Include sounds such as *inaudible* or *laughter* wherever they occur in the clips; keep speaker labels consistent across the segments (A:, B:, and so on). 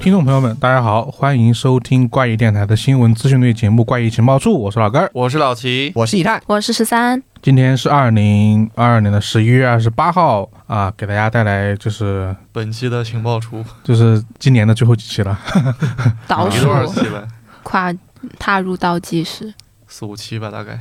A: 听众朋友们，大家好，欢迎收听怪异电台的新闻资讯类节目《怪异情报处》，我是老根儿。
B: 我是老齐，
C: 我是以太，
D: 我是十三，
A: 今天是二零二二年的十一月二十八号啊，给大家带来就是
B: 本期的情报处
A: 就是今年的最后几期了，
D: 倒
B: 一
D: 数
B: 多少期了？
D: 跨踏入倒计时，
B: 四五期吧，大概。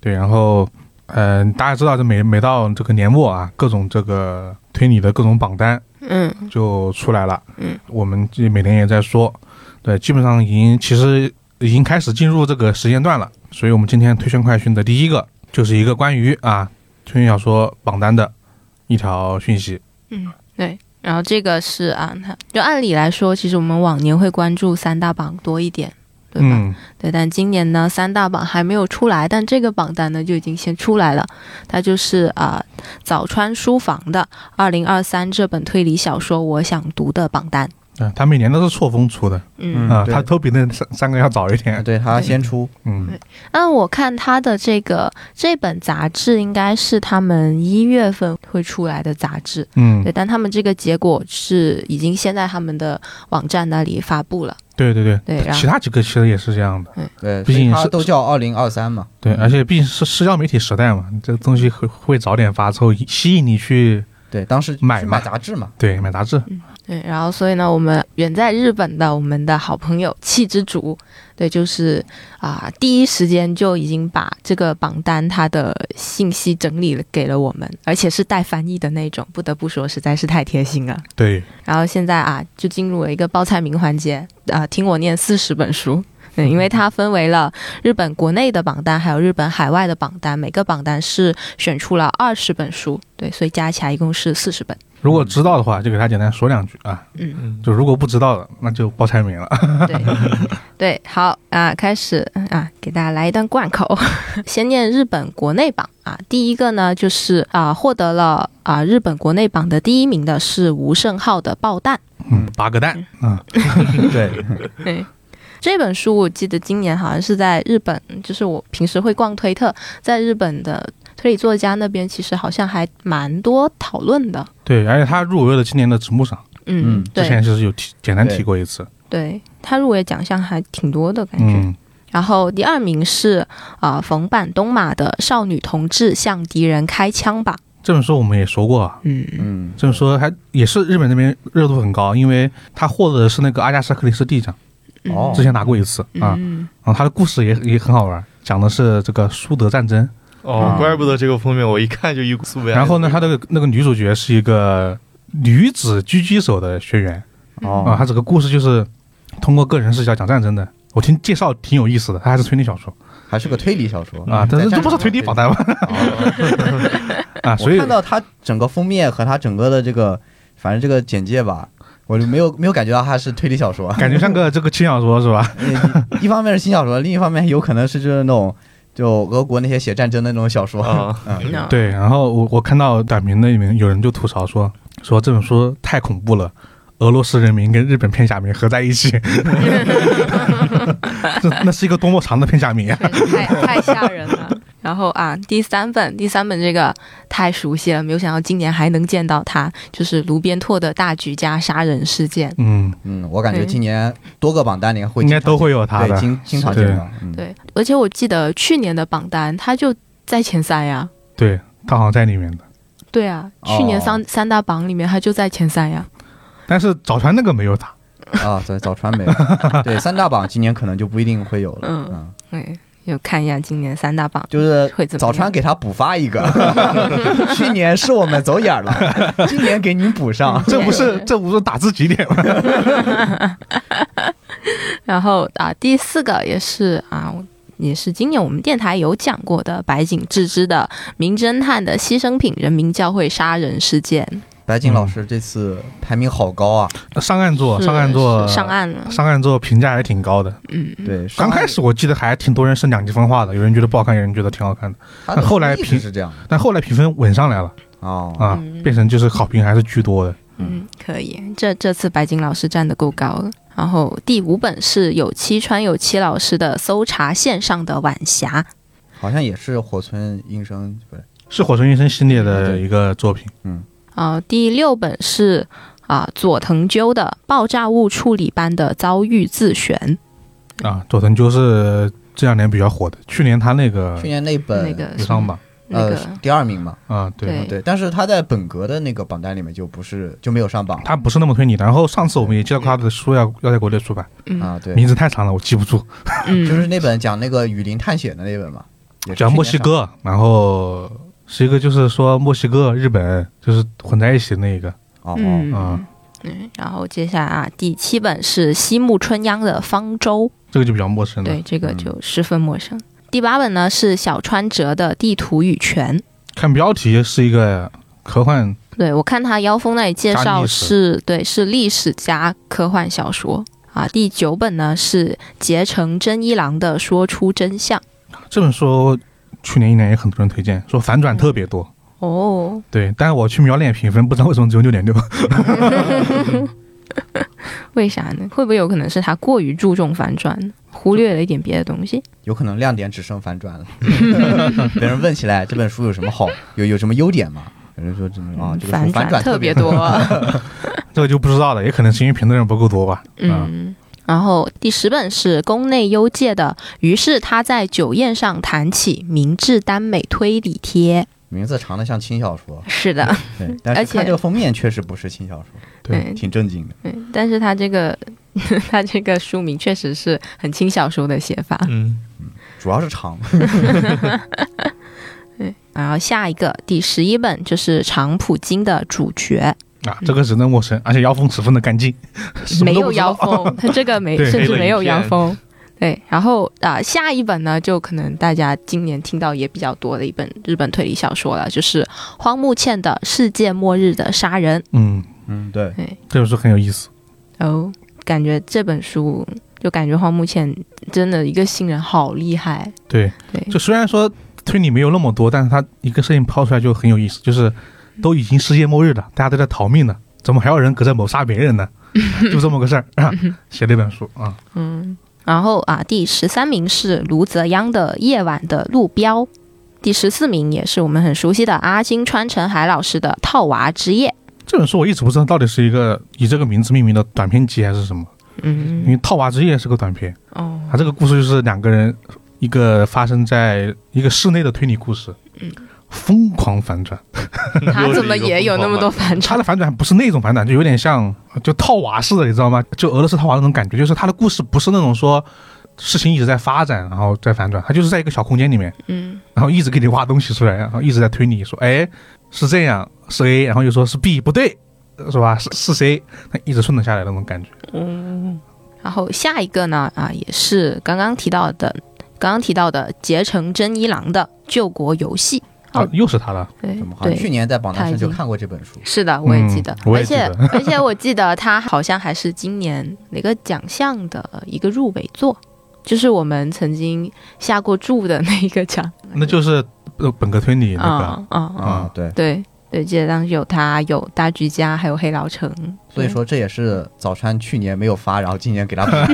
A: 对，然后，嗯、大家知道，这每每到这个年末啊，各种这个推理的各种榜单
D: 嗯，
A: 就出来了。
D: 嗯，
A: 我们这每年也在说，对，基本上已经其实已经开始进入这个时间段了。所以我们今天推荐快讯的第一个就是一个关于啊推理小说榜单的一条讯息。
D: 然后这个是啊，它就按理来说，其实我们往年会关注三大榜多一点，对吧？
A: 嗯，
D: 对，但今年呢，三大榜还没有出来，但这个榜单呢就已经先出来了，它就是啊、早川书房的二零二三这本推理小说我想读的榜单，
A: 啊，他每年都是错峰出的
D: 嗯
B: 嗯
A: 啊，
C: 对
A: 他都比那三三个要早一点。
C: 对他先出，
A: 嗯
D: 对那我看他的这个这本杂志应该是他们一月份会出来的杂志，
A: 嗯
D: 对，，但他们这个结果是已经先在他们的网站那里发布了，
A: 对对对，
D: 对，啊然
A: 其
D: 后
A: 他几个其实也是这样的。
C: 对，
A: 毕竟
C: 所以他
A: 是
C: 都叫二零二三嘛，
A: 对，而且毕竟是社交媒体时代嘛，这个东西会会早点发臭，吸引你去
C: 对，当时
A: 买
C: 去
A: 嘛
C: 买杂志嘛，
A: *laughs* 对买杂志。
D: 对，然后所以呢，我们远在日本的我们的好朋友气之竹，对，就是啊、第一时间就已经把这个榜单它的信息整理了给了我们，而且是带翻译的那种，不得不说实在是太贴心了。
A: 对，
D: 然后现在啊，就进入了一个报菜名环节啊、听我念四十本书。对，因为它分为了日本国内的榜单，还有日本海外的榜单，每个榜单是选出了二十本书，对，所以加起来一共是四十本。
A: 如果知道的话，就给他简单说两句啊。
D: 嗯，
B: 嗯，
A: 就如果不知道的，那就报菜名了。
D: 对，对，好啊，开始啊，给大家来一段贯口， *laughs* 先念日本国内榜啊。第一个呢，就是啊，获得了啊日本国内榜的第一名的是吴胜浩的《爆弹》。
A: 嗯，八个蛋。嗯，
C: 对，
D: 对，这本书我记得今年好像是在日本，就是我平时会逛推特，在日本的推理作家那边，其实好像还蛮多讨论的。
A: 对，而且他入围了今年的直木赏，
D: 嗯，
C: 嗯
A: 之前
D: 对
A: 其实有提简单
C: 对
A: 提过一次。
D: 对，他入围奖项还挺多的感觉。
A: 嗯，
D: 然后第二名是啊、呃冯坂东马的《少女同志向敌人开枪吧》。
A: 这本书我们也说过啊，
D: 嗯，
C: 嗯，
A: 这本书还也是日本那边热度很高，因为他获得的是那个阿加莎克里斯蒂奖，
C: 哦
A: 之前拿过一次啊。
D: 嗯，
A: 然后他的故事也也很好玩，讲的是这个苏德战争。
B: 哦
C: 啊，
B: 怪不得这个封面我一看就一股苏维埃。
A: 嗯然后呢，他的那个女主角是一个女子狙击手的学员啊，
C: 哦，
A: 她整个故事就是通过个人视角讲战争的。我听介绍挺有意思的，它还是推理小说
C: 还是个推理小说
A: 啊，但是这不是推理榜，单吗？
B: 嗯
A: 啊，
C: 我
A: 所以
C: 看到他整个封面和他整个的这个，反正这个简介吧，我就没有没有感觉到他是推理小说，
A: 感觉像个这个轻小说是吧？
C: 一方面是新小说，另一方面有可能是就是那种就俄国那些写战争的那种小说，
A: 哦
B: 啊
C: 嗯，
D: 那
A: 对，然后我我看到短评那里面有人就吐槽说说这本书太恐怖了。俄罗斯人民跟日本片假名合在一起， *laughs* 这那是一个多么长的片假名啊！
D: 确实太太吓人 *laughs* 了。然后啊，第三本，第三本这个太熟悉了，没有想到今年还能见到它，就是卢边拓的《大举家杀人事件》。
A: 嗯，
C: 嗯，我感觉
D: 对
C: 今年多个榜单里会
A: 应该
C: 经常
A: 都会有他
C: 对
A: 的。
C: 经经常
A: 是
C: 见到，嗯，
D: 对，而且我记得去年的榜单，它就在前三呀。
A: 对，他好像在里面的。
D: 对啊，
C: 哦
D: 去年三、三大榜里面，它就在前三呀。
A: 但是早川那个没有打，
C: 啊，对，早
A: *laughs*
C: 川没有，对，三大榜今年可能就不一定会有了，
D: 嗯
C: 嗯，
D: 对，就看一下今年三大榜。
C: 就是
D: 嗯会怎么样
C: 早川给他补发一个， *laughs* 去年是我们走眼
D: *laughs*
C: 儿了，今年给您补上。
A: 这不是
D: 对
A: 这不是打自己脸吗？
D: 然后啊，第四个也是啊，也是今年我们电台有讲过的白井智之的《名侦探的牺牲品：人民教会杀人事件》
C: *laughs* 白景老师这次排名好高啊，
A: 上岸座，
D: 是
A: 上岸座，
D: 嗯是上岸了。
A: 上岸座评价还挺高的。
D: 嗯，
C: 对，
A: 刚开始我记得还挺多人是两极分化的，有人觉得不好看，有人觉得挺好看的。
C: 他的
A: 后来
C: 意识
A: 评
C: 是这样
A: 但后来评分稳上来了
C: 哦，
A: 啊
D: 嗯，
A: 变成就是好评还是居多的。
D: 嗯，可以。这这次白金老师站得够高了。然后第五本是有栖川有栖老师的《搜查线上的晚霞》。
C: 好像也是火村应生不是
A: 是火神医生系列的一个作品，
D: 啊呃，第六本是啊佐藤鸠的《爆炸物处理班的遭遇自选》
A: 啊，佐藤就是这两年比较火的，去年他那个
C: 去年那本
D: 那个
A: 有上榜
D: 那个
C: 呃第二名嘛，
A: 啊，对，
D: 对
C: 对，但是他在本格的那个榜单里面就不是就没有上榜
A: 他不是那么推理的。然后上次我们也介绍过他的书要要在国内出版，
D: 嗯
C: 啊，对，
A: 名字太长了，我记不住，
D: 嗯，
C: 就是那本讲那个雨林探险的那本嘛，也是
A: 讲
C: 去
A: 墨
C: 年
A: 西
C: 上
A: 哥，然后是一个就是说墨西哥、日本就是混在一起的那一个
C: 哦哦，
D: 嗯
A: 啊，
D: 嗯，然后接下来啊，第七本是西木春央的《方舟
A: 这个就比较陌》，生了
D: 对，。这个就十分陌生。第八本呢是小川哲的《地图与拳》，
A: 看标题是一个科幻，
D: 对我看他妖风那里介
A: 加
D: 绍
A: 历史
D: 是对是历史加科幻小说啊。第九本呢是结城真一郎的《说出真相》
A: 这本书去年一年也很多人推荐，说反转特别多。
D: 哦，
A: 对，但是我去瞄了一眼评分，不知道为什么只有六点六。 *laughs*
D: 为啥呢？会不会有可能是他过于注重反转，忽略了一点别的东西？
C: 有可能亮点只剩反
D: *laughs*
C: 转了。别人问起来这本书有什么好，有有什么优点吗？有人说这么啊，这个书反
D: 嗯转
C: 转
D: 特别
C: 别
D: 多。 *laughs*
A: 这个就不知道了，也可能是因为评论人不够多吧。
D: 嗯，然后第十本是宫内优介的，于是他在酒宴上谈起明治耽美推理贴。
C: 名字长得像轻小说，
D: 是的， *laughs*
C: 对，但
D: 而
C: 是
D: 且嗯
C: 看这个封面确实不是轻小说，
D: *laughs*
A: 对
C: 挺正经的。
D: 对，但是他这个 *laughs* 他这个书名确实是很轻小说的写法。
B: 嗯，
C: 主要是长，
D: *laughs* 然后下一个第十一本就是长浦京的主角，
A: 啊，这个只能陌生，而且妖风十分的干净， *laughs* 什么
D: 嗯没
A: 都
D: 有
A: 不知
D: 妖
A: 道。
D: 风， *laughs* 他这个没
A: 对
D: 甚
B: 黑
D: 至
B: 了
D: 没
B: 一
D: 有妖
B: 片
D: 风。对，然后啊、下一本呢，就可能大家今年听到也比较多的一本日本推理小说了，就是荒木欠的《世界末日的杀人》。
A: 嗯，
C: 嗯，对，
A: 这本书很有意思。
D: 哦，感觉这本书就感觉荒木欠真的一个新人好厉害，
A: 对，
D: 对，
A: 就虽然说推理没有那么多，但是它一个事情抛出来就很有意思，就是都已经世界末日了，大家都在逃命呢，怎么还有人搁这谋杀别人
D: *laughs*
A: 呢？就这么个事儿啊，写了一本书啊，
D: 嗯，然后啊，第十三名是卢泽央的《夜晚的路标》，第十四名也是我们很熟悉的阿金川成海老师的《套娃之夜》，
A: 这本书我一直不知道到底是一个以这个名字命名的短篇集还是什么，因
D: 嗯，
A: 为《套娃之夜》是个短篇，
D: 哦，
A: 它啊这个故事就是两个人，一个发生在一个室内的推理故事，疯狂反转。
D: 他
B: 又是
D: 怎么
B: 一个
D: 也有
B: 疯
D: 那么
B: 狂
D: 多
B: 版
D: 反
A: 他
D: 差？
A: 的反转还不是那种反转，就有点像就套娃似的，你知道吗？就俄罗斯套娃那种感觉，就是他的故事不是那种说事情一直在发展，然后再反转，他就是在一个小空间里面，
D: *laughs* 嗯，
A: 然后一直给你挖东西出来，然后一直在推理，说哎是这样是 A，然后又说是 B 不对，是吧？是是 C，他一直顺着下来那种感觉。
D: 嗯然后下一个呢，啊，也是刚刚提到的，刚刚提到的结城真一郎的《救国游戏》。
A: 啊
D: 哦，
A: 又是他了，
D: 对
C: 怎么好像
D: 对，
C: 去年在榜单
D: 他
C: 上
D: 已
C: 就
D: 经
C: 看过这本书，
D: 是的，我也记得，
A: 嗯我
D: 而
A: 也记
D: 且
A: 得 *laughs*
D: 而且我记得他好像还是今年哪个奖项的一个入围作，就是我们曾经下过注的那一个奖
A: 那就是呃本格推理 *laughs* 那个。
D: 啊
A: 啊
D: 啊，
C: 啊，对，
D: 对对，记得当时有他，有大居家，还有黑牢城，
C: 所以说这也是早川去年没有发，然后今年给他补。
D: *laughs*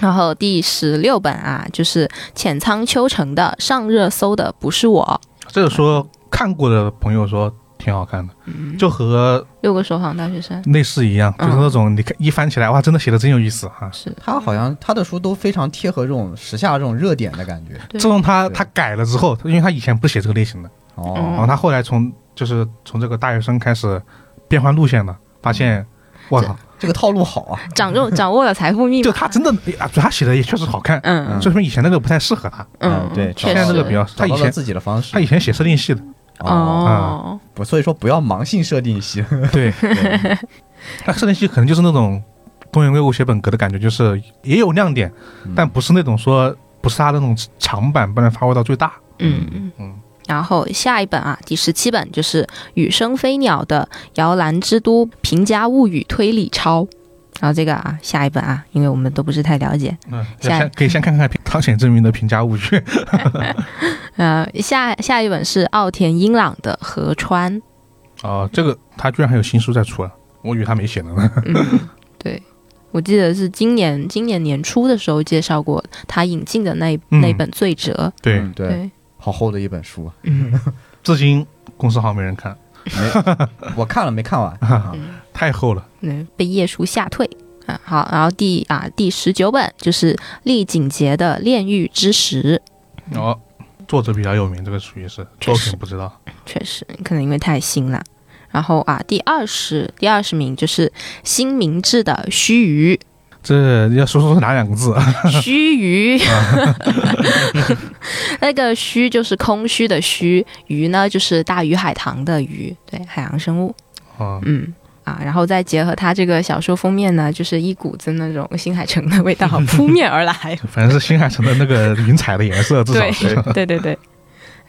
D: 然后第十六本啊，就是浅仓秋成的上热搜的不是我，
A: 这个说看过的朋友说挺好看的，就和
D: 六个说谎大学生
A: 类似一样，就
D: 嗯
A: 是那种你看一翻起来，哇，真的写的真有意思啊！
D: 是
C: 他好像他的书都非常贴合这种时下这种热点的感觉。
D: 对
A: 自从他
C: 对
A: 他改了之后，因为他以前不写这个类型的，
C: 哦
D: 嗯
A: 然后他后来从就是从这个大学生开始变换路线了，发
D: 嗯
A: 现我操，
C: 这个套路好啊，
D: 掌握 *laughs* 掌握了财富密码，
A: 就他真的啊，他写的也确实好看，
D: 嗯
A: 就说明以前那个不太适合他，
D: 嗯
C: 嗯对
D: 确
A: 啊现在这个
D: 实
A: 比较他
C: 找
A: 以
C: 到了
A: 前
C: 自己的方式
A: 他。以前写设定系的，啊
D: 哦，
C: 不，所以说不要盲性设定系。
A: 对，但设定系可能就是那种东原圭吾写本格的感觉，就是也有亮点，但不是那种说不是他那种长板，不能发挥到最大。
D: 嗯嗯
A: 嗯
D: 然后下一本啊，第十七本就是《羽生飞鸟的摇篮之都平家物语推理抄》。然后这个啊，下一本啊，因为我们都不是太了解。
A: *laughs* 嗯，
D: 下一
A: 先可以先看看汤显证明的评价物语。
D: 呃，下下一本是奥田英朗的《河川》。
A: *laughs* 哦，这个他居然还有新书在出啊！我以为他没写呢呢。 *laughs*
D: 对，我记得是今年今年年初的时候介绍过他引进的那、
A: 嗯
D: 那本《罪折
A: 对，
C: 嗯嗯对，好厚的一本书啊。
D: 嗯，
A: 至今公司好像没人看。
C: 我看了没
A: *laughs*
C: 看完，
A: 太厚了。
D: 嗯，被叶叔吓退。啊，好，然后第啊第十九本就是厉景杰的《炼狱之石
A: 哦，作者比较有名，这个属于是作品不知道。》，
D: 确实可能因为太新了。然后啊，第二十第二十名就是新明治的《须臾》，
A: 这要说说是哪两个 *laughs* 字？啊
D: 须臾，那个虚就是空虚的虚，鱼呢就是大鱼海棠的鱼，对，海洋生物。
A: 啊，
D: 嗯啊，然后再结合它这个小说封面呢，就是一股子那种新海诚的味道扑面而来。
A: 反正是新海诚的那个云彩的颜色，至少
D: 对
A: 是。
D: *laughs* 对对对，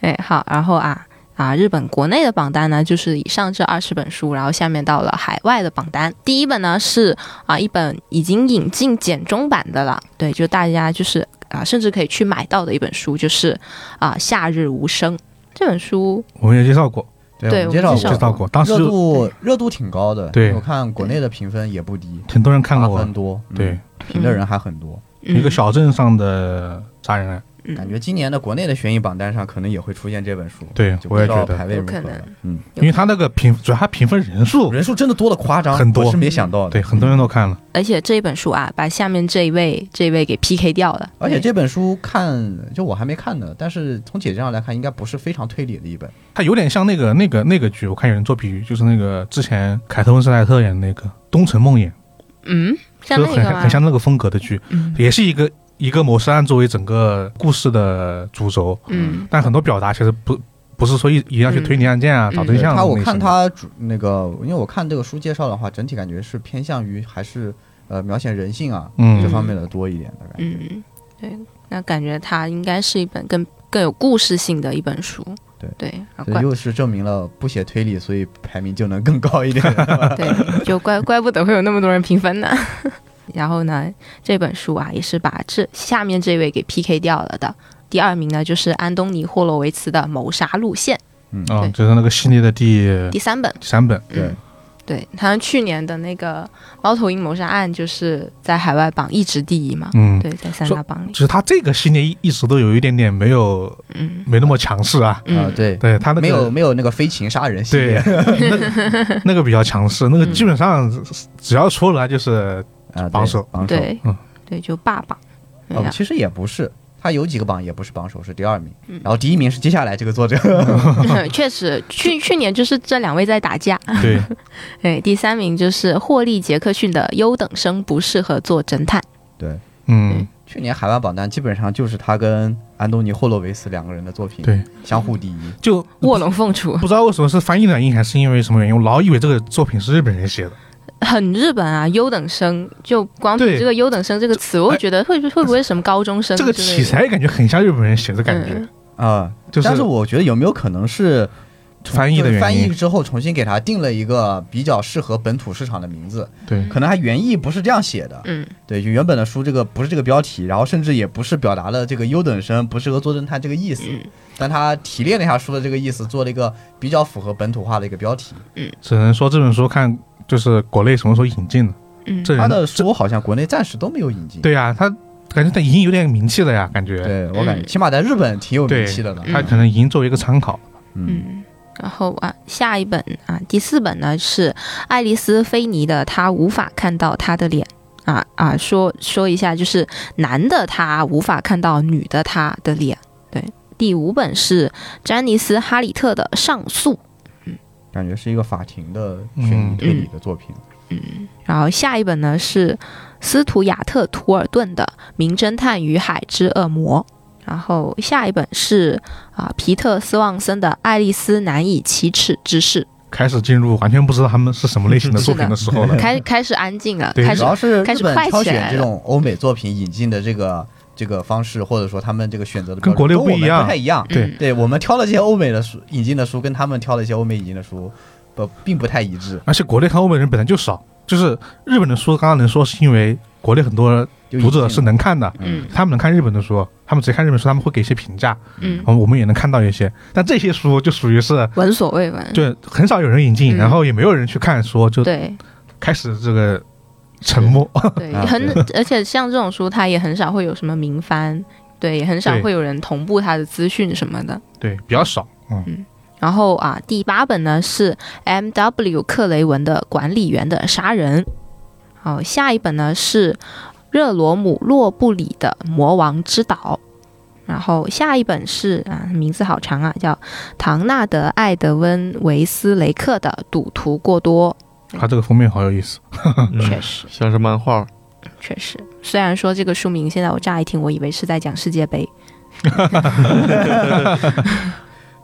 D: 哎好，然后啊啊，日本国内的榜单呢，就是以上这二十本书，然后下面到了海外的榜单。第一本呢是啊一本已经引进简中版的了，对，就大家就是啊，甚至可以去买到的一本书，就是啊《夏日无声》这本书，
A: *laughs* 我们也介绍过，
C: 对，
D: 对
C: 我们
D: 我们介
A: 介
C: 绍
A: 绍过，当时
C: 热度热度挺高的，
A: 对
C: 我看国内的评分也不低，
A: 很多人看
C: 八
A: 过
C: 分，多，嗯
A: 对，，
C: 评的人还很多，
D: 嗯
A: 啊一个小镇上的杀人案，
D: 嗯
C: 感觉今年的国内的悬疑榜单上可能也会出现这本书，
A: 对
C: 就不
A: 我也
C: 知
A: 觉
C: 道
A: 得，
C: 排位如
D: 有可
C: 何
D: 能
C: 了，嗯，
A: 因为他那个评主要他评分人数，
C: 人数真的多的夸张，
A: 很多
C: 我是没想到的，嗯
A: 对，很多人都看了，
D: 而且这一本书啊，把下面这一位这一位给 PK 掉了。
C: 而且这本书看，就我还没看呢，但是从姐姐上来看，应该不是非常推理的一本。
A: 他有点像那个那个那个剧，我看有人做比喻，就是那个之前凯特温斯莱特演的那个《东城梦魇》，
D: 嗯，像
A: 就
D: 那
A: 很
D: 个
A: 像
D: 吗
A: 很？像那个风格的剧，
D: 嗯
A: 也是一个一个谋杀案作为整个故事的主轴，
D: 嗯
A: 但很多表达其实不不是说一一定要去推理案件啊、
D: 嗯
A: 找
D: 嗯
A: 真相
C: 他
A: 的
C: 我
A: 类
C: 看
A: 型的
C: 他主那个，因为我看这个书介绍的话，整体感觉是偏向于还是呃描写人性啊、这
A: 嗯
C: 方面的多一点的感觉。
D: 嗯，对，那感觉它应该是一本更更有故事性的一本书。
C: 对
D: 对，啊
C: 这
D: 怪
C: 又是证明了不写推理，所以排名就能更高一
A: *laughs*
C: 点。
D: 对， *laughs* 就怪怪不得会有那么多人评分呢。 *laughs* 然后呢，这本书啊也是把这下面这位给 PK 掉了的。第二名呢就是安东尼·霍洛维茨的《谋杀路线
C: 嗯，
A: 啊、
D: 对
A: 就是那个系列的第》
D: 第三本。
A: 第三本，
C: 对
D: 嗯，对他去年的那个《猫头鹰谋杀案》就是在海外榜一直第一嘛。
A: 嗯，
D: 对，在三大榜里
A: 其，实他这个系列一一直都有一点点没有
D: 嗯
A: 没那么强势啊，
C: 啊
D: 嗯，
C: 对，
A: 对他那个
C: 没有没有那个飞禽杀人系
A: 对 *laughs*
C: 列，啊
A: 那那个比较强势，那个基本上只要出来就是
C: 啊，
A: 榜首
C: 榜首。
D: 对
A: 嗯，
D: 对，就霸榜。嗯对
C: 哦
D: 呀，
C: 其实也不是，他有几个榜也不是榜首，是第二名，
D: 嗯
C: 然后第一名是接下来这个作者。 *laughs*
D: *laughs* 确实，去去年就是这两位在打架。
A: 对，
D: 对，第三名就是霍利·杰克逊的《优等生不适合做
A: *laughs*
D: 侦探》。
C: 对，
A: 嗯，
C: 去年海外榜单基本上就是他跟安东尼·霍洛维斯两个人的作品
A: 对，
C: 相互第一。
A: 就
D: 卧龙凤雏
A: 不知道为什么是翻译的原因还是因为什么原因，我老以为这个作品是日本人写的，
D: 很日本啊，优等生就光凭
A: 对哎
D: 这个“优等生”这个词，我会觉得会会不会什么高中生
A: 这个
D: 之类
A: 题
D: 的
A: 材感觉很像日本人写的感觉，
D: 嗯
C: 啊、
A: 就是
C: 但是我觉得有没有可能是重
A: 翻译的
C: 就是翻
A: 原
C: 译
A: 因，
C: 之后重新给他定了一个比较适合本土市场的名字？
A: 对，
C: 可能还原意不是这样写的，
D: 嗯
C: 对，就原本的书这个不是这个标题，然后甚至也不是表达了这个优等生不适合做侦探这个意思，但他提炼了一下书的这个意思，做了一个比较符合本土化的一个标题。
A: 只能说这本书看就是国内什么时候引进的，
D: 嗯
A: 这
C: 他
A: 人
C: 的书好像国内暂时都没有引进，
A: 对呀、他感觉他已经有点名气了呀，感觉，
C: 对我感觉起码在日本挺有名
A: 对
C: 气的呢。
A: 他可能已经作为一个参考，
C: 嗯，
D: 嗯。然后啊，下一本啊，第四本呢是爱丽丝·菲尼的《她无法看到她的脸》啊啊，说说一下，就是男的他无法看到女的她的脸。对，第五本是詹妮斯·哈里特的《上诉》。
C: 感觉是一个法庭的
A: 嗯
C: 悬疑推理的作品。
D: 然后下一本呢是斯图亚特·图尔顿的《名侦探与海之恶魔》，然后下一本是啊、皮特·斯旺森的《爱丽丝难以启齿之事
A: 开始进入完全不知道他们是什么类型的
D: 是
A: 作
D: 的
A: 品的时候了》，，
D: 开开始安静了，
A: 对
D: 开
C: 主
D: 始
C: 要是
D: 开
C: 日
D: 始
C: 本
D: 快
C: 挑
D: 起
C: 选
D: 来
C: 这
D: 了
C: 种欧美作品引进的这个这个方式，或者说他们这个选择的
A: 跟国
C: 标准
A: 内
C: 跟
A: 不
C: 我
A: 一
C: 们
A: 样
C: 不太一样。
A: 对
D: 嗯
C: 对我们挑了这些欧美的书引进的书，跟他们挑了一些欧美引进的书，不并不太一致，
A: 而且国内看欧美人本来就少，就是日本的书，刚刚能说是因为国内很多
C: 就
A: 读
C: 引进
A: 者
C: 了
A: 是能看的，
D: 嗯
A: 他们能看日本的书，他们只看日本书，他们会给一些评价，
D: 嗯，
A: 我们也能看到一些，但这些书就属于是。
D: 闻所未闻，
A: 就很少有人引进，
D: 嗯
A: 然后也没有人去看书，就
D: 对
A: 开始这个沉默。
D: 对，
C: 啊
D: 很而且像这种书，它也很少会有什么名翻，对，也很少
A: 对
D: 会有人同步它的资讯什么的。
A: *laughs* 对，比较少。嗯，
D: 然然后啊，第八本呢是 M.W. 克雷文的《管理员的杀人》。好，下一本呢是热罗姆·洛布里的《魔王之岛》。然后下一本是啊，名字好长啊，叫唐纳德·艾德温·维斯雷克的《赌徒过多》。
A: 它这个封面好有意思，
D: 确
B: 嗯，
D: 实，
B: 像是漫画，
D: 确实。虽然说这个书名现在我乍一听，我以为是在讲世界杯。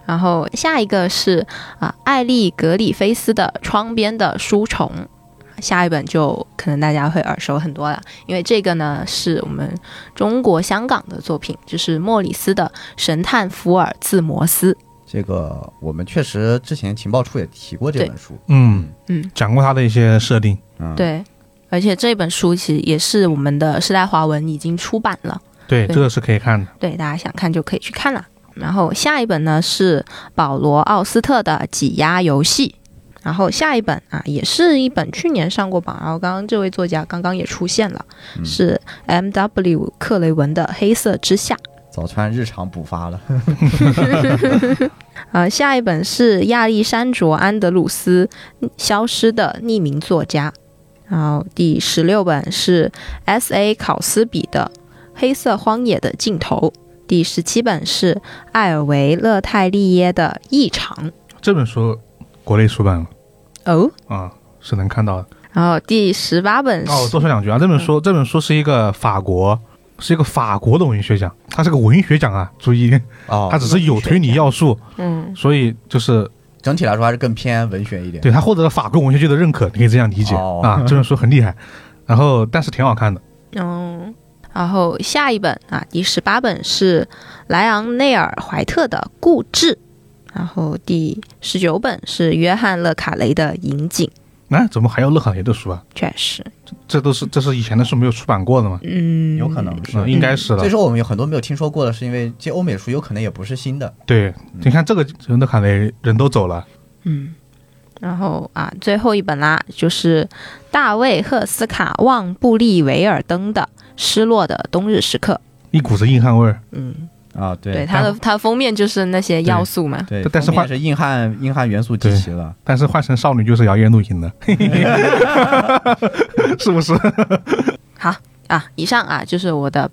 D: 然后下一个是啊，艾利格里菲斯的《窗边的书虫》，下一本就可能大家会耳熟很多了，因为这个呢是我们中国香港的作品，就是莫里斯的《神探福尔自摩斯》。
C: 这个我们确实之前情报处也提过这本书，
A: 嗯
D: 嗯，
A: 讲过它的一些设定，
C: 嗯，，
D: 对，而且这本书其实也是我们的时代华文已经出版了。
A: 对，
D: 对
A: 这个是可以看的，
D: 对，大家想看就可以去看啦。然后下一本呢是保罗·奥斯特的《挤压游戏》，然后下一本啊也是一本去年上过榜，然后刚刚这位作家刚刚也出现了，是 M.W. 克雷文的《黑色之夏》。
C: 早川日常补发了，
D: 呃，下一本是亚历山卓·安德鲁斯《消失的匿名作家》，然后第十六本是 S.A. 考斯比的《黑色荒野的尽头》，第十七本是艾尔维·勒泰利耶的《异常
A: 这本书国内出版了》
D: 哦，
A: 啊，是能看到的。
D: 然后第十八本是、嗯
A: 哦，我多说两句啊，这本书这本书是一个法国，是一个法国的文学奖，它是个文学奖啊，注意，它
C: 哦，
A: 只是有推理要素，
D: 嗯
A: 所以就是
C: 整体来说还是更偏文学一点，
A: 对他获得了法国文学界的认可，你可以这样理解、
C: 哦
A: 啊。这本书很厉害，然后但是挺好看的。
D: 嗯，然后下一本啊，第十八本是莱昂内尔·怀特的《固执》，然后第十九本是约翰·勒卡雷的《银井》。
A: 哎，怎么还有勒卡雷的书啊？
D: 确实，
A: 这都是这是以前的书没有出版过的吗？
D: 嗯，
C: 有可能是。
A: 嗯，应该是
C: 所
A: 的
C: 以。说我们有很多没有听说过的，是因为这欧美书有可能也不是新的，
A: 对，你看这个勒卡雷人都走了，
D: 嗯。然后啊，最后一本啦，就是大卫·赫斯卡旺布利维尔登的《失落的冬日时刻》。
A: 一股子硬汉味儿。
D: 嗯，
C: 啊，对
D: 对，它的它的封面就是那些要素嘛。
C: 对，
A: 但但是
C: 封面
A: 换
C: 是硬汉硬汉元素集齐了，
A: 但是换成少女就是摇曳露
D: *laughs*
A: 营的， *laughs* 是不是？
D: 好啊，以上啊就是我的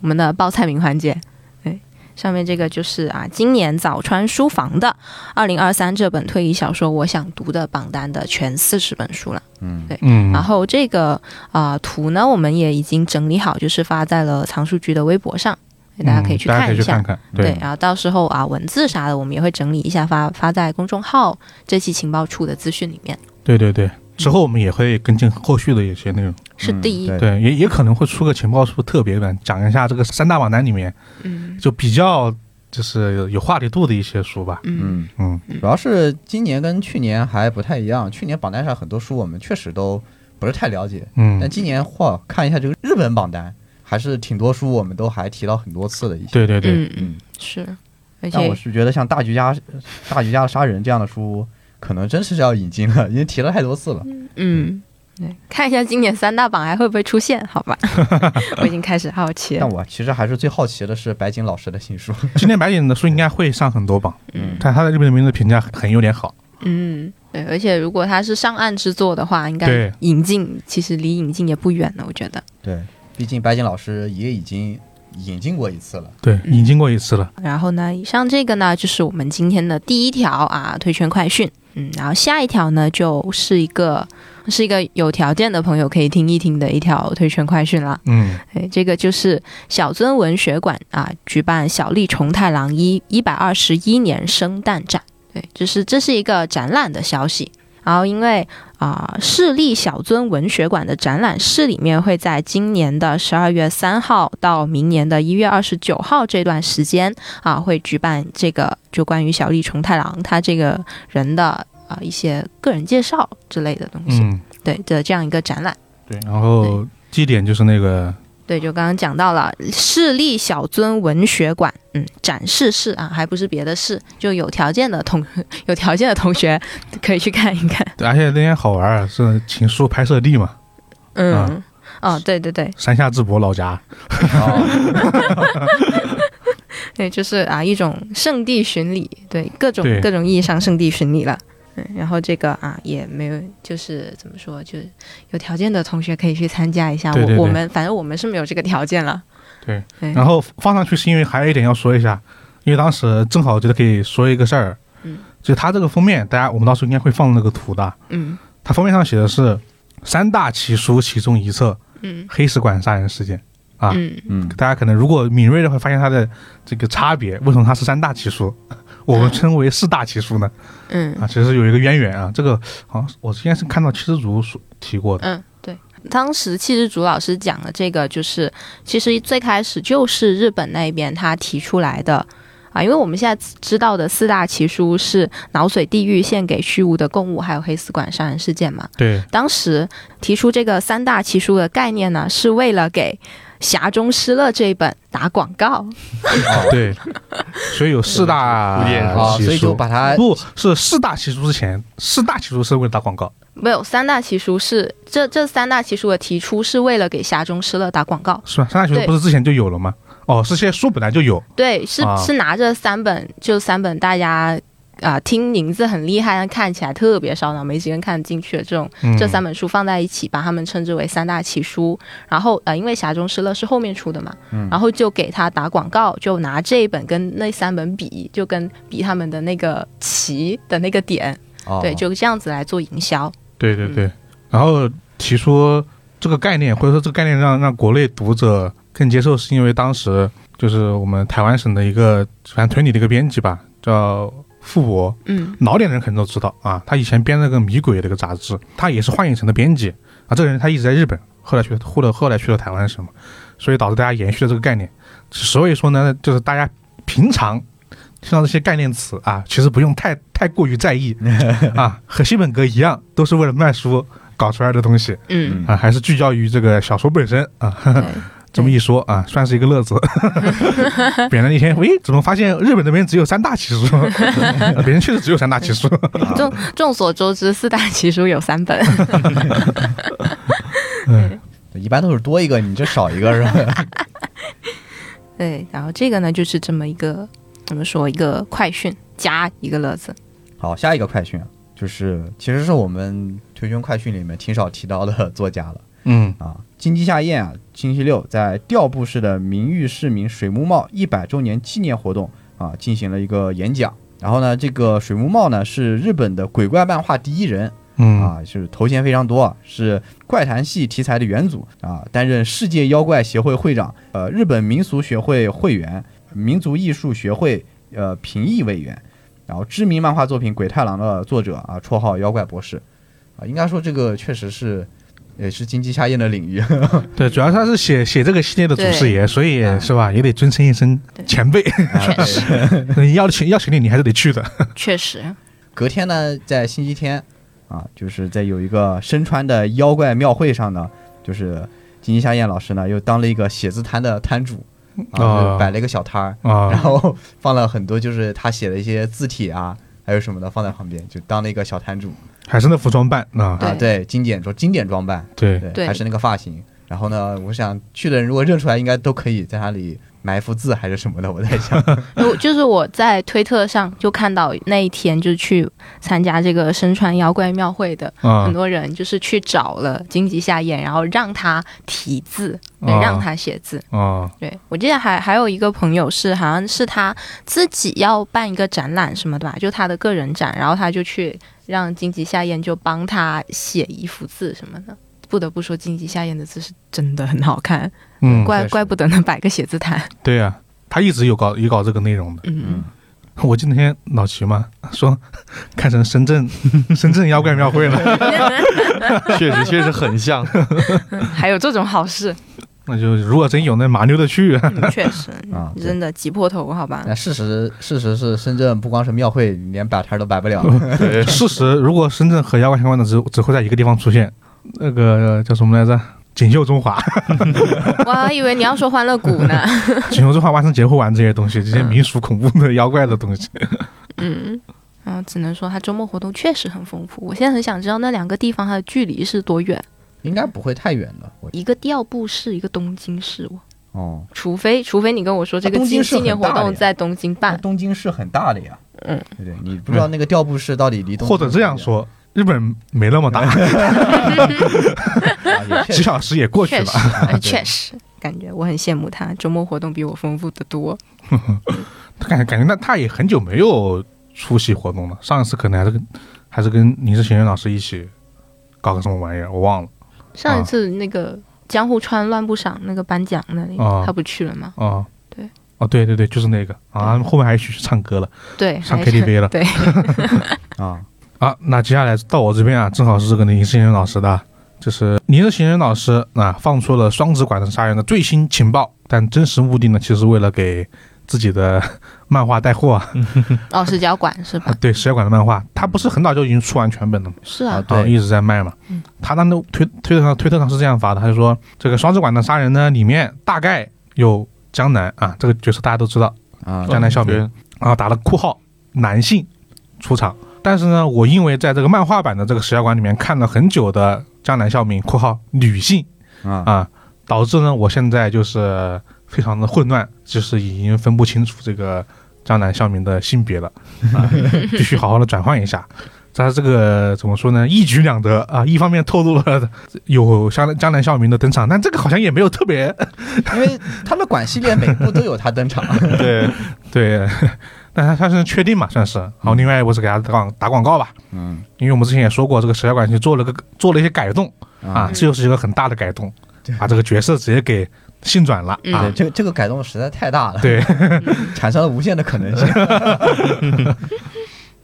D: 我们的报菜名环节。对，上面这个就是啊，今年早川书房的二零二三这本推理小说我想读的榜单的全四十本书了。
C: 嗯
A: 嗯
D: 然后这个啊、图呢，我们也已经整理好，就是发在了藏书局的微博上，大家可以去
A: 嗯大家可
D: 看
A: 以
D: 一
A: 去
D: 下。
A: 看看。
D: 对，，然后到时候啊，文字啥的我们也会整理一下发，发在公众号这期情报处的资讯里面。
A: 对对对，之后我们也会跟进后续的一些内容。
D: 是第一，
C: 对
A: 嗯对，也也可能会出个情报书特别版，讲一下这个三大榜单里面，
D: 嗯
A: 就比较就是有有话题度的一些书吧。
D: 嗯
C: 嗯，
A: 嗯，
C: 主要是今年跟去年还不太一样，去年榜单上很多书我们确实都不是太了解，但
A: 嗯，
C: 今年嚯，看一下这个日本榜单，还是挺多书我们都还提到很多次的一些。
A: 对对对，
D: 嗯嗯，是，而
C: 但我
D: 且
C: 是觉得像大菊家、大菊家杀人这样的书，可能真是要引进了，因为提了太多次了。
D: 嗯。对，看一下今年三大榜还会不会出现？
A: *laughs*
D: 好吧，我已经开始好奇了
C: 但。我其实还是最好奇的是白井老师的新书，
A: 今天白景的书应该会上很多榜，
D: 嗯
A: 但他在日本名的评价很有点好。
D: 嗯，对，而且如果它是上岸之作的话，应该
A: 对
D: 引进其实离引进也不远了，我觉得。
C: 对， *laughs* 毕竟白井老师也已经引进过一次
A: *laughs*
C: 了。
A: 对，
D: 嗯
A: 引进过一次了。
D: 然后呢，以上这个呢就是我们今天的第一条啊推圈快讯。嗯，然后下一条呢就是一个是一个有条件的朋友可以听一听的一条推圈快讯啦。
A: 嗯，
D: 哎，这个就是小樽文学馆啊举办小栗重太郎一一百二十一年生诞展，对，就是这是一个展览的消息。然后因为啊、市立小樽文学馆的展览室里面会在今年的十二月三号到明年的一月二十九号这段时间啊，会举办这个就关于小栗重太郎他这个人的啊一些个人介绍之类的东西，
A: 嗯，
D: 对的这样一个展览。
A: 对。然后地点就是那个，
D: 对，就刚刚讲到了市立小樽文学馆，嗯，展示室啊，还不是别的室，就有条件的同 *laughs* 有条件的同学可以去看一看。
A: 而且那天好玩儿，是情书拍摄地嘛，
D: 嗯，
A: 啊
D: 哦，对对对，
A: 山下智博老家。
C: 哦，
D: 对，就是啊一种圣地巡礼，对各种
A: 对
D: 各种意义上圣地巡礼了。嗯，然后这个啊也没有，就是怎么说，就是有条件的同学可以去参加一下。
A: 对对对
D: 我我们反正我们是没有这个条件了。
A: 对
D: 对，
A: 然后放上去是因为还有一点要说一下，因为当时正好觉得可以说一个事儿，
D: 嗯，
A: 就它这个封面，大家我们到时候应该会放那个图的，
D: 嗯
A: 它封面上写的是三大奇书其中一册
D: 嗯
A: 《黑石馆杀人事件》啊，
D: 嗯，
C: 嗯，
A: 大家可能如果敏锐的会发现它的这个差别，为什么它是三大奇书， *laughs* 我们称为四大奇书呢？
D: 嗯
A: 啊，其实有一个渊源啊，这个好像是我之前是看到七之竹说提过的，
D: 嗯，对。当时气质竹老师讲的这个，就是其实最开始就是日本那边他提出来的啊，因为我们现在知道的四大奇书是脑髓地狱献给虚无的供物，还有黑死馆杀人事件嘛。
A: 对
D: 当时提出这个三大奇书的概念呢，是为了给《匣中失乐》这一本打广告。
A: 对，所以有四大
C: *laughs*
B: 古典
C: 啊，
A: 奇
C: 哦所以就
A: 书。
C: 把它
A: 不是四大奇书之前，四大奇书是为了打广告，
D: 没有，三大奇书是这这三大奇书的提出是为了给《匣中失乐》打广告。
A: 是吧？三大奇书
D: 对
A: 不是之前就有了吗？哦，是些书本来就有，
D: 对，是、
A: 啊
D: 是拿着三本，就三本大家啊、听名字很厉害，但看起来特别烧脑，没几个人看得进去的这种、
A: 嗯、
D: 这三本书放在一起，把它们称之为三大奇书。然后呃，因为《匣中失乐》是后面出的嘛，
A: 嗯
D: 然后就给他打广告，就拿这一本跟那三本比，就跟比他们的那个旗的那个点，
C: 哦
D: 对，就这样子来做营销。
A: 对对
D: 嗯
A: 对，然后提出这个概念，或者说这个概念让让国内读者更接受，是因为当时就是我们台湾省的一个反正推理的一个编辑吧，叫傅博，
D: 嗯
A: 老点人可能都知道啊，他以前编了个《米鬼》这个杂志，他也是幻影城的编辑啊。这个人他一直在日本，后来去后来后来去了台湾省嘛，所以导致大家延续了这个概念。所以说呢，就是大家平常听到这些概念词啊，其实不用太太过于在意啊，和西本格一样，都是为了卖书搞出来的东西
D: 嗯，
A: 啊，还是聚焦于这个小说本身啊。
D: 对，
A: *laughs* 这么一说啊，算是一个乐子。 *laughs* 扁了一天，喂，怎么发现日本那边只有三大奇书？别人确实只有三大奇书。
D: 众众所周知，四大奇书有三本。
C: 一般都是多一个，你这少一个是吧？
D: 对，然后这个呢，就是这么一个怎么说一个快讯加一个乐子。
C: 好，下一个快讯啊，就是其实是我们推圈快讯里面挺少提到的作家了。
A: 嗯，
C: 啊，金鸡下宴啊，星期六在调布市的名誉市民水木茂一百周年纪念活动啊，进行了一个演讲。然后呢，这个水木茂呢是日本的鬼怪漫画第一人
A: 嗯，
C: 啊，是头衔非常多啊，是怪谈系题材的元祖啊，担任世界妖怪协会会长，呃，日本民俗学会会员，民族艺术学会呃评议委员，然后知名漫画作品《鬼太郎》的作者啊，绰号妖怪博士啊，应该说这个确实是。也是金鸡下宴的领域， *laughs*
A: 对，主要他是写写这个系列的祖师爷，所以
C: 嗯
A: 是吧，也得尊称一声
D: 对
A: 前辈。
C: 确实。
A: 你要请要请你，你还是得去的。
D: 确实，
C: 隔天呢，在星期天啊，就是在有一个身穿的妖怪庙会上呢，就是金鸡夏燕老师呢又当了一个写字摊的摊主啊，
A: 哦
C: 就是摆了一个小摊儿， *laughs* 然
A: 啊，
C: 后放了很多就是他写的一些字体啊，还有什么的放在旁边，就当了一个小摊主
A: 还是那服装办啊，
D: 对
C: 啊，对，经典装经典装扮，
A: 对，
C: 对，
D: 对
C: 还是那个发型。然后呢，我想去的人如果认出来，应该都可以在那里埋伏字还是什么的，我在想。
D: 我就是我在推特上就看到那一天就去参加这个身穿妖怪庙会的
A: 啊
D: 很，多人，就是去找了荆棘下咽，然后让他题字，对
A: 哦
D: 让他写字。
A: 啊，
D: 对我记得还还有一个朋友是好像是他自己要办一个展览什么的吧，就他的个人展，然后他就去让荆棘夏彦就帮他写一幅字什么的。不得不说，荆棘夏彦的字是真的很好看，
A: 嗯，
D: 怪
C: 确实
D: 怪不得能摆个写字台。
A: 对呀，他一直有搞有搞这个内容的。
D: 嗯，
A: 我记得那天老齐嘛 *laughs* 说，看成深圳深圳妖怪庙会了， *laughs*
B: 确实确实很像。
C: 嗯
D: *laughs* 还有这种好事，
A: 那就如果真有，那麻溜的去。
D: 嗯确实
C: *laughs* 啊，对
D: 真的挤破头，好
C: *laughs*
D: 吧？
C: 那事实事实是，深圳不光是庙会，连摆摊儿都摆不了。
A: *laughs*
B: 对，
A: 事实，如果深圳和妖怪相关的只只会在一个地方出现，那个叫什么来着？锦绣中华，
D: 我还以为你要说欢乐谷呢。 *laughs*
A: 锦绣中华万圣节会玩这些东西，这些民俗恐怖的妖怪的东西。
D: 嗯，然后只能说他周末活动确实很丰富。我现在很想知道那两个地方它的距离是多远。
C: 应该不会太远的。我
D: 一个调布市，一个东京市，哇，
C: 哦，
D: 除非除非你跟我说这
A: 啊
D: 个
C: 那东
D: 纪
C: 京是
D: 纪
C: 很
D: 念活
C: 大的
D: 动
C: 呀
D: 在东京
C: 那
D: 办，
C: 东京是很大的呀，
D: 啊嗯，
C: 对不对？你不知道那个调布市到底离东京
A: 或者这样说，日本没那么大，几
C: 多远啊，也确实
A: 小时也过去
D: 确
A: 了 *laughs*
D: 实。，哎
C: 对
D: 确实，感觉我很羡慕他，周末活动比我丰富的多。
A: 感觉感觉那他也很久没有出席活动了，上一次可能还是跟还是跟林志贤老师一起搞个什么玩意儿，我忘了。
D: 上一
A: 啊
D: 次那个江户川乱步赏那个颁奖那里，
A: 啊
D: 他不去了吗？
A: 啊，
D: 对，
A: 哦，对对对，就是那个啊，后面还一起去唱歌了
D: 对，
A: 上
D: 还是
A: KTV 了 *laughs*
D: 对，
C: 啊，
A: 啊。那接下来到我这边啊，正好是这个林志贤老师的啊，就是林志贤老师啊，放出了双子拐杖杀人的最新情报，但真实目的呢，其实为了给自己的 *laughs* 漫画带货啊， *laughs*
D: 哦，是交管是吧
A: 啊？对，石小馆的漫画，他不是很早就已经出完全本了吗？
D: 是
C: 啊
D: 啊，
A: 然后
C: 对
A: 一直在卖嘛。他当时推推特上推特上是这样发的，他就说这个双子馆的杀人呢，里面大概有江南啊，这个角色大家都知道，
C: 啊，
A: 江南笑民，然啊后打了括号男性出场。但是呢，我因为在这个漫画版的这个石药馆里面看了很久的江南孝明（括号女性 *laughs*
C: 啊）
A: 啊，导致呢我现在就是非常的混乱，就是已经分不清楚这个江南孝明的性别了啊， *laughs* 必须好好的转换一下。他这个怎么说呢？一举两得啊！一方面透露了有江江南孝明的登场，但这个好像也没有特别
C: 因为他们管系列每部都有他登场，啊
B: 对，
A: 对，但他他是确定嘛，算是。然后另外我是给他打广打广告吧，
C: 嗯
A: 因为我们之前也说过，这个石家馆去做了个做了一些改动 *laughs*
C: 嗯
A: 啊，这又是一个很大的改动，把这个角色直接给性转了
D: 嗯
A: 啊
C: 对，。这个这个改动实在太大了，
A: 对 *laughs*
C: 产生了无限的可能性。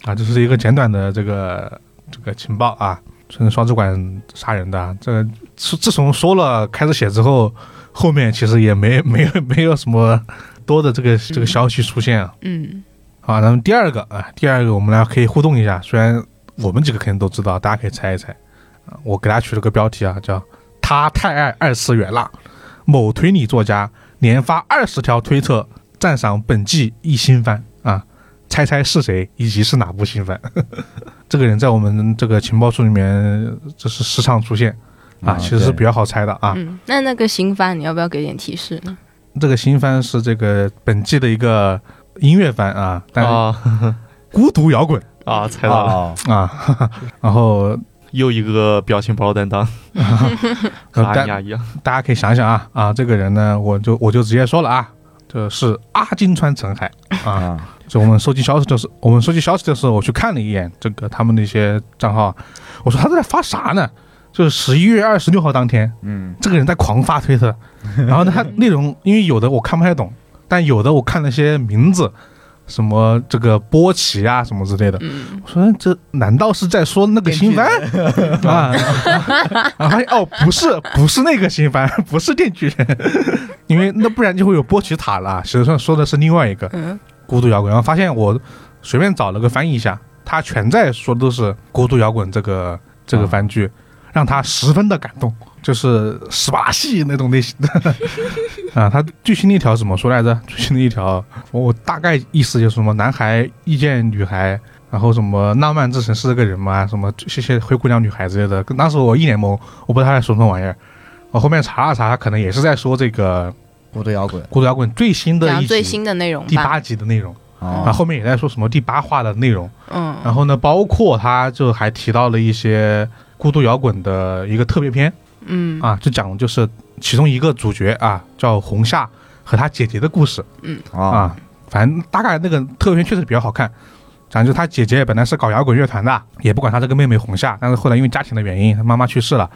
A: 啊，这是一个简短的这个这个情报啊，是双子馆杀人的啊。这个自自从说了开始写之后，后面其实也没没有没有什么多的这个这个消息出现啊。
D: 嗯，
A: 好，咱们第二个啊，第二个我们来可以互动一下，虽然我们几个肯定都知道，大家可以猜一猜。啊我给大家取了个标题啊，叫“他太爱二次元了”。某推理作家连发二十条推特赞赏本季一新番啊，猜猜是谁以及是哪部新番？ *laughs* 这个人在我们这个情报处里面这是时常出现啊，
C: 啊
A: 其实是
C: 对
A: 比较好猜的啊。
D: 嗯，那那个新番你要不要给点提示呢？
A: 这个新番是这个本季的一个音乐番啊，但是
B: 啊
A: 孤独摇滚。
B: 啊，猜到了，
C: 哦
A: 啊， *laughs* 哈哈然后
B: 又一个表情
A: *laughs*
B: 包担当，和
A: 呃
B: 安
A: 大
B: 雅一样，
A: 大家可以想想啊啊，这个人呢，我就我就直接说了啊，这是阿金川澄海啊。
C: 啊，
A: 就我们收集消息的时候，我们收集消息的时候，我去看了一眼这个他们的一些账号，我说他在发啥呢？就是十一月二十六号当天，
C: 嗯
A: 这个人在狂发推特，然后呢，他内容因为有的我看不太懂，但有的我看了些名字，什么这个波奇啊什么之类的，
D: 嗯，
A: 我说这难道是在说那个新番 *laughs* 啊？然后发现哦，不是，不是那个新番，不是电锯人， *laughs* 因为那不然就会有波奇塔了。啊实际上说的是另外一个
D: 嗯
A: 孤独摇滚。然后发现我随便找了个翻译一下，他全在说都是孤独摇滚这个这个番剧，让他十分的感动，就是十八系那种类型 *laughs* 的啊。他最新的一条怎么说来着？最新的一条我大概意思就是什么男孩遇见女孩，然后什么浪漫之城是这个人吗？什么谢谢灰姑娘女孩之类的。跟当时我一脸懵，我不知道他在说什么玩意儿。我后面查了查，他可能也是在说这个
C: 孤独摇滚
A: 《孤独摇滚》最新的
D: 讲
A: 一
D: 最
A: 集
D: 新的内容
A: 第
D: 吧。
A: 八集的内容，然后
C: 啊，
A: 后面也在说什么第八话的内容。
D: 嗯
A: 然后呢，包括他就还提到了一些《孤独摇滚》的一个特别篇
D: 嗯
A: 啊，就讲的就是其中一个主角啊叫红夏和他姐姐的故事。
C: 啊
A: 啊，反正大概那个特别确实比较好看。讲就是他姐姐本来是搞摇滚乐团的，也不管他这个妹妹红夏，但是后来因为家庭的原因，他妈妈去世了，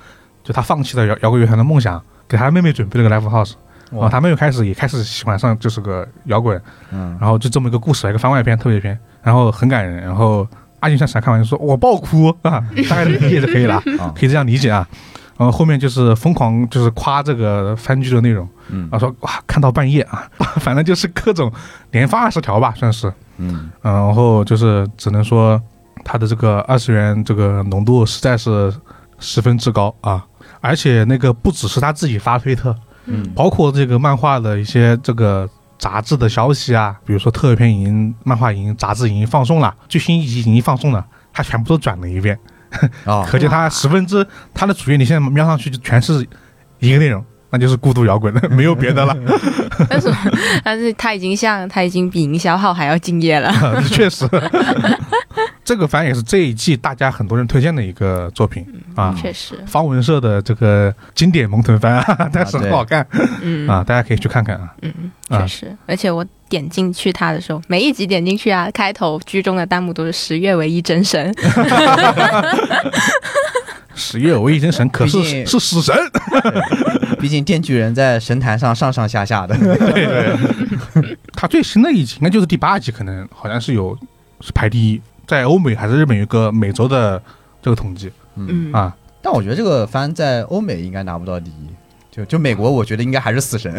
A: 就他放弃了摇摇滚乐团的梦想，给他妹妹准备了个 live house。然后
C: 哇
A: 他妹妹开始也开始喜欢上就是个摇滚，
C: 嗯
A: 然后就这么一个故事，一个番外篇特别篇，然后很感人。然后阿金先生看完就说：“我爆哭
C: *laughs*
A: 啊！”大概理解就可以了
C: 啊，
A: 可以这样理解啊。然后后面就是疯狂就是夸这个番剧的内容，
C: 嗯
A: 啊，说哇，看到半夜啊， *laughs* 反正就是各种连发二十条吧，算是，
C: 嗯
A: 嗯，然后就是只能说它的这个二次元这个浓度实在是十分之高啊，而且那个不只是他自己发推特，
C: 嗯
A: 包括这个漫画的一些这个杂志的消息啊，比如说特别篇已经、漫画已经、杂志已经放送了，最新一集已经放送了，他全部都转了一遍，
C: 啊
A: 可见他十分之他的主页你现在瞄上去就全是一个内容那就是孤独摇滚了，没有别的了。
D: 但是但是他已经像他已经比营销号还要敬业了。
A: *laughs* 确实，这个反正也是这一季大家很多人推荐的一个作品啊。
D: 确实，
A: 方文社的这个经典萌豚番啊， *laughs* 但是很好看
D: 嗯
A: 啊，大家可以去看看啊。
D: 嗯，
A: 啊
D: 确实。而且我点进去他的时候，每一集点进去啊，开头剧中的弹幕都是十月为一真神，
A: 十月我一真神可
C: 毕竟
A: 是是死神，
C: 毕竟电锯人在神坛上上上下下的，
A: 对对。他最新的一集应该就是第八集，可能好像是有是排第一，在欧美还是日本有一个每周的这个统计
C: 嗯，
D: 嗯，
A: 啊。
C: 但我觉得这个番在欧美应该拿不到第一，就就美国，我觉得应该还是
A: *laughs*
C: 死神。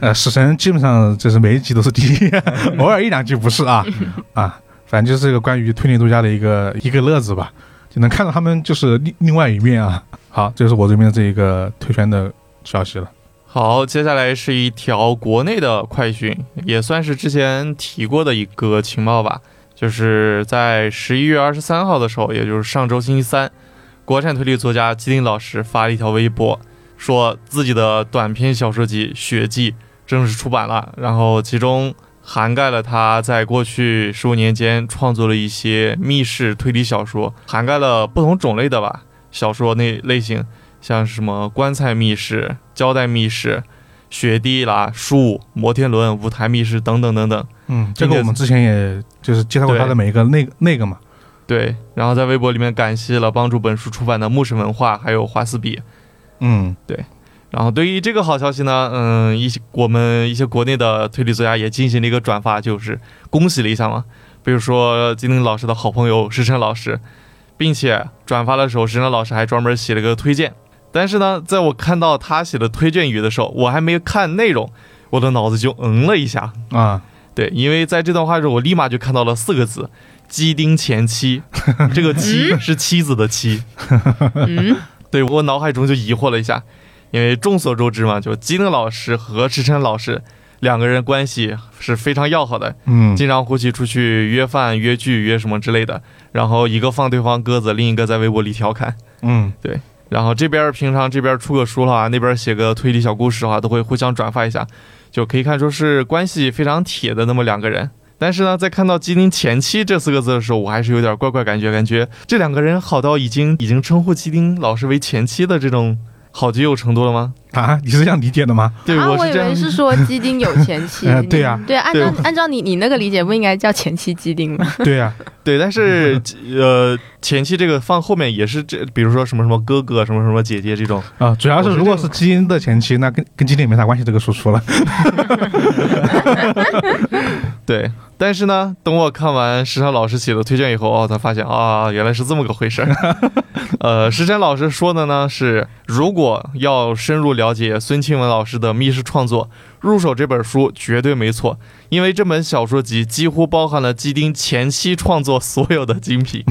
A: 呃，死神基本上就是每一集都是第一， *laughs* 偶尔一两集不是啊啊，反正就是这个关于推理作家的一个一个乐子吧，就能看到他们就是另另外一面啊。好，这就是我这边的这一个推荐的消息了。
B: 好，接下来是一条国内的快讯，也算是之前提过的一个情报吧。就是在十一月二十三号的时候，也就是上周星期三，国产推理作家基丁老师发了一条微博，说自己的短篇小说集《血迹》正式出版了，然后其中涵盖了他在过去十五年间创作了一些密室推理小说，涵盖了不同种类的吧小说那类型，像什么棺材密室、胶带密室、雪地啦、树、摩天轮、舞台密室等等等等。
A: 嗯，这个我们之前也就是介绍过他的每一个那个那个嘛，
B: 对，然后在微博里面感谢了帮助本书出版的牧神文化，还有华斯比。
A: 嗯，
B: 然后对于这个好消息呢，嗯，一些我们一些国内的推理作家也进行了一个转发，就是恭喜了一下嘛。比如说金陵老师的好朋友石晨老师，并且转发的时候，石晨老师还专门写了个推荐。但是呢，在我看到他写的推荐语的时候，我还没看内容，我的脑子就嗯了一下。
A: 啊，
B: 对，因为在这段话中，我立马就看到了四个字“鸡丁前妻”，这个“妻”是妻子的“妻
A: *laughs*
D: 嗯，”。
B: 对我脑海中就疑惑了一下，因为众所周知嘛，就鸡丁老师和池琛老师两个人关系是非常要好的，
A: 嗯，
B: 经常会去出去约饭、约剧、约什么之类的。然后一个放对方鸽子，另一个在微博里调侃。
A: 嗯，
B: 然后这边平常这边出个书的话，那边写个推理小故事的话，都会互相转发一下，就可以看出是关系非常铁的那么两个人。但是呢，在看到“吉林前妻”这四个字的时候，我还是有点怪怪感觉，感觉这两个人好到已经已经称呼吉林老师为前妻的这种好基友程度了吗？
A: 啊，你是这样理解的 *laughs* 吗？
B: 对，
D: 啊，我
B: 是
D: 以
B: 这样
D: 为 *laughs* 是说基丁有前
A: *laughs*
D: 妻
A: 呃，对啊
D: 你对，按
B: 对
D: 照按照你你那个理解，不应该叫前妻基
A: *laughs*
D: 丁吗？
A: 对啊呀、
B: 对，但是呃，前期这个放后面也是这，比如说什么什么哥哥、什么什么姐姐这种，
A: 啊，主要是如果是基因的前期，那跟跟基因没啥关系，这个输出 *laughs* 了。
B: 对。但是呢，等我看完石山老师写的推荐以后，哦，才发现啊，原来是这么个回事儿。呃，石山老师说的呢是，如果要深入了解孙庆文老师的密室创作，入手这本书绝对没错，因为这本小说集几乎包含了基丁前期创作所有的精品，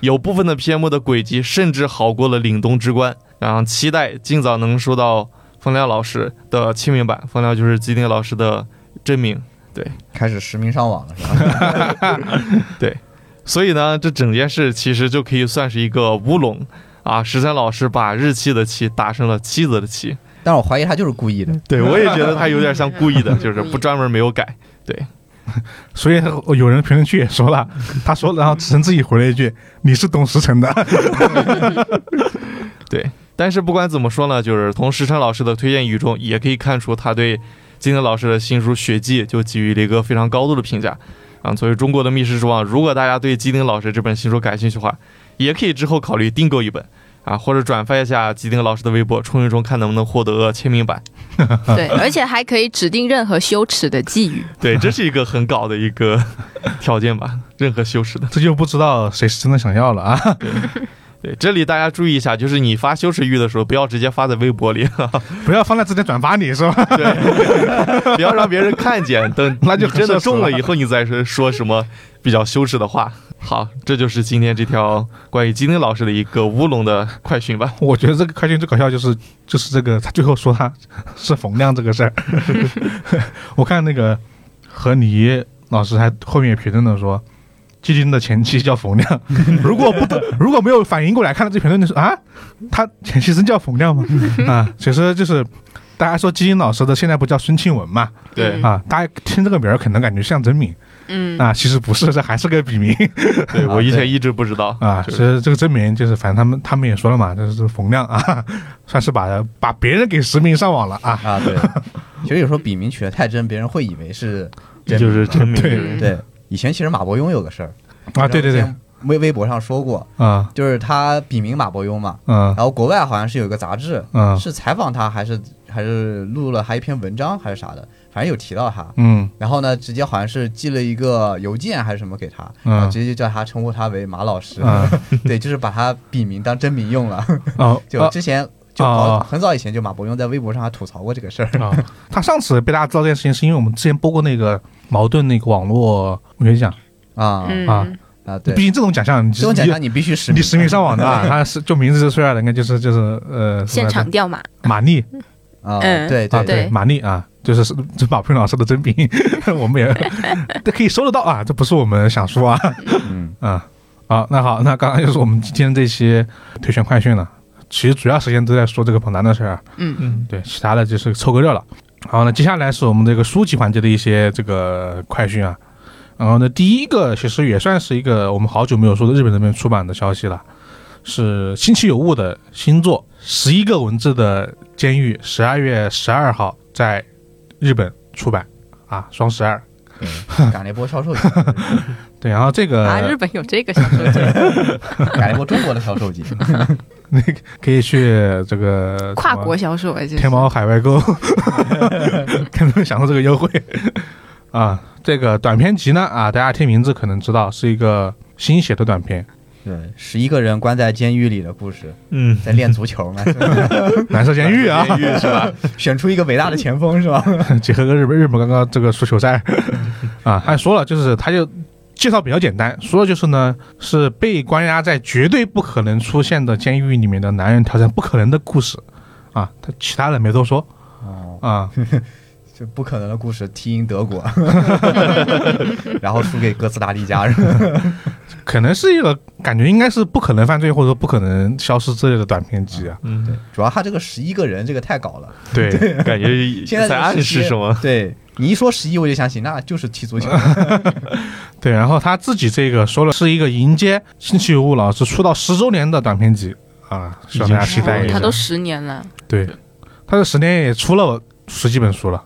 B: 有部分的篇目的轨迹甚至好过了《凛冬之关》，然后期待尽早能收到风亮老师的签名版，风亮就是基丁老师的真名。
C: 开始实名上网了，是吧？
B: 所以呢，这整件事其实就可以算是一个乌龙啊！十三老师把日期的期打成了妻子的妻，
C: 但我怀疑他就是故意的。
A: 嗯
B: 对我也觉 *laughs* 得他有点像故意的，就是不专门没有改。
A: 所以呃有人评论区也说 *laughs* 了，他说，然后池晨自己回了一句：“你是懂时辰的。 *laughs*
B: 但是不管怎么说呢，就是从石川老师的推荐语中，也可以看出他对金德老师的新书《血迹》就给予了一个非常高度的评价。啊，作为中国的密室之王，如果大家对基丁老师这本新书感兴趣的话，也可以之后考虑订购一本啊，或者转发一下基丁老师的微博，冲一冲看能不能获得签名版。
A: 啊
D: 对，而且还可以指定任何羞耻的寄语。
B: *laughs* 对，这是一个很搞的一个 *laughs* 条件吧，任何修饰的”。
A: 这就不知道谁是真的想要了啊！
B: 对，这里大家注意一下，就是你发修饰欲的时候，不要直接发在微博里，
A: *laughs* 不要放在直接转发你是吧？
B: *laughs* 不要让别人看见。 *laughs* 等
A: 那就
B: 你
A: 很
B: 真的
A: 社死
B: 中了
A: 了
B: 以后，你再说说什么比较羞耻的话。好，这就是今天这条关于金丁老师的一个乌龙的快讯吧。
A: *laughs* 我觉得这个快讯最搞笑就是就是这个，他最后说他是冯亮这个事 *laughs* 儿。我看那个何黎老师还后面也评论了说，基金的前妻叫冯 *laughs* 亮。如果不得，如果没有反应过来，看到这评论就说啊，他前妻真叫冯 *laughs* 亮吗？啊，其实就是大家说基金老师的现在不叫孙庆文嘛？
C: 嗯
B: 对
A: 啊，大家听这个名儿可能感觉像真名
D: 嗯，
A: 啊，其实不是，这还是个笔名
B: 啊对，我以
C: 对
B: 前一直不知道
A: 啊。
B: 就
A: 其
B: 是
A: 实这个真名就是，反正他们他们也说了嘛，就是冯亮啊，算是把把别人给实名上网了啊。
C: 啊，对。其实有时候笔名取得太真，别人会以为是真名。
B: 就是真
A: *laughs*
B: 名，
A: 对
D: 嗯
C: 对，以前其实马伯庸有个事儿
A: 啊，对对对，，
C: 微微博上说过，
A: 啊，
C: 就是他笔名马伯庸嘛，
A: 嗯
C: 然后国外好像是有个杂志，
A: 嗯
C: 是采访他还是还是录了他一篇文章还是啥的，反正有提到他。
A: 嗯
C: 然后呢，直接好像是寄了一个邮件还是什么给他，
A: 嗯
C: 然后直接就叫他称呼他为马老师，
A: 啊
C: *laughs* 对，就是把他笔名当真
A: *laughs*
C: 名用了。
A: 哦，
C: 就之前就
A: 啊
C: 好
A: 啊
C: 很早以前就马伯庸在微博上还吐槽过这个
A: *laughs*
C: 事儿。
A: 啊，他上次被大家知道这件事情，是因为我们之前播过那个矛盾那个网络文学奖
C: 啊
D: 嗯
A: 啊
C: 啊，对
A: 毕，竟这种奖项，你
C: 这种奖项你必须实
A: 你
C: 名，
A: 你实名上网的
C: *laughs*
A: 啊，他是就名字就出来了，应该就是就是呃，
D: 现场调码，
A: 马丽
C: 啊，
D: 嗯
C: 对
A: 啊，
C: 对
A: 对
D: 对
A: 马丽啊，就是 *laughs* 是这马平老师的真名， *laughs* 我们也这可以搜得到啊，这不是我们想说啊，
C: 嗯
A: 啊啊，那好，那刚刚就是我们今天这期推选快讯了，其实主要时间都在说这个彭丹的事儿啊，
D: 嗯
B: 嗯，
A: 对，其他的就是凑个热闹。然后呢，接下来是我们这个书籍环节的一些这个快讯啊。然后呢，第一个其实也算是一个我们好久没有说的日本那边出版的消息了，是星期有物的新作《十一个文字的监狱》，十二月十二号在日本出版啊，双十二。
C: *laughs* 赶了一波销售集，嗯
A: 对，然后这个、
D: 啊，日本有这个小说
A: *laughs*
D: 家，
C: 赶了一波中国的销售集。
A: 可以去这个
D: 跨
A: 什么
D: 国销售哎，这是
A: 天猫海外购，看能们享受这个优惠啊。这个短篇集呢啊，大家听名字可能知道是一个新写的短篇，
C: 对，十一个人关在监狱里的故事，
B: 嗯，
C: 在练足球嘛，
A: 蓝色监狱啊，
B: 监狱是 *laughs* 吧？
C: 选出一个伟大的前锋是吧？
A: 结合个日本日本刚刚这个输球赛啊，他说了，就是他就介绍比较简单，说的就是呢是被关押在绝对不可能出现的监狱里面的男人挑战不可能的故事啊，他其他人没多说
C: 哦，
A: 啊，
C: 这不可能的故事踢赢德国，然后输给哥斯达黎加是吧？
A: 可能是一个感觉应该是不可能犯罪或者说不可能消失之类的短篇集啊，
B: 嗯，
C: 主要他这个十一个人这个太搞了，
B: 对，感觉
C: 现
B: 在
C: 在这个
B: 暗示
C: 11
B: 什么？
C: 对你一说十一，我就想起那就是踢足球。
A: 对，然后他自己这个说了是一个迎接星期五老师出道十周年的短篇集啊，希望大家期待一
D: 哦
A: 下。
D: 他都十年了，
A: 对，他这十年也出了十几本书了。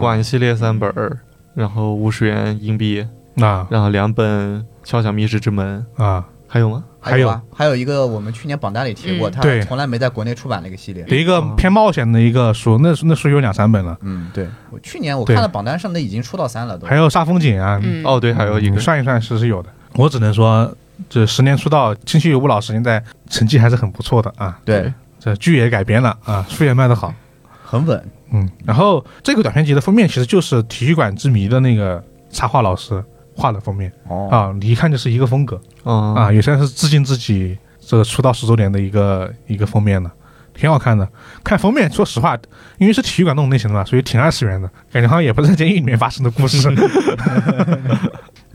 B: 管系列三本儿，然后五十元硬币，
A: 啊
B: 然后两本《敲响密室之门》，
A: 啊，
B: 还有吗？
A: 还有
C: 啊，还有一个我们去年榜单里提过，
D: 嗯
C: 他
A: 对
C: 从来没在国内出版的一个系列。
A: 一个偏冒险的一个书，那那书有两三本了，
C: 嗯，对我去年我
A: 对
C: 看了榜单上的已经出到三了都
A: 还。有煞风景啊，
D: 嗯，
B: 哦，对，还有一个
A: 你算一算是是有的。我只能说，这十年出道，清崎有吾老师现在成绩还是很不错的啊。
C: 对，
A: 这剧也改编了啊，书也卖得好。
C: 很稳。
A: 嗯，然后这个短篇集的封面其实就是《体育馆之谜》的那个插画老师画的封面
C: 哦，
A: 啊，你一看就是一个风格
B: 嗯 *laughs*
A: 啊，也算是致敬自己这个出道十周年的一个一个封面了，挺好看的。看封面，说实话，因为是体育馆那种类型的嘛，所以挺二次元的，感觉好像也不是在监狱里面发生的故事。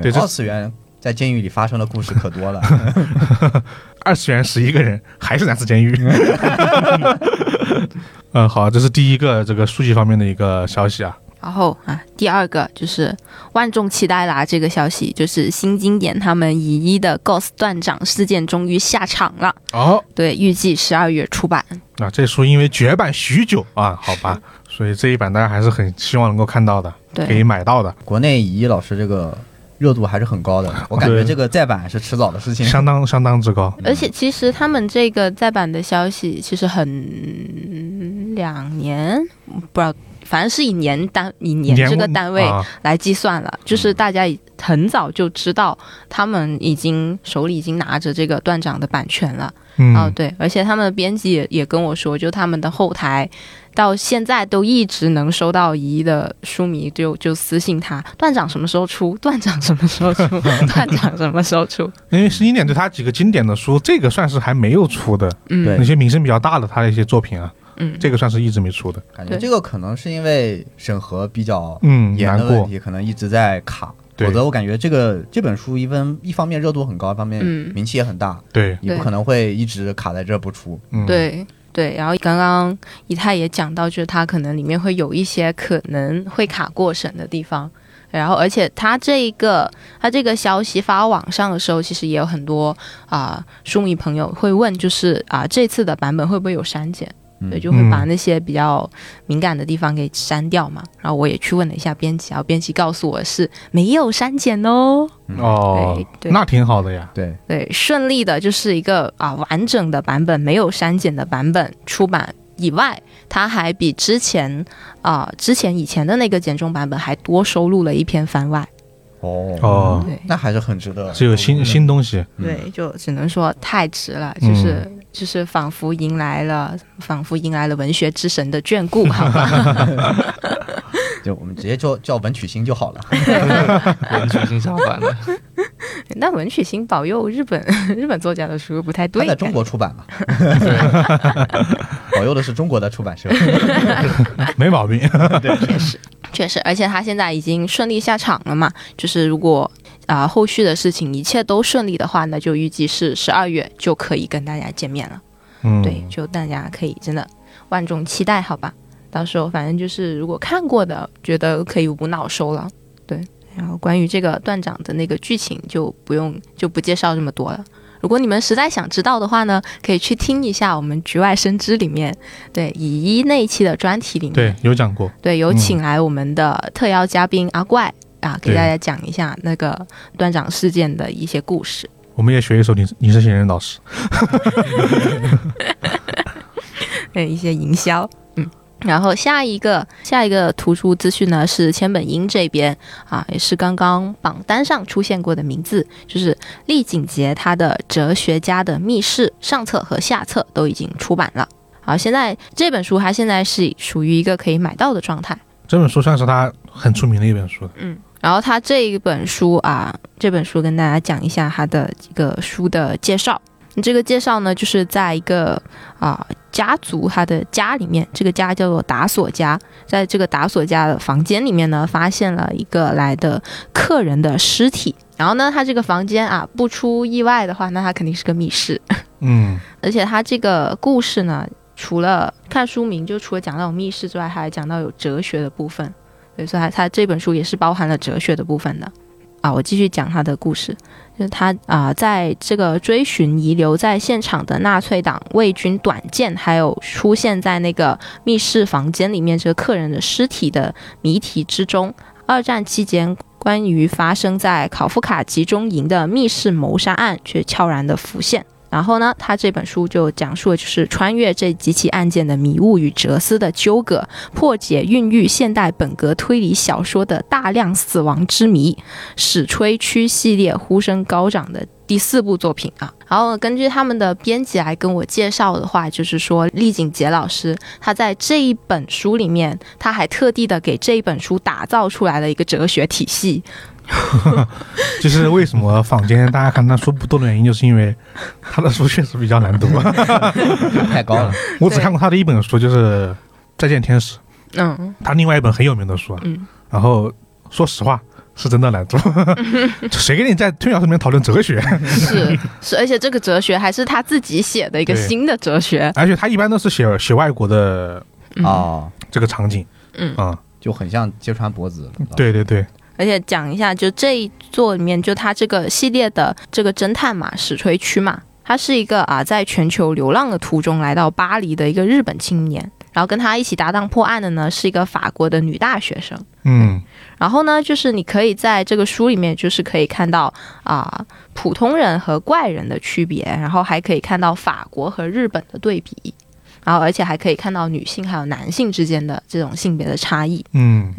A: 对这
C: 二次元在监狱里发生的故事可多了。
A: 二次元十一个人还是男子监狱。嗯，好，这是第一个这个书籍方面的一个消息啊。
D: 然后啊，第二个就是万众期待啦，这个消息就是新经典他们以一的 Ghost 断掌事件终于下场了，
A: 哦，
D: 对，预计十二月出版。
A: 啊，这书因为绝版许久啊，好吧，所以这一版大家还是很希望能够看到的，可以
D: 对，
A: 买到的，
C: 国内乙一老师这个热度还是很高
A: 啊
C: 的，我感觉
B: 对
C: 这个再版是迟早的事情。
A: 相当相当之高。
D: 而且其实他们这个再版的消息其实很两年，不知道，反正是以年单以年这个单位
A: 啊
D: 来计算了，就是大家已很早就知道他们已经手里已经拿着这个断掌的版权了。
A: 嗯，
D: 哦，对，而且他们的编辑也也跟我说，就他们的后台到现在都一直能收到一的书迷就就私信他，段长什么时候出？段长什么时候出？ *laughs* 段长什么时候出？
A: 因为十一点对他几个经典的书，这个算是还没有出的，
D: 嗯，
C: 对
A: 那些名声比较大的他的一些作品啊，
D: 嗯，
A: 这个算是一直没出的。
C: 感觉这个可能是因为审核比较
A: 嗯，
C: 严
A: 难
C: 的问
A: 过
C: 题，可能一直在卡。
A: 对
C: 否则我感觉这个这本书一分一方面热度很高，一方面
D: 嗯
C: 名气也很大，
A: 对，
C: 你不
D: 对
C: 可能会一直卡在这不出。
A: 嗯，
D: 对对，然后刚刚以太也讲到，就是它可能里面会有一些可能会卡过审的地方，然后而且它这一个它这个消息发网上的时候，其实也有很多啊、书迷朋友会问，就是啊、这次的版本会不会有删减？
C: 嗯
D: 对，就会把
A: 嗯
D: 那些比较敏感的地方给删掉嘛。然后我也去问了一下编辑，然后编辑告诉我是没有删减哦。
A: 哦
D: 对，对
A: 那挺好的呀。
C: 对，
D: 对，顺利的就是一个啊完整的版本，没有删减的版本出版以外，它还比之前啊、之前以前的那个简中版本还多收录了一篇番外。
C: 哦
A: 哦，
D: 对
C: 那还是很值得。
A: 只有新新东西，
C: 嗯
D: 对，就只能说太值了，就是、就是仿佛迎来了仿佛迎来了文学之神的眷顾，好
C: *laughs*
D: 吧？
C: 就我们直接叫叫文曲星就好了。
B: 文曲星下凡的，
D: 那文曲星保佑日本 *laughs* 日本作家的书不太
C: 他
D: 对，
C: 在中国出版嘛，
D: *laughs*
C: 保佑的是中国的出版社。
A: 没毛病。
D: 确实，而且他现在已经顺利下场了嘛，就是如果啊、后续的事情一切都顺利的话，那就预计是十二月就可以跟大家见面了。
A: 嗯，
D: 对，就大家可以真的万众期待，好吧？到时候反正就是如果看过的，觉得可以无脑收了。对，然后关于这个段长的那个剧情就不用就不介绍这么多了。如果你们实在想知道的话呢，可以去听一下我们《局外生枝》里面，对乙一那一期的专题里面，
A: 对，有讲过。
D: 对，有
A: 嗯
D: 请来我们的特邀嘉宾阿怪、啊，给
A: 对
D: 大家讲一下那个断掌事件的一些故事。
A: 我们也学一首你你是新人老师，
D: *laughs* 对一些营销，嗯。然后下一个下一个图书资讯呢是千本樱这边啊，也是刚刚榜单上出现过的名字，就是丽景杰他的《哲学家的密室》上册和下册都已经出版了。好，现在这本书它现在是属于一个可以买到的状态。
A: 这本书算是他很出名的一本书了。
D: 然后他这一本书啊，这本书跟大家讲一下他的一个书的介绍。嗯这个介绍呢，就是在一个啊、家族他的家里面，这个家叫做达索家，在这个达索家的房间里面呢，发现了一个来的客人的尸体。然后呢，他这个房间啊，不出意外的话，那他肯定是个密室。
A: 嗯，
D: 而且他这个故事呢，除了看书名，就除了讲到有密室之外，还讲到有哲学的部分。对，所以他他这本书也是包含了哲学的部分的。啊，我继续讲他的故事，就是他啊、在这个追寻遗留在现场的纳粹党卫军短剑，还有出现在那个密室房间里面这个客人的尸体的谜题之中。二战期间，关于发生在考夫卡集中营的密室谋杀案却悄然的浮现。然后呢，他这本书就讲述的就是穿越这几起案件的迷雾与哲思的纠葛，破解孕育现代本格推理小说的大量死亡之谜，史吹区系列呼声高涨的第四部作品啊。然后根据他们的编辑来跟我介绍的话，就是说厉景杰老师他在这一本书里面，他还特地的给这一本书打造出来了一个哲学体系，
A: *laughs* 就是为什么坊间大家看他书不多的原因，就是因为他的书确实比较难读。啊
D: *laughs*
C: 太高了。
A: 我只看过他的一本书，就是《再见天使》，
D: 嗯。
A: 他另外一本很有名的书啊。
D: 嗯
A: 然后说实话，是真的难
D: *laughs*
A: 读。谁跟你在推小说里面讨论哲学？ *laughs*
D: 是是，而且这个哲学还是他自己写的一个
A: 对
D: 新的哲学，
A: 而且他一般都是写写外国的
D: 嗯、
C: 哦，
A: 这个场景。
D: 嗯
A: 啊，
C: 就很像揭穿脖子。
A: 对对对，
D: 而且讲一下，就这一座里面，就它这个系列的这个侦探嘛，史吹区嘛，他是一个啊，在全球流浪的途中来到巴黎的一个日本青年，然后跟他一起搭档破案的呢是一个法国的女大学生。
A: 嗯，
D: 然后呢，就是你可以在这个书里面，就是可以看到啊、普通人和怪人的区别，然后还可以看到法国和日本的对比，然后而且还可以看到女性还有男性之间的这种性别的差异。
A: 嗯，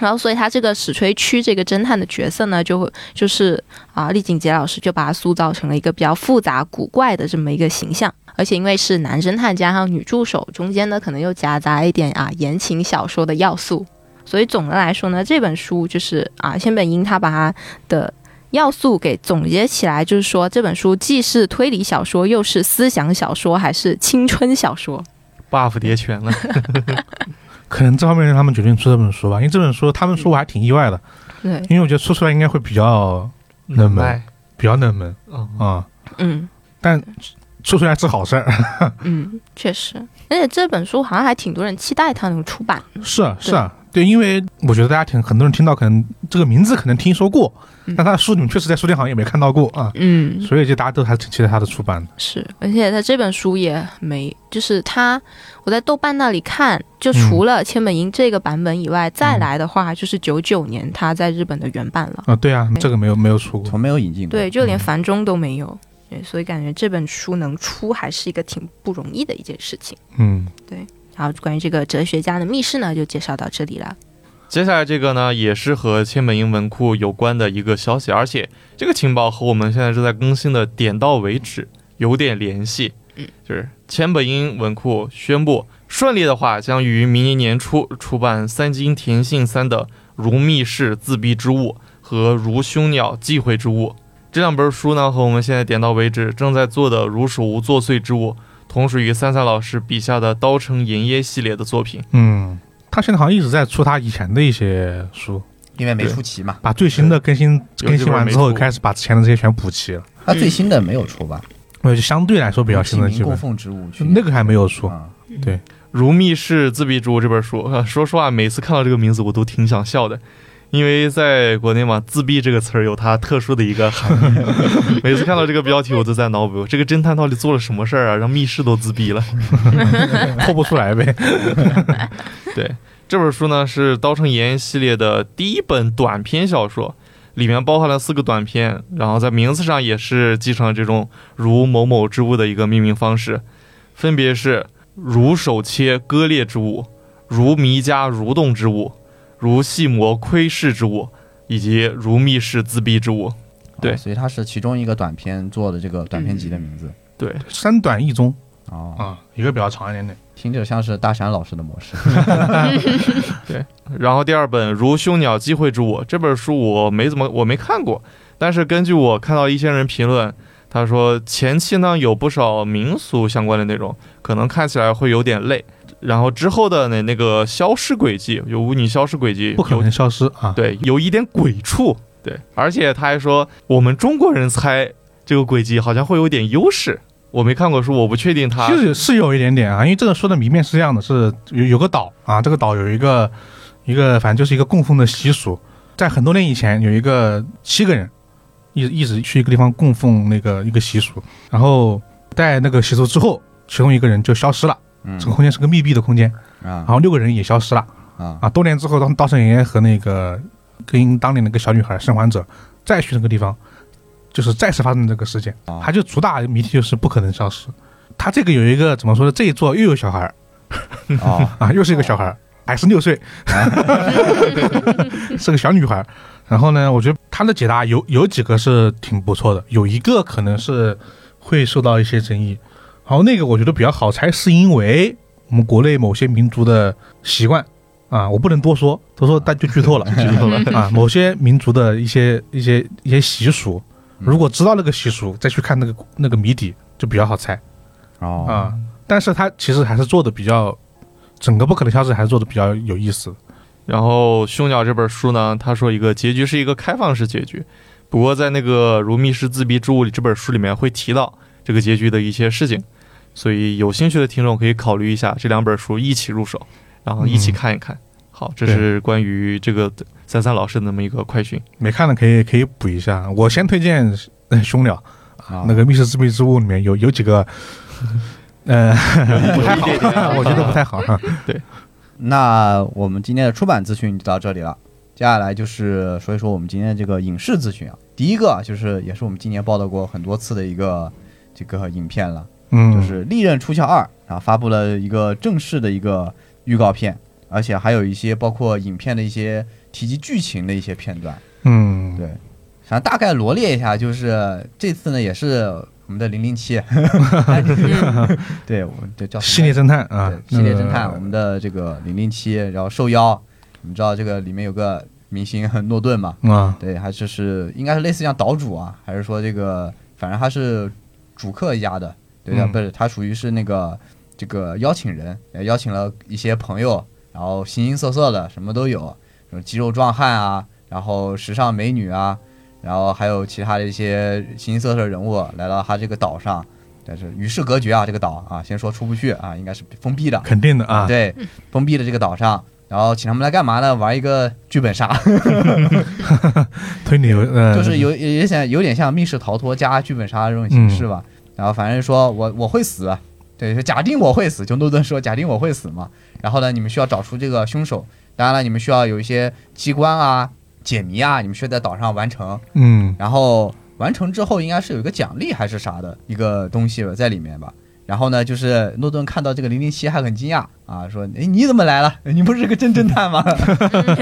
D: 然后，所以他这个史吹区这个侦探的角色呢，就会就是啊，厉景杰老师就把他塑造成了一个比较复杂古怪的这么一个形象，而且因为是男侦探加上女助手，中间呢可能又夹杂一点啊言情小说的要素，所以总的来说呢，这本书就是啊，千本樱他把他的要素给总结起来，就是说这本书既是推理小说，又是思想小说，还是青春小说。
B: buff 叠全 *laughs* 了，
A: 可能这方面让他们决定出这本书吧，因为这本书他们说我还挺意外的，
D: 对，
A: 因为我觉得说出来应该会比较冷门
B: 卖，
A: 比较冷门
B: 嗯，
A: 啊、
D: 嗯
A: 但说出来是好事儿，
D: 嗯，确实，而且这本书好像还挺多人期待它能出版。
A: 是啊是啊，对，因为我觉得大家挺很多人听到可能这个名字可能听说过，
D: 嗯
A: 但他的书你们确实在书店好像也没看到过啊，
D: 嗯，
A: 所以就大家都还挺期待他的出版的。
D: 是，而且他这本书也没，就是他，我在豆瓣那里看，就
B: 嗯
D: 除了千本樱这个版本以外，再来的话就是九九年他在日本的原版了。
A: 啊，对啊，这个没有没有出过，
C: 从没有
B: 嗯
C: 引进过。
D: 对，就连繁中都没有，对，所以感觉这本书能出还是一个挺不容易的一件事情。
A: 嗯，
D: 然后关于这个哲学家的密室呢，就介绍到这里了。
B: 接下来这个呢，也是和千本樱文库有关的一个消息，而且这个情报和我们现在正在更新的点到为止有点联系。
D: 嗯，
B: 就是千本樱文库宣布，顺利的话将于明年年初出版三津田信三的《如密室自闭之物》和《如凶鸟忌讳之物》这两本书呢，和我们现在点到为止正在做的《如鼠无作祟之物》，同属于三三老师笔下的刀城盐耶系列的作品。
A: 嗯，他现在好像一直在出他以前的一些书，
C: 因为没
B: 对
C: 出齐嘛，
A: 把最新的更新
B: 有
A: 更新完之后，
B: 这本没出
A: 开始把之前的这些全补齐了。
C: 它最新的没有出吧？
A: 那就相对来嗯说比较新的
C: 启
A: 几
C: 嗯明供
A: 本，
C: 奉之物去
A: 那个还没有出。
C: 啊，
B: 《如密室自闭之物》这本书，呃说实话，每次看到这个名字我都挺想笑的，因为在国内嘛，“自闭”这个词儿有它特殊的一个含义。每次看到这个标题，我都在脑补这个侦探到底做了什么事儿啊，让密室都自闭了。
A: 破不出来呗。
B: 对，这本书呢是刀城炎系列的第一本短篇小说，里面包含了四个短篇，然后在名字上也是继承了这种“如某某之物”的一个命名方式，分别是“如手切割裂之物”、“如弥加蠕动之物”、“如细磨窥视之物”以及“如密室自闭之物对
C: 哦所以它是其中一个短片做的这个短片集的名字。”。
B: 对，
A: 三短一中
C: 哦，
A: 啊，一个比较长一点点。
C: 听着像是大山老师的
A: *laughs*
C: 模式。
B: 然后第二本《如凶鸟机会之我》这本书我没怎么我没看过，但是根据我看到一些人评论，他说前期呢有不少民俗相关的内容，可能看起来会有点累。然后之后的那那个消失轨迹，有舞女消失轨迹，
A: 不可
B: 有
A: 能消失啊！
B: 对，有一点鬼畜，对，而且他还说我们中国人猜这个轨迹好像会有点优势。我没看过书，我不确定他
A: 其实是有一点点啊，因为这个说的谜面是这样的，是有有个岛啊，这个岛有一个一个，反正就是一个供奉的习俗，在很多年以前有一个七个人一一直去一个地方供奉那个一个习俗，然后在那个习俗之后，其中一个人就消失了，
C: 嗯
A: 这个空间是个密闭的空间，然
C: 啊
A: 后六个人也消失了。
C: 啊
A: 啊，多年之后，当稻盛爷爷和那个跟当年那个小女孩生还者再去那个地方，就是再次发生这个事件，
C: 啊
A: 他就主打谜题就是不可能消失。他这个有一个怎么说呢？这一座又有小孩儿
C: 哦
A: *laughs* 啊，又是一个小孩儿，还是六岁， *laughs* 是个小女孩儿。然后呢，我觉得他的解答有有几个是挺不错的，有一个可能是会受到一些争议。然后那个我觉得比较好猜，是因为我们国内某些民族的习惯啊，我不能多说，多说但就剧透了，剧透了啊。某些民族的一些一些一些习俗，如果知道那个习俗，再去看那个那个谜底，就比较好猜
C: 哦
A: 啊。但是他其实还是做的比较，整个不可能消失还是做的比较有意思的。
B: 然后《凶鸟》这本书呢，他说一个结局是一个开放式结局，不过在那个《如密室自闭之物》里这本书里面会提到这个结局的一些事情，所以有兴趣的听众可以考虑一下这两本书一起入手，然后一起看一看。好，这是关于这个三三老师的那么一个快讯。
A: 没看的可以可以补一下。我先推荐《呃凶鸟》
C: 啊
A: 那个《密室自闭之物》里面有有几个，
C: *laughs*
A: 呃，
B: *laughs*
A: 不太好
B: 有一点点，
A: 我觉得不太好。
C: 那我们今天的出版资讯就到这里了，接下来就是说一说我们今天的这个影视资讯啊。第一个就是也是我们今年报道过很多次的一个这个影片了，
A: 嗯，
C: 就是《利刃出鞘二》啊，发布了一个正式的一个预告片，而且还有一些包括影片的一些提及剧情的一些片段。
A: 嗯，
C: 对，反正大概罗列一下，就是这次呢也是我们的零
A: *laughs*
C: 零七，对，我们这叫什么
A: 系列侦探啊，
C: 对，系列侦
A: 那
C: 探，
A: 个
C: 我们的这个零零七，然后受邀，你们知道这个里面有个明星诺顿嘛？
A: 啊，
C: 对，还就是应该是类似像岛主啊，还是说这个，反正他是主客一家的，对的，
A: 嗯
C: 不是他属于是那个这个邀请人，也邀请了一些朋友，然后形形色色的，什么都有，什么肌肉壮汉啊，然后时尚美女啊，然后还有其他的一些形形色色的人物来到他这个岛上，但是与世隔绝啊，这个岛啊，先说出不去啊，应该是封闭的，
A: 肯定的啊，
C: 对，封闭的这个岛上，然后请他们来干嘛呢？玩一个剧本杀，
A: 推理游呃，
C: 就是有有点像有点像密室逃脱加剧本杀这种形式吧。然后反正说我我会死，对，就假定我会死，就诺顿说假定我会死嘛。然后呢，你们需要找出这个凶手，当然了，你们需要有一些机关啊、解谜啊，你们需要在岛上完成。
A: 嗯
C: 然后完成之后应该是有一个奖励还是啥的一个东西吧在里面吧。然后呢，就是诺顿看到这个零零七还很惊讶啊，说：“哎，你怎么来了？ *laughs* 你不是个真侦探吗？” *laughs* 很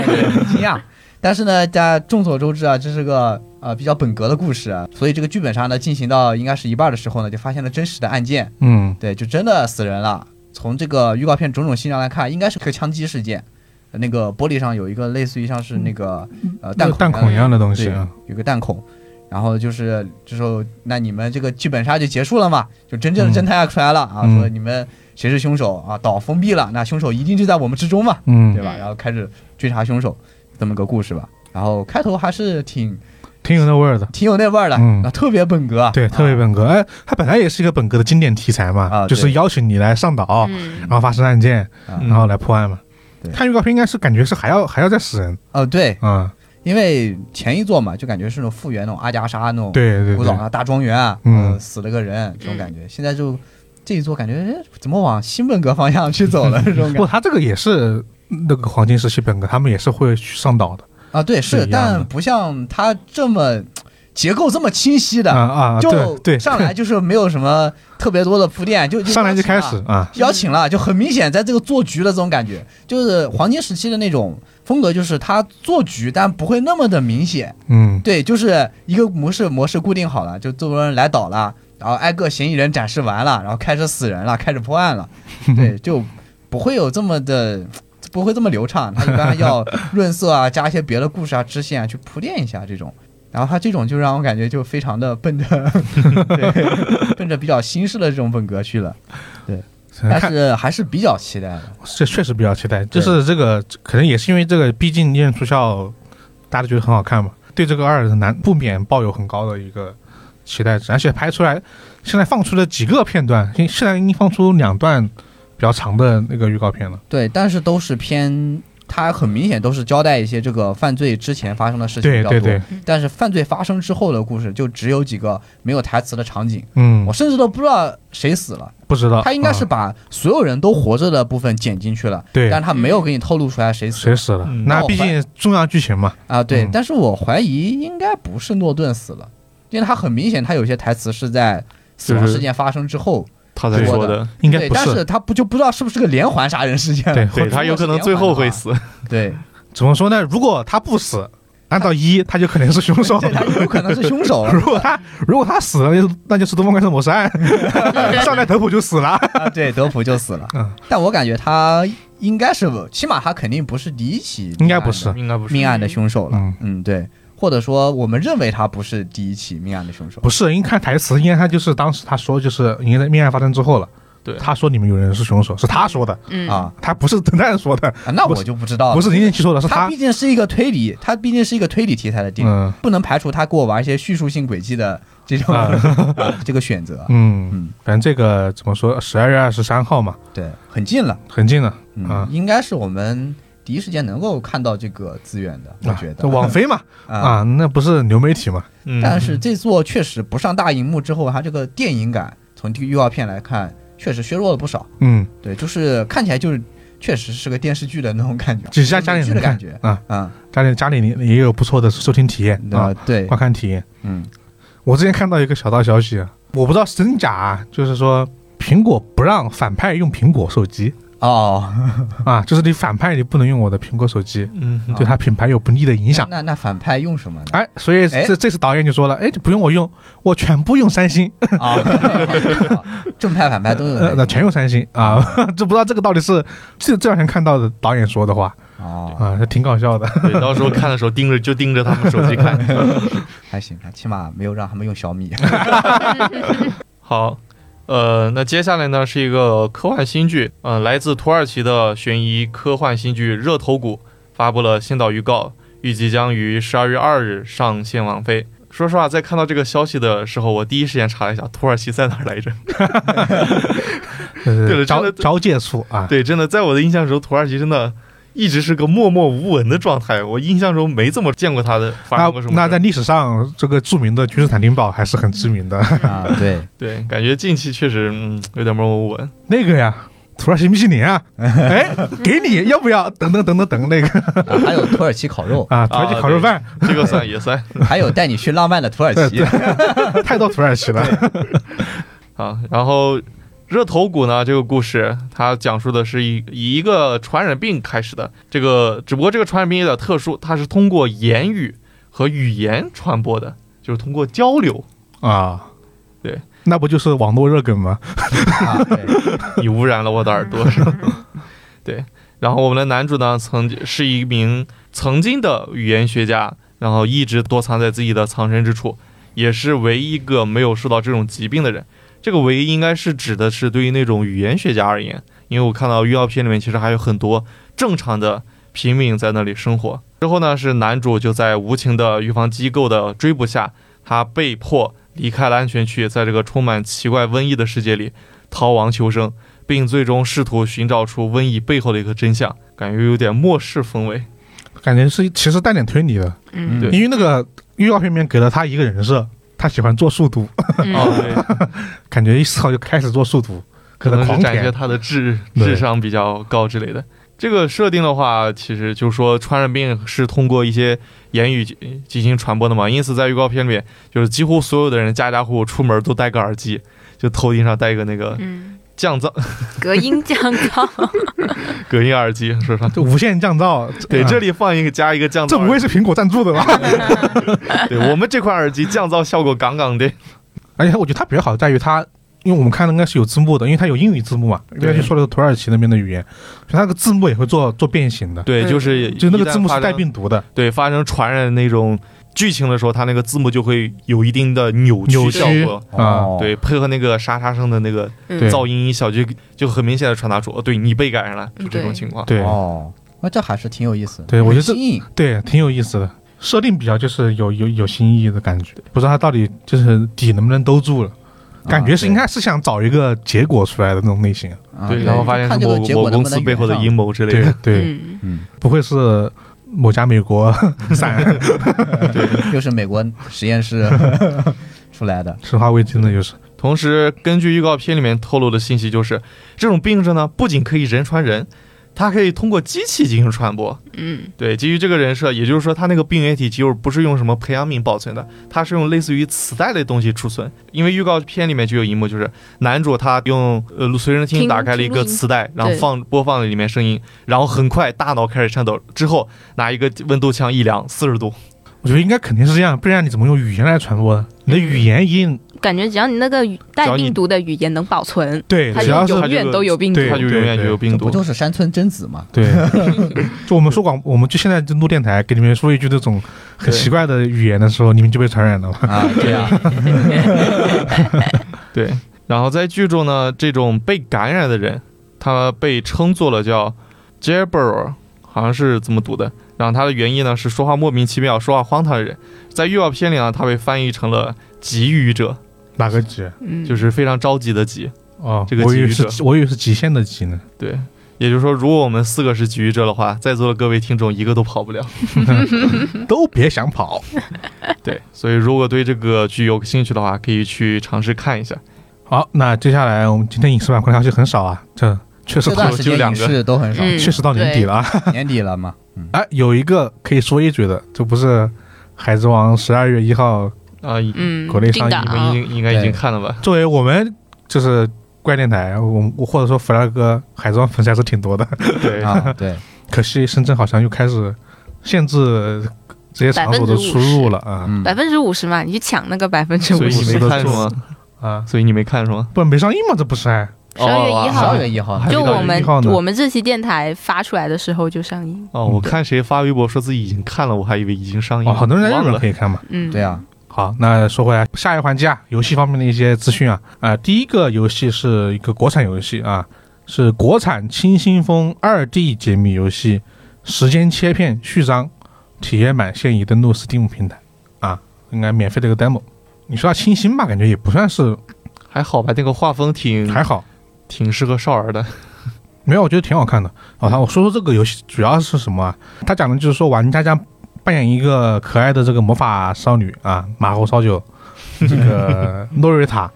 C: 惊讶。但是呢，大家众所周知啊，这是个呃比较本格的故事啊，所以这个剧本杀呢进行到应该是一半的时候呢，就发现了真实的案件，
A: 嗯
C: 对，就真的死人了。从这个预告片种种信象来看，应该是个枪击事件。呃那个玻璃上有一个类似于像是那个呃
A: 那
C: 弹孔
A: 弹孔一样的东西
C: 对
A: 啊，，
C: 有个弹孔。然后就是这时候，那你们这个剧本杀就结束了嘛？就真正的侦探要出来了啊，
A: 嗯
C: 说你们谁是凶手啊？岛封闭了，那凶手一定就在我们之中嘛，
A: 嗯
C: 对，吧？然后开始追查凶手，这么个故事吧。然后开头还是挺
A: 挺有那味儿的。
C: 挺有那味儿的，
A: 嗯
C: 啊，特别本格，
A: 对，特别本格。哎，它本来也是一个本格的经典题材嘛，
C: 啊对
A: 就是邀请你来上岛，
B: 哦
D: 嗯
A: 然后发生案件，
C: 啊
A: 然后来破案嘛。
C: 对
A: 看预告片应该是感觉是还要还要再死人
C: 哦，对，
A: 啊、
C: 因为前一座嘛，就感觉是那种复原那种阿加莎那种
A: 对对
C: 古老
A: 对，
C: 的大庄园啊，
A: 嗯
C: 呃死了个人这种感觉。现在就这一座感觉哎怎么往新本格方向去走了这种
A: 不
C: 感觉
A: 过他这个也是那个黄金时期本格，他们也是会去上岛的
C: 啊，对，
A: 是
C: 是，
A: 一样的
C: 但不像它这么结构这么清晰
A: 啊
C: 的，
A: 啊，
C: *laughs* 就
A: 对对，*laughs*
C: 上来就是没有什么特别多的铺垫，就
A: 上来就开始。啊，
C: 邀请了，就很明显，在这个做局的这种感觉，就是黄金时期的那种风格，就是他做局，但不会那么的明显，
A: 嗯
C: 对，就是一个模式模式固定好了，就这么多人来倒了，然后挨个嫌疑人展示完了，然后开始死人了，开始
A: *laughs*
C: 破案了，对，就不会有这么的。不会这么流畅，他一般要润色啊，加一些别的故事啊、支线啊去铺垫一下这种。然后他这种就让我感觉就非常的 *laughs* 奔着，对，奔着比较新式的这种本格
A: *laughs*
C: 去了。但
A: 哎看
C: 是还是比较期待的。
A: 这确实比较期待，就是这个可能也是因为这个，毕竟《念出校》大家都觉得很好看嘛，对这个二难不免抱有很高的一个期待值，而且拍出来现在放出了几个片段，现现在已经放出两段比较长的那个预告片了，
C: 对，但是都是偏，他很明显都是交代一些这个犯罪之前发生的事情比
A: 对
C: 较
A: 对
C: 多。
A: 对，
C: 但是犯罪发生之后的故事就只有几个没有台词的场景，
A: 嗯
C: 我，甚至都不知道谁死了。
A: 不知道
C: 他应该是
A: 啊
C: 把所有人都活着的部分剪进去了，
A: 对
C: 但他没有给你透露出来谁死
A: 谁
C: 了
A: 死了，
B: 嗯
A: 那
C: 那我
A: 毕
C: 怀
A: 竟重要剧情嘛，
C: 啊。对
A: 嗯，
C: 但是我怀疑应该不是诺顿死了，因为他很明显他有些台词是在死亡
B: 就是
C: 事件发生之后，
B: 他才
A: 对
B: 说
C: 的
B: 的，
A: 应该
C: 对，
A: 不
C: 但
A: 是，
C: 是他不就不知道是不是个连环杀人事件了
A: 对，
B: 对他有可能最后会死。
C: *laughs* 对，
A: 怎么说呢？如果他不死，按照
C: *laughs*
A: 一他就可能是凶手
C: 对，，他有可能是凶
A: *laughs*
C: 手了啊
A: 如果他如果他死了，就是那就是东方快车谋杀案，上来德普就死了。
C: 啊，对，德普就死了
A: 嗯。
C: 但我感觉他应该是，起码他肯定不是第一起，
A: 应该不是
B: 应该不是
C: 命案的凶手了。
A: 嗯
C: 嗯对，或者说我们认为他不是第一起命案的凶手。
A: 不是，因为看台词，因为他就是当时他说就是因为命案发生之后了，
B: 对
A: 他说你们有人是凶手，是他说的，
D: 嗯
C: 啊
A: 他不是侦探说的，
C: 啊，那
A: 不是
C: 我就不知道了。
A: 不是零零七说的，是
C: 他
A: 他
C: 毕。竟是一个推理，他毕竟是一个推理题材的电影，
A: 嗯
C: 不能排除他给我玩一些叙述性轨迹的这种、
A: 啊
C: *laughs* 啊这个选择。
A: 嗯
C: 嗯，
A: 反正这个怎么说，十二月二十三号嘛，
C: 对，很近了，
A: 很近了
C: 嗯，
A: 啊
C: 应该是我们第一时间能够看到这个资源的，我
A: 啊
C: 觉，得。
A: 这网飞嘛
C: 啊，
A: 啊，那不是流媒体嘛，
B: 嗯
C: 但是这座确实不上大荧幕之后，它这个电影感从这个预告片来看，确实削弱了不少。
A: 嗯，
C: 对，就是看起来就是确实是个电视剧的那种感觉，
A: 只是家家里
C: 电视
A: 人
C: 剧的
A: 看
C: 感觉
A: 啊，
C: 啊，
A: 家里家里也有不错的收听体验
C: 那
A: 啊，
C: 对
A: 观，看体验。
C: 嗯，
A: 我之前看到一个小道消息，我不知道是真假啊，就是说苹果不让反派用苹果手机
C: 哦，
A: 啊，就是你反派你不能用我的苹果手机，
B: 嗯， *laughs*
A: 对他品牌有不利的影响。
C: 那那反派用什么呢？
A: 哎，所以
C: 哎
A: 这这次导演就说了，哎，就不用我用，我全部用三星，
C: *laughs* 啊，正派反派都有
A: 呃，那
C: 那种
A: 全用三星啊， *laughs* 这不知道这个到底是这这两天看到的导演说的话
C: 哦，
A: 啊，还挺搞
C: *laughs*
A: 笑的。
B: 对，到时候看的时候盯着就盯着他们手机看。
C: 还行，起码没有让他们用小米。 *laughs*
B: 好，呃，那接下来呢是一个科幻新剧，呃嗯、来自土耳其的悬疑科幻新剧《热头骨》发布了先导预告，预计将于十二月二日上线网飞。说实话，在看到这个消息的时候，我第一时间查了一下土耳其在哪儿来着。 *laughs* 对
A: 对呃
B: 了真
A: 找
B: 的
A: 找解处啊，
B: 对，真的，在我的印象中，土耳其真的一直是个默默无闻的状态。我印象中没怎么见过他的发
A: 那
B: 生过什么事儿。
A: 那在历史上，这个著名的君士坦丁堡还是很知名的。 *laughs*
C: 啊，对，
B: 对，感觉近期确实嗯有点默默无闻。
A: 那个呀，土耳其米其林
B: *laughs*
A: 啊，哎，给你要不要？等等等等等，那个
E: 啊还有土耳其烤肉，
A: 啊，土耳其烤肉饭、
B: 这
A: *laughs*
B: 个算也算
E: 还有带你去浪漫的土耳其。
A: 太到土耳其了。
B: 啊。然后热头骨呢，这个故事它讲述的是以以一个传染病开始的，这个只不过这个传染病有点特殊，它是通过言语和语言传播的，就是通过交流。
A: *laughs* 啊，
B: 对，
A: 那不就是网络热梗吗？
E: 啊，对
B: 你污染了我的耳朵，是吧？对。然后我们的男主呢，曾经是一名曾经的语言学家，然后一直躲藏在自己的藏身之处，也是唯一一个没有受到这种疾病的人。这个“唯一”应该是指的是对于那种语言学家而言，因为我看到预告片里面其实还有很多正常的平民在那里生活。之后呢，是男主就在无情的预防机构的追捕下，他被迫离开了安全区，在这个充满奇怪瘟疫的世界里逃亡求生。并最终试图寻找出瘟疫背后的一个真相，感觉有点末世风味。
A: 感觉是其实带点推理的，
B: *laughs*
D: 嗯
B: 对
A: 因为那个预告片里面给了他一个人设，他喜欢做数独，
D: 嗯，
B: 哦，对，
A: *laughs* 感觉一思考就开始做数独，
B: 可
A: 可
B: 能
A: 狂
B: 是展现
A: 舔。
B: 他的智
A: 对
B: 智商比较高之类的。这个设定的话，其实就说传染病是通过一些言语进行传播的嘛，因此在预告片里面，就是几乎所有的人家家户户出门都戴个耳机，就头顶上戴一个那个
D: 嗯，
B: 降噪
D: 隔音降
B: *laughs*
D: 噪，
B: 隔音耳机，
A: *laughs*
B: 是吧？
A: 就无限降噪，
B: 对，
A: 啊
B: 这里放一个加一个降噪
A: 这
B: 耳
A: 不
B: 机，
A: 会是苹果赞助的吧？
B: 对我们这款耳机降噪效果杠杠的。
A: 而且我觉得它比较好在于它，因为我们看的应该是有字幕的，因为它有英语字幕嘛，因为它就说的是土耳其那边的语言，所以它那个字幕也会做做变形的，
B: 对，
D: 嗯
B: 就是
A: 就那个
B: 一旦
A: 字幕
B: 发
A: 是带
B: 生哦
A: 病毒的，
B: 对发生传染那种剧情的时候，它那个字幕就会有一定的扭曲
A: 扭
B: 效
A: 曲
B: 果。
A: 啊，
E: 哦
B: 对，配合那个沙沙声的那个
D: 嗯
A: 对
B: 噪音音效，就就很明显的传达出，哦，对你被感染了，就这种
D: 对
B: 情况。
A: 对
E: 哦，那这还是挺有意思的。
A: 对我觉得这
D: 嗯
E: 很新颖
A: 对，挺有意思的，设定比较就是有有有新意的感觉，不知道它到底就是底能不能兜住了。
B: 啊
A: 感觉是应该是想找一个结果出来的那种类型，
E: 啊
B: 对，
E: 对
B: 然后发现
E: 看
B: 是
E: 这
B: 某
E: 个结
B: 某
E: 果能
B: 公
E: 不
B: 司
E: 能
B: 背后的
E: 圆上
B: 阴谋之类
A: 对
B: 的。
A: 对，
D: 嗯
E: 嗯，
A: 不会是某家美国散
E: 又是美国实验
C: *laughs*
E: 室出来的，
A: 生化危机呢？就是
B: 同时，根据预告片里面透露的信息，就是这种病症呢，不仅可以人传人，它可以通过机器进行传播。
D: 嗯
B: 对，基于这个人设，也就是说，它那个病原体肌肉不是用什么培养皿保存的，它是用类似于磁带类的东西储存。因为预告片里面就有一幕，就是男主他用呃随身听
D: 听
B: 打开了一个
D: 听录音
B: 磁带，然后
D: 对
B: 放播放了里面声音，然后很快大脑开始颤抖，之后拿一个温度枪一量，四十度。
A: 我觉得应该肯定是这样，不然你怎么用语言来传播呢？你的
D: 嗯
A: 语言一定
D: 感觉只要你那个语
B: 只
D: 带
B: 要你
D: 病毒的语言能保存，
A: 对，
D: 它
A: 只要
D: 就是永远都有病毒。
A: 对
B: 他就永远就有病
E: 这
B: 毒
E: 不。就是山村贞子
A: *laughs*
E: 吗？
A: 对，就我们说广，我们就现在就录电台，给你们说一句这种很奇怪的语言的时候，你们就被传染了。
E: 啊，对啊，
B: 对，然后在剧中呢，这种被感染的人，他被称作了叫 Jabber，好像是这么读的。然后他的原意呢是说话莫名其妙、说话荒唐的人，在预告片里呢，他被翻译成了急于者，
A: 哪个急？
D: 嗯，
B: 就是非常着急的急。
A: 哦，
B: 这个
A: 我以为
B: 急于
A: 是，我以为是极限的极呢。
B: 对，也就是说，如果我们四个是急于者的话，在座的各位听众一个都跑
D: *laughs*
B: 不了。
A: 嗯都别想跑。
B: 对，所以如果对这个剧有兴趣的话，可以去尝试看一下。
A: 好，那接下来我们今天影视板块消息很少啊，这确实
E: 这
A: 到
E: 段
B: 有
E: 时
B: 就
E: 间
B: 两
E: 影
B: 个
E: 视都很少，
D: 嗯
A: 确实到年底了啊。
E: 年底了
A: *laughs*
E: 嘛，嗯，
A: 哎，有一个可以说一嘴的，这不是《海贼王》十二月一号，
B: 啊、你
D: 嗯，
A: 国内上
D: 定
A: 映
B: 们已
D: 档
B: 经应该已经看了吧？
A: 作为我们就是怪电台，我们我或者说 flag 海贼王粉丝还是挺多的，
B: 对
E: 啊，对，
A: 可惜深圳好像又开始限制这些场所的出入了啊。
E: 嗯，
D: 百分之五十嘛，你去抢那个百分之
B: 所
D: 五
B: 以你
D: 十
B: 没
A: 50%，
B: 看是吗？
A: 啊，
B: 所以你没看是吗？
A: 不没上映吗？这不是啊还
D: 十二月
E: 十
D: 一
C: 啊
D: 号
E: 二月一号，
D: 就我
A: 还没
D: 们
A: 到1号呢
D: 我们这期电台发出来的时候就上映。
B: 哦，我看谁发微博说自己已经看了，我还以为已经上
A: 嗯
B: 映
A: 哦，
B: 了。
A: 很多人在日
B: 忘
A: 本
B: 了
A: 可以看嘛。
D: 嗯，
E: 对啊，
A: 好，那说回来，下一环节啊，游戏方面的一些资讯啊，啊、第一个游戏是一个国产游戏啊，是国产清新风二 D 解密游戏《时间切片序章》，体验版现已登陆 Steam 平台啊，应该免费的一个 demo。你说它清新吧，感觉也不算是
B: 还好吧，那个画风挺
A: 还好，
B: 挺适合少儿的。
A: 没有，我觉得挺好看的。哦好、他我说说这个游戏主要是什么啊？他讲的就是说玩家将扮演一个可爱的这个魔法少女啊，马猴烧酒，这个诺瑞塔。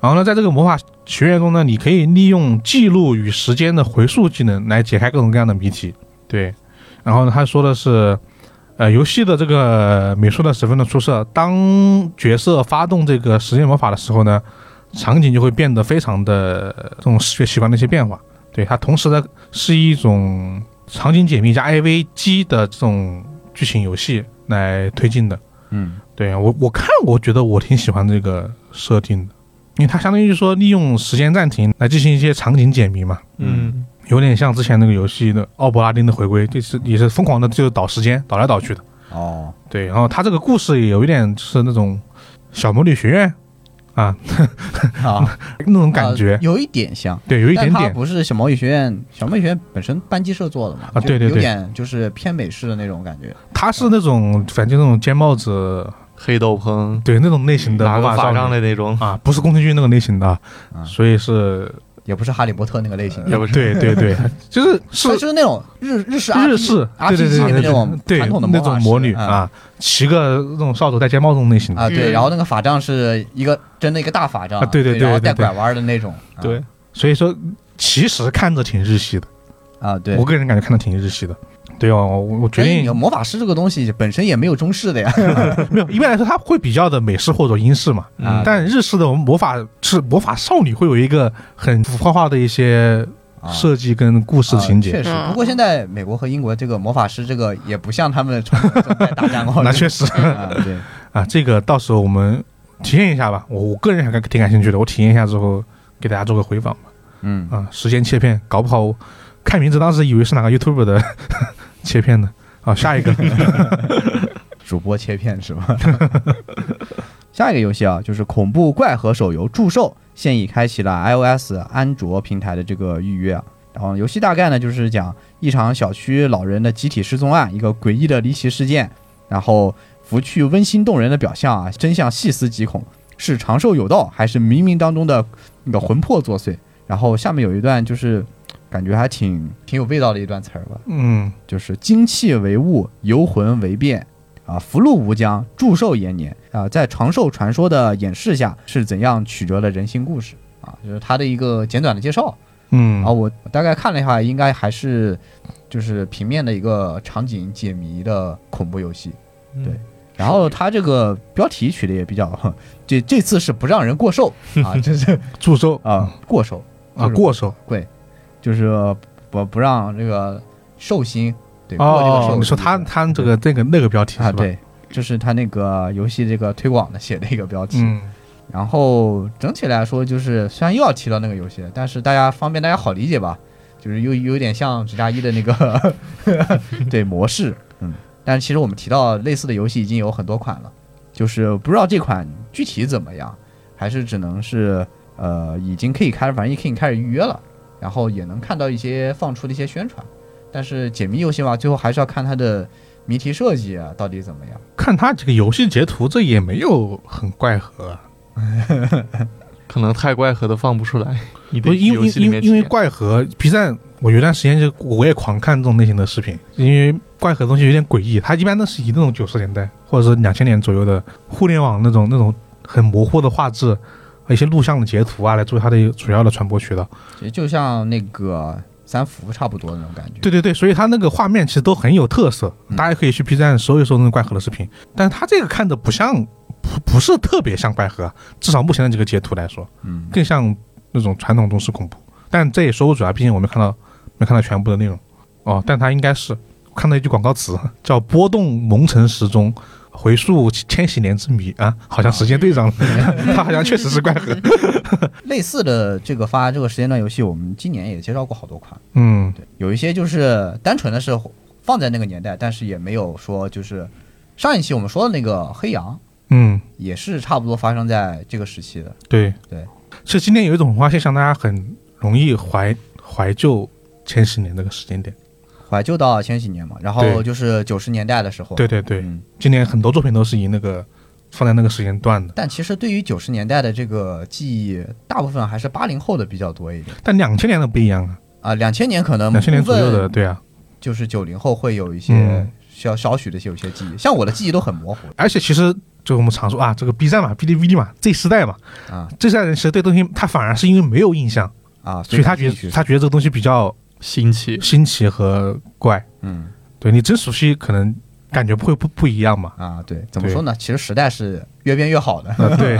A: 然后呢，在这个魔法学院中呢，你可以利用记录与时间的回溯技能来解开各种各样的谜题。对，然后呢，他说的是，呃，游戏的这个美术呢十分的出色。当角色发动这个时间魔法的时候呢，场景就会变得非常的呃这种视觉奇观的一些变化。对，它同时呢是一种场景解密加 AVG 的这种剧情游戏来推进的。
C: 嗯，
A: 对我我看我觉得我挺喜欢这个设定的，因为它相当于说利用时间暂停来进行一些场景解谜嘛，
B: 嗯，
A: 有点像之前那个游戏的奥伯拉丁的回归，就是也是疯狂的就是倒时间倒来倒去的。 *laughs*
C: 哦，
A: 对，然后它这个故事也有一点就是那种小魔女学院啊
C: 啊，
A: 那种感觉
C: 呃，有一点像，
A: 对，有一
C: 但
A: 点
C: 它
A: 点。
C: 不是小魔女学院，小魔女学院本身班级社做的嘛，
A: 啊
C: 就
A: 对对对
C: 有点就是偏美式的那种感觉，
A: 它是那种反正那种尖帽子，
B: 黑斗篷，
A: 对那种类
C: 嗯
A: 型的
B: 拿
A: 魔
B: 个
A: 法
B: 法
A: 少女
B: 杖的那种，
A: *laughs* 啊，不是宫崎骏那个类型的，
C: 啊
A: 所以
C: *laughs*
A: 是，
C: 也不是哈利波特那个类型的，
B: 也不是
A: 对对
C: *laughs*
A: 对，就是是
C: 它就是那种日日式
A: 日式，对对
C: RPG
A: 对
C: 里
A: 对
C: 面那种
A: 对
C: 传统的
A: 那
C: 魔法
A: 种
C: 师
A: 魔女
C: 嗯
A: 啊，骑个那种扫帚戴尖帽这种类型的，
C: 啊，对，
B: 嗯
C: 然后那个法杖是一个真的一个大法杖
A: 啊，对对对
C: 然后
A: 对对
C: 带
A: 对
C: 拐弯的那种，啊
B: 对，
A: 所以说其实看着挺日系的，
C: 啊，对哎
A: 我，个人感觉看着挺日系的。对哦，我我决
C: 所以你
A: 定
C: 魔法师这个东西本身也没有中式的呀，
A: *laughs* 没有，一般来说它会比较的美式或者英式
C: *laughs*
A: 嘛，
C: 啊
B: 嗯
A: 但日式的我们魔法是魔法少女会有一个很符号化的一些
C: 啊
A: 设计跟故事
C: 啊
A: 情节
C: 确，实。
D: 嗯
C: 不过现在美国和英国这个魔法师这个也不像他们传统中在打架
A: *laughs*
C: 闹
A: 那确实，
C: *laughs* 啊，对，
A: 啊，这个到时候我们体验一下吧。我我个人还挺感兴趣的，我体验一下之后给大家做个回访吧。
C: 嗯
A: 啊，时间切片，搞不好看名字当时以为是哪个 YouTube 的 *laughs* 切片呢。啊，下一
C: *laughs*
A: 个
C: 主播切片是吧？ *laughs* 下一个游戏啊，就是恐怖怪盒手游《祝寿》，现已开启了 iOS、安卓平台的这个预约啊。然后游戏大概呢，就是讲一场小区老人的集体失踪案，一个诡异的离奇事件，然后拂去温馨动人的表象啊，真相细思极恐，是长寿有道还是冥冥当中的那个魂魄作祟？然后下面有一段就是感觉还挺挺有味道的一段词儿吧，
A: 嗯，
C: 就是精气为物，游魂为变，啊，福禄无疆，祝寿延年啊，在长寿传说的演示下，是怎样曲折的人性故事啊，就是它的一个简短的介绍
A: 嗯
C: 啊，我大概看了一下，应该还是就是平面的一个场景解谜的恐怖游戏。
B: 嗯
C: 对然后它这个标题取的也比较， *laughs* 这这次是不让人过寿
A: *laughs*
C: 啊，这是
A: 祝寿
C: 啊过寿
A: 啊，过寿
C: 就是不不让这个寿星对过这个
A: 哦
C: 寿，，嗯
A: 你说他他这个这个那个标题
C: 啊，
A: 是吧？，
C: 对，这是他那个游戏这个推广的写的一个标题。
A: 嗯，
C: 然后整体来说，就是虽然又要提到那个游戏，但是大家方便大家好理解吧，就是又有点像《直杀一》的那个 *laughs* 对模式，嗯。但其实我们提到类似的游戏已经有很多款了，就是不知道这款具体怎么样，还是只能是呃已经可以开始，反正已经开始预约了，然后也能看到一些放出的一些宣传。但是解谜游戏嘛，最后还是要看它的谜题设计啊到底怎么样。
A: 看他这个游戏截图，这也没有很怪核啊，
B: 可能太怪盒的放不出来，你
A: 不
B: 得
A: 是因
B: 游
A: 为
B: 戏里
A: 因为
B: 面
A: 因为
B: 体验
A: 怪核 B 站，我有段时间就我也狂看这种类型的视频，因为怪核东西有点诡异，它一般都是以那种九十年代或者是两千年左右的互联网那种那种很模糊的画质和一些录像的截图啊来做它的主要的传播渠道。
C: 其实就像那个三伏差不多的那种感觉。
A: 对对对，所以它那个画面其实都很有特色，大家可以去 B 站搜一搜那个怪核的视频，但它这个看着不像不不是特别像怪核，至少目前的这个截图来说，
C: 嗯，
A: 更像那种传统中式恐怖。但这也说不准啊，毕竟我没看到没看到全部的内容。哦，但它应该是我看到一句广告词 *laughs* 叫“波动蒙尘时钟，回溯千禧年之谜”啊，好像时间对 *laughs* 上了，它好像确实是怪盒。
C: 类似的这个发这个时间段游戏，我们今年也介绍过好多款，
A: 嗯，
C: 对，有一些就是单纯的是放在那个年代，但是也没有说就是上一期我们说的那个黑羊，
A: 嗯，
C: 也是差不多发生在这个时期的。
A: 对
C: 对。
A: 其实今天有一种文化现象，大家很容易怀怀旧千禧年这个时间点。
C: 怀旧到千禧年嘛，然后
A: 对
C: 就是九十年代的时候，
A: 对对对，
C: 嗯
A: 今年很多作品都是以那个放在那个时间段的，
C: 但其实对于九十年代的这个记忆，大部分还是八零后的比较多一点
A: 但两千年的不一样啊，
C: 啊。两千年可能
A: 两千年
C: 部
A: 左
C: 分
A: 右的，对啊，
C: 就是九零后会有一些
A: 嗯
C: 需要少许的一些有些记忆，像我的记忆都很模糊
A: 而且其实就我们常说啊，这个 B 站嘛哔哩哔哩嘛，这时代嘛，
C: 啊
A: 这时代人其实对东西他反而是因为没有印象，
C: 啊，
A: 所以他
C: 感
A: 觉
C: 兴趣
A: 得他觉得这个东西比较
B: 新奇，
A: 新奇和怪。
C: 嗯
A: 对你真熟悉，可能感觉不会不不一样嘛。
C: 啊，对，怎么说呢？其实时代是越变越好的，
A: *laughs* 呃，对，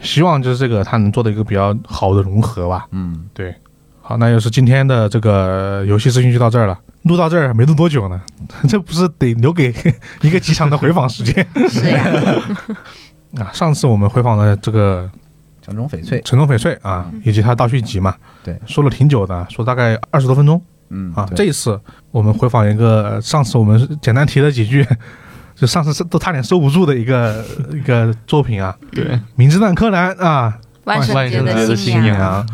A: 希望就是这个他能做的一个比较好的融合吧。
C: 嗯，
A: 对，好，那就是今天的这个游戏资讯就到这儿了。录到这儿没录多久呢， *laughs* 这不是得留给 *laughs* 一个极长的回访时间 *laughs*
D: 是呀，
A: 啊！上次我们回访了这个
C: 城中翡翠，
A: 《城中翡翠》啊，以及它的倒叙集嘛，
C: 对，
A: 说了挺久的，说大概二十多分钟
C: 嗯
A: 啊。
C: 对
A: 这一次我们回访一个上次我们简单提了几句， *laughs* 就上次是都差点收不住的一个一个作品啊，
B: 对，
A: 《名侦探柯南》啊，
D: 万圣节
B: 万圣节的
D: 新
B: 新
D: 娘
B: 娘，
A: 啊，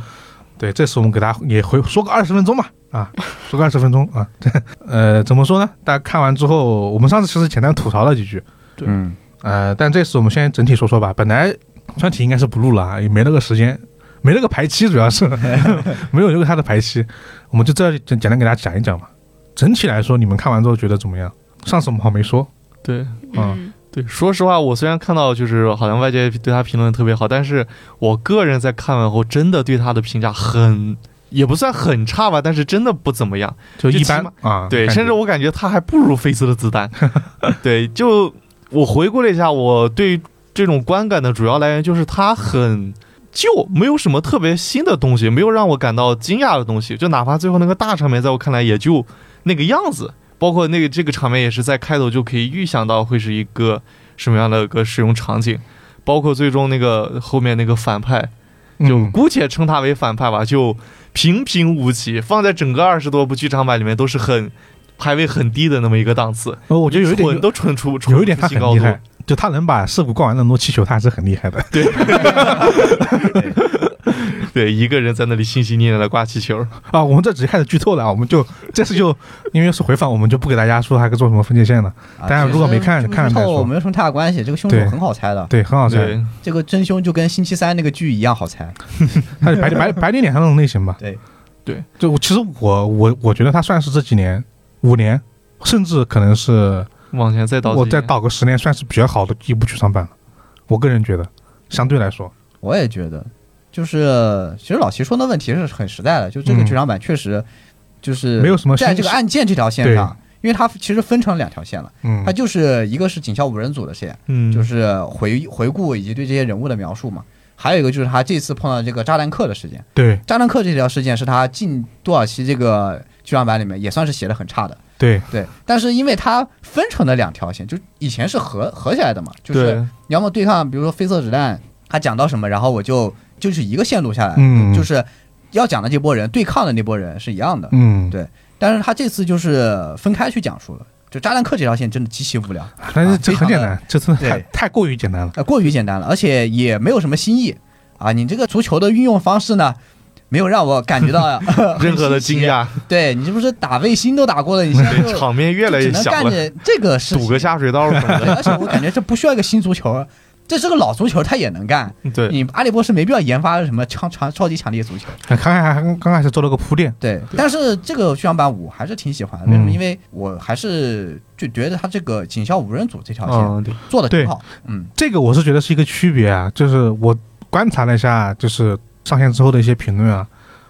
A: 对，这次我们给大家也回说个二十分钟吧，啊，说个二十分钟啊， *laughs* 呃，怎么说呢？大家看完之后，我们上次其实简单吐槽了几句，
C: 嗯
A: 呃，但这次我们先整体说说吧。本来专题应该是不录了啊，也没那个时间，没那个排期，主要是 *laughs* 没有这个它的排期，我们就这简简单给大家讲一讲吧。整体来说，你们看完之后觉得怎么样？上次我们好像没说，
B: 对
A: 啊
D: 嗯，
B: 对。说实话，我虽然看到就是好像外界对他评论特别好，但是我个人在看完后真的对他的评价很。也不算很差吧，但是真的不怎么样。
A: 就一般
B: 就
A: 啊，
B: 对，
A: 感觉
B: 甚至我感觉他还不如《菲斯的子弹》。 *laughs* 对，就我回顾了一下，我对这种观感的主要来源就是它很旧，没有什么特别新的东西，没有让我感到惊讶的东西。就哪怕最后那个大场面，在我看来也就那个样子。包括那个这个场面也是在开头就可以预想到会是一个什么样的一个使用场景，包括最终那个后面那个反派，就
A: 嗯
B: 姑且称他为反派吧，就平平无奇，放在整个二十多部剧场版里面都是很排位很低的那么一个档次。
A: 呃我觉得有一点
B: 蠢都蠢出，蠢
A: 有一点
B: 出
A: 他
B: 新
A: 很
B: 高
A: 厉
B: 度。
A: 害，就他能把涩谷灌完那么多气球，他还是很厉害的。
B: 对，一个人在那里心心念念的挂气球，
A: 啊，我们这直接开始剧透了，啊，我们
B: *laughs*
A: 就这次就因为是回访，我们就不给大家说他做什么分界线了。
C: 啊
A: 大家如果没看
C: 其实
A: 看了再说
C: 剧透没有什么太大关系，这个凶手
A: 对
C: 很好猜的，
A: 对，很好猜，
B: 对，
C: 这个真凶就跟星期三那个剧一样好猜，
A: 他是白白白领脸上那种类型吧。
C: 对
B: 对，
A: 就我其实我我我觉得他算是这几年五年，甚至可能是
B: 往前再倒，
A: 我再，倒个十年，算是比较好的一部剧场版了。我个人觉得，相对来说，
C: 我也觉得，就是其实老齐说的问题是很实在的，就这个
A: 嗯
C: 剧场版确实就是
A: 没有什么
C: 在
A: 新
C: 这个
A: 鲜
C: 案件这条线
A: 对
C: 上，因为它其实分成两条线了，
A: 嗯
C: 它，就是一个是警校五人组的线，
B: 嗯，
C: 就是回回顾以及对这些人物的描述嘛，还有一个就是他这次碰到这个炸弹客的事件，
A: 对
C: 炸弹客这条事件是他近多少期这个剧场版里面也算是写的很差的，
A: 对
C: 对，但是因为它分成了两条线，就以前是合合起来的嘛，就是
B: 对，
C: 你要么对抗，比如说飞色子弹，他讲到什么，然后我就就是一个线路下来，
A: 嗯
C: 就是要讲的这波人对抗的那波人是一样的，
A: 嗯
C: 对，但是他这次就是分开去讲述了，就炸弹客这条线真的极其无聊，
A: 但
C: 啊
A: 是这
C: 非
A: 很
C: 常
A: 简
C: 的
A: 单，这真的太
C: 对
A: 太过于简单了。
C: 呃，过于简单了，而且也没有什么新意啊，你这个足球的运用方式呢？没有让我感
B: *laughs*
C: 觉到
B: 任何的
C: 很新
B: 惊
C: 奇，
B: 讶，
C: 对你这不是打卫星都打过了，你现在就
B: 对， *laughs* 场面嗯越来
C: 只
B: 越
C: 能
B: 小
C: 干
B: 了，
C: 着这个事
B: 堵
C: 情
B: 个下水道什么
C: 对，而且我感觉这不需要一个新足球，这是个老足球，他也能干。
A: *laughs*
B: 的，对，
C: 你阿笠博士没必要研发什么超超超级强烈足球。
A: 哎刚开还刚刚开始做了个铺垫，
C: 对，但是这个剧场版我还是挺喜欢的，为什么？
A: 嗯
C: 因为我还是就觉得他这个警校五人组这条线
B: 嗯，对，
C: 做的
A: 对
C: 挺好。嗯
A: 这个我是觉得是一个区别啊，就是我观察了一下，就是上线之后的一些评论啊，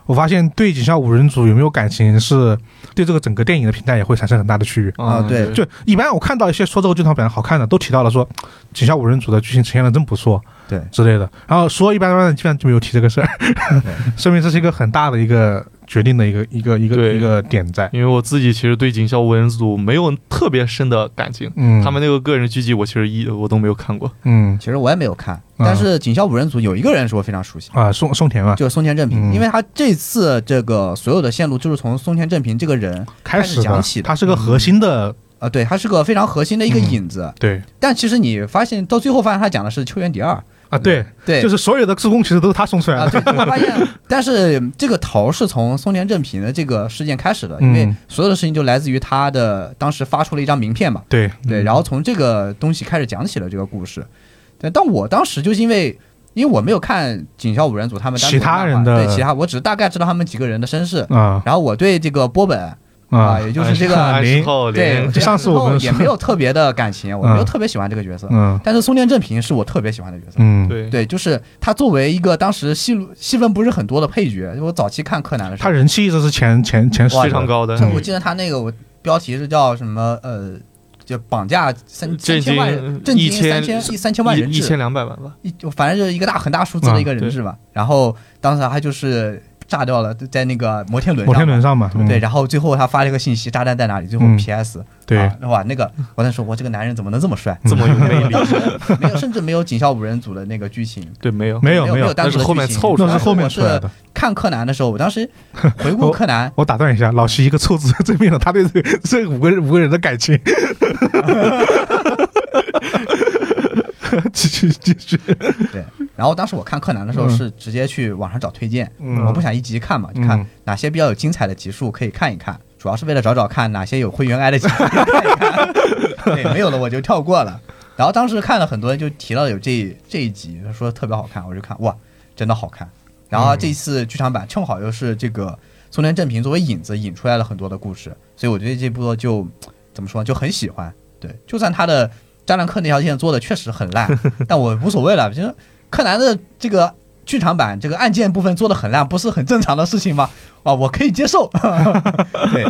A: 我发现对《警校五人组》有没有感情是对这个整个电影的评价也会产生很大的区别。
C: 啊
B: 嗯
C: 对
A: 就一般我看到一些说这个剧场版好看的，都提到了说《警校五人组》的剧情呈现的真不错，
C: 对
A: 之类的。然后说一般般的，基本上就没有提这个事儿， *laughs* 说明这是一个很大的一个决定的一个一个一个
B: 对
A: 一个点在。
B: 因为我自己其实对警校五人组没有特别深的感情，
A: 嗯，
B: 他们那个个人剧集我其实一我都没有看过。
A: 嗯
C: 其实我也没有看，
A: 嗯
C: 但是警校五人组有一个人是我非常熟
B: 嗯
C: 悉，
A: 啊，松松田嘛，
C: 就是松田正平，
A: 嗯
C: 因为他这次这个所有的线路就是从松田正平这个人
A: 开
C: 开始
A: 始
C: 讲
A: 的
C: 起，的
A: 它是个核心的，
C: 啊，对他是个非常核心的一个
A: 嗯
C: 引子。
A: 对
C: 但其实你发现到最后发现他讲的是秋元蝶二，
A: 啊，对，
C: 对，
A: 就是所有的助攻其实都是他送出来
C: 啊，
A: 的， *laughs*
C: 对，我发现，但是这个头是从松田正平的这个事件开始的，因为
A: 嗯
C: 所有的事情就来自于他的当时发出了一张名片嘛，
A: 对，嗯
C: 对，然后从这个东西开始讲起了这个故事。但但我当时就是因为，因为我没有看警校五人组他们单独
A: 其他
C: 漫画
A: 人的
C: 对其他，我只是大概知道他们几个人的身世，
A: 啊
C: 然后我对这个波本啊，
A: 啊，
C: 也就是这个
B: 二十
A: 零
B: 号
C: 对
B: 零，
A: 这上次我们
C: 然后也没有特别的感情，我没有特别喜欢这个角色，
A: 嗯
C: 但是松田正平是我特别喜欢的角色。
A: 嗯，
B: 对，
C: 对，就是他作为一个当时戏路戏份不是很多的配角，我早期看柯南的时
A: 他
C: 候，
A: 人气一直是前前前十
B: 非常高的
C: 这我记得他那个我标题是叫什么呃，就绑架三三
B: 震
C: 千
B: 惊
C: 万人，震
B: 一
C: 惊三
B: 千
C: 千一三千万人
B: 一一
C: 质
B: 千，两百万吧，
C: 一反正就是一个大很大数字的一个
B: 嗯
C: 人
B: 对
C: 质吧。然后当时他就是炸掉了，在那个摩天轮
A: 摩
C: 上
A: 天
C: 嘛。
A: 轮上嘛，嗯
C: 对，然后最后他发了一个信息，炸弹在哪里？最后
A: 嗯
C: PS，、
A: 对
C: 啊，哇，那个我在说，我这个男人怎么能这么帅？
A: 嗯
C: *laughs*
B: 这么有
A: *laughs*
B: 魅力，
C: 没有，甚至没有警校五人组的那个剧情，
B: 对，没有，
A: 没有没
C: 有没
A: 有
C: 单独
B: 那是
C: 的
B: 后面
C: 剧情
B: 凑出
A: 那是
B: 来的
A: 后面
C: 我
A: 出来的。
C: 看柯南的时候，我当时回顾
B: *laughs*
C: 柯南，
A: 我打断一下，老徐一个臭字 *laughs* 证明了他对这这五个人五个人的感情。 *laughs* 继续继续，
C: 对，然后当时我看柯南的时候
A: 嗯
C: 是直接去网上找推荐，
A: 嗯
C: 我不想一集看嘛，就看
A: 嗯
C: 哪些比较有精彩的集数可以看一看，主要是为了找找看哪些有会员哀的集数可以看一看，对，没有了我就跳过了。然后当时看了很多人就提到有这这一集，说特别好看，我就看哇，真的好看。然后这次剧场版正好又是这个松田正平作为引子引出来了很多的故事，所以我对这部就怎么说就很喜欢。对，就算他的扎兰克那条线做的确实很烂，但我无所谓了。就是柯南的这个剧场版这个案件部分做的很烂，不是很正常的事情吗？啊，我可以接
B: *laughs*
C: 受。对，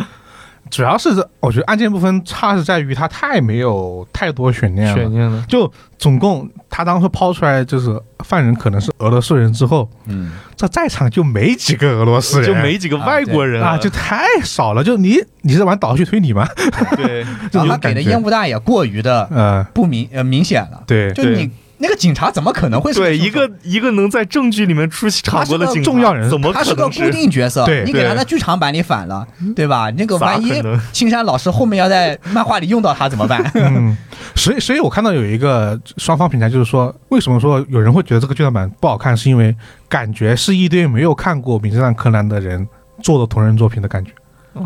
A: 主要是这我觉得案件部分差是在于它太没有太多悬念
B: 悬
A: 了。
B: 念了，
A: 就总共他当时抛出来就是犯人可能是俄罗斯人之后，
C: 嗯，
A: 这在场就没几个俄罗斯人，
B: 就没几个外国人
A: 啊，就太少了。就你你是玩倒叙推理吗？ *laughs*
B: 对，
A: 就有
C: 然后他
A: 感
C: 给的
A: 觉
C: 烟雾弹也过于的
A: 呃，
C: 不明呃明显了，
A: 对，
C: 就你那个警察怎么可能会是
B: 对，
C: 凶手
B: 一个一个能在证据里面出场过的警察
A: 重要人
B: 怎么
C: 他
B: 可
C: 是个
B: 能
C: 固定角色
A: 对，
C: 你给他
B: 对嗯
C: 在剧场版里反了，对吧？那个
B: 咋
C: 万一
B: 可能 *laughs*
C: 青山老师后面要在漫画里用到他怎么办？
A: 嗯，所以所以我看到有一个双方评价，就是说为什么说有人会觉得这个剧场版不好看，是因为感觉是一堆没有看过《名侦探柯南》的人做的同人作品的感觉。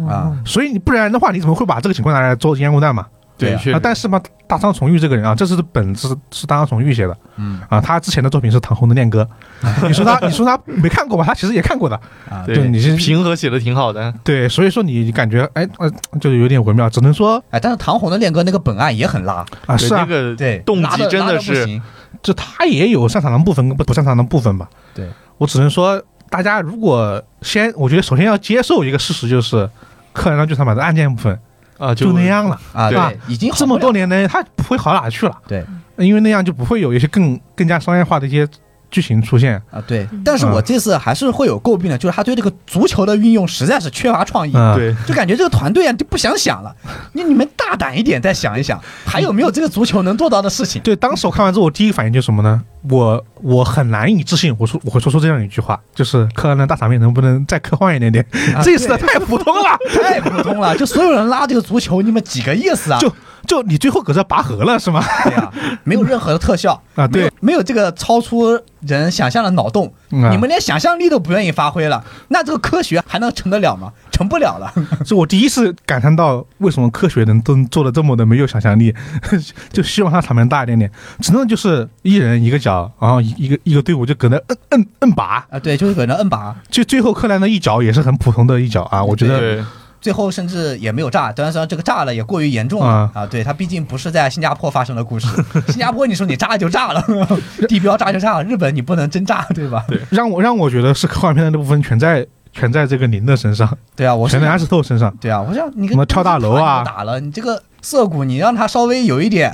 C: 啊，
A: 所以你不然的话，你怎么会把这个情况拿来做烟雾弹嘛？
C: 对
B: 对，
C: 啊
B: 确
A: 啊
B: 实，，
A: 但是嘛，大仓重裕这个人啊，这是本子是大仓重裕写的
C: 嗯
A: 啊，他之前的作品是唐红的恋歌， *laughs* 你说他你说他没看过吧？他其实也看过的，
C: 啊，
A: 对你是啊
B: 平和写的挺好的，
A: 对，所以说你感觉哎呃，就是有点微妙，只能说
C: 哎，但是唐红的恋歌那个本案也很拉，
A: 啊
B: 对
A: 是
B: 那
A: 啊，
B: 个
C: 对，
B: 动
C: 拉
B: 机
C: 得
B: 真
C: 拉
B: 的
C: 得不
B: 是
C: 行
A: 就他也有擅长的部分跟不不擅长的部分吧。
C: 对
A: 我只能说，大家如果先，我觉得首先要接受一个事实，就是柯南的剧场版的案件部分
B: 啊，
A: 就那样了，
C: 啊，
B: 对
C: 对，已经好
A: 这么
C: 不了
A: 多年呢，它不会好哪去了。
C: 对，
A: 因为那样就不会有一些更更加商业化的一些剧情出现。
C: 啊，对，但
B: 嗯
C: 是我这次还是会有诟病的，就是他对这个足球的运用实在是缺乏创意，
A: 嗯，
B: 对，
C: 就感觉这个团队啊就不想想了，你你们大胆一点再想一想，还有没有这个足球能做到的事情？
A: 对，当时我看完之后，我第一反应就是什么呢？我我很难以置信，我说我会说出这样一句话，就是柯南的大场面能不能再科幻一点点？
B: 啊
A: 这次的太普通了，
C: 太普通了，就所有人拉这个足球，你们几个意思啊？
A: 就就你最后搁这拔河了是吗？ *laughs*
C: 对啊，没有任何的特效
A: 啊对
C: 没有，没有这个超出人想象的脑洞，
A: 嗯啊
C: 你们连想象力都不愿意发挥了，那这个科学还能成得了吗？成不了了。
A: 是我第一次感叹到为什么科学能都做的这么的没有想象力， *laughs* 就希望它场面大一点点。只能就是一人一个脚，然后一一个一个队伍就搁那摁摁摁拔，
C: 啊，对，就是搁那摁把，
A: 就最后柯南的一脚也是很普通的一脚啊，我觉得
B: 对，
C: 最后甚至也没有炸，当然说这个炸了也过于严重了
A: 啊
C: 啊对，它毕竟不是在新加坡发生的
A: *laughs*
C: 故事，新加坡你说你炸就炸了，地标炸就炸了，日本你不能真炸，对吧？对
A: 让我让我觉得是科幻片的那部分全在全在这个林的身上，
C: 啊，我
A: 全
C: 是
A: 在安室透身上。
C: 对啊，我想你
A: 什么跳大楼啊
C: 你都打了你这个涩谷，你让它稍微有一点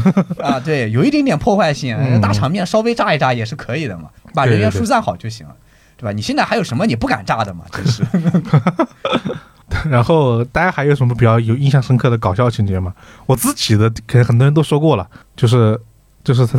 C: *laughs* 啊，对，有一点点破坏性，
A: 嗯
C: 大场面稍微炸一炸也是可以的嘛，把
A: 对对
C: 人员
A: 对
C: 疏散好就行了。对吧？你现在还有什么你不敢炸的嘛？真是
A: 然后大家还有什么比较有印象深刻的搞笑情节吗？我自己的可能很多人都说过了，就是就是他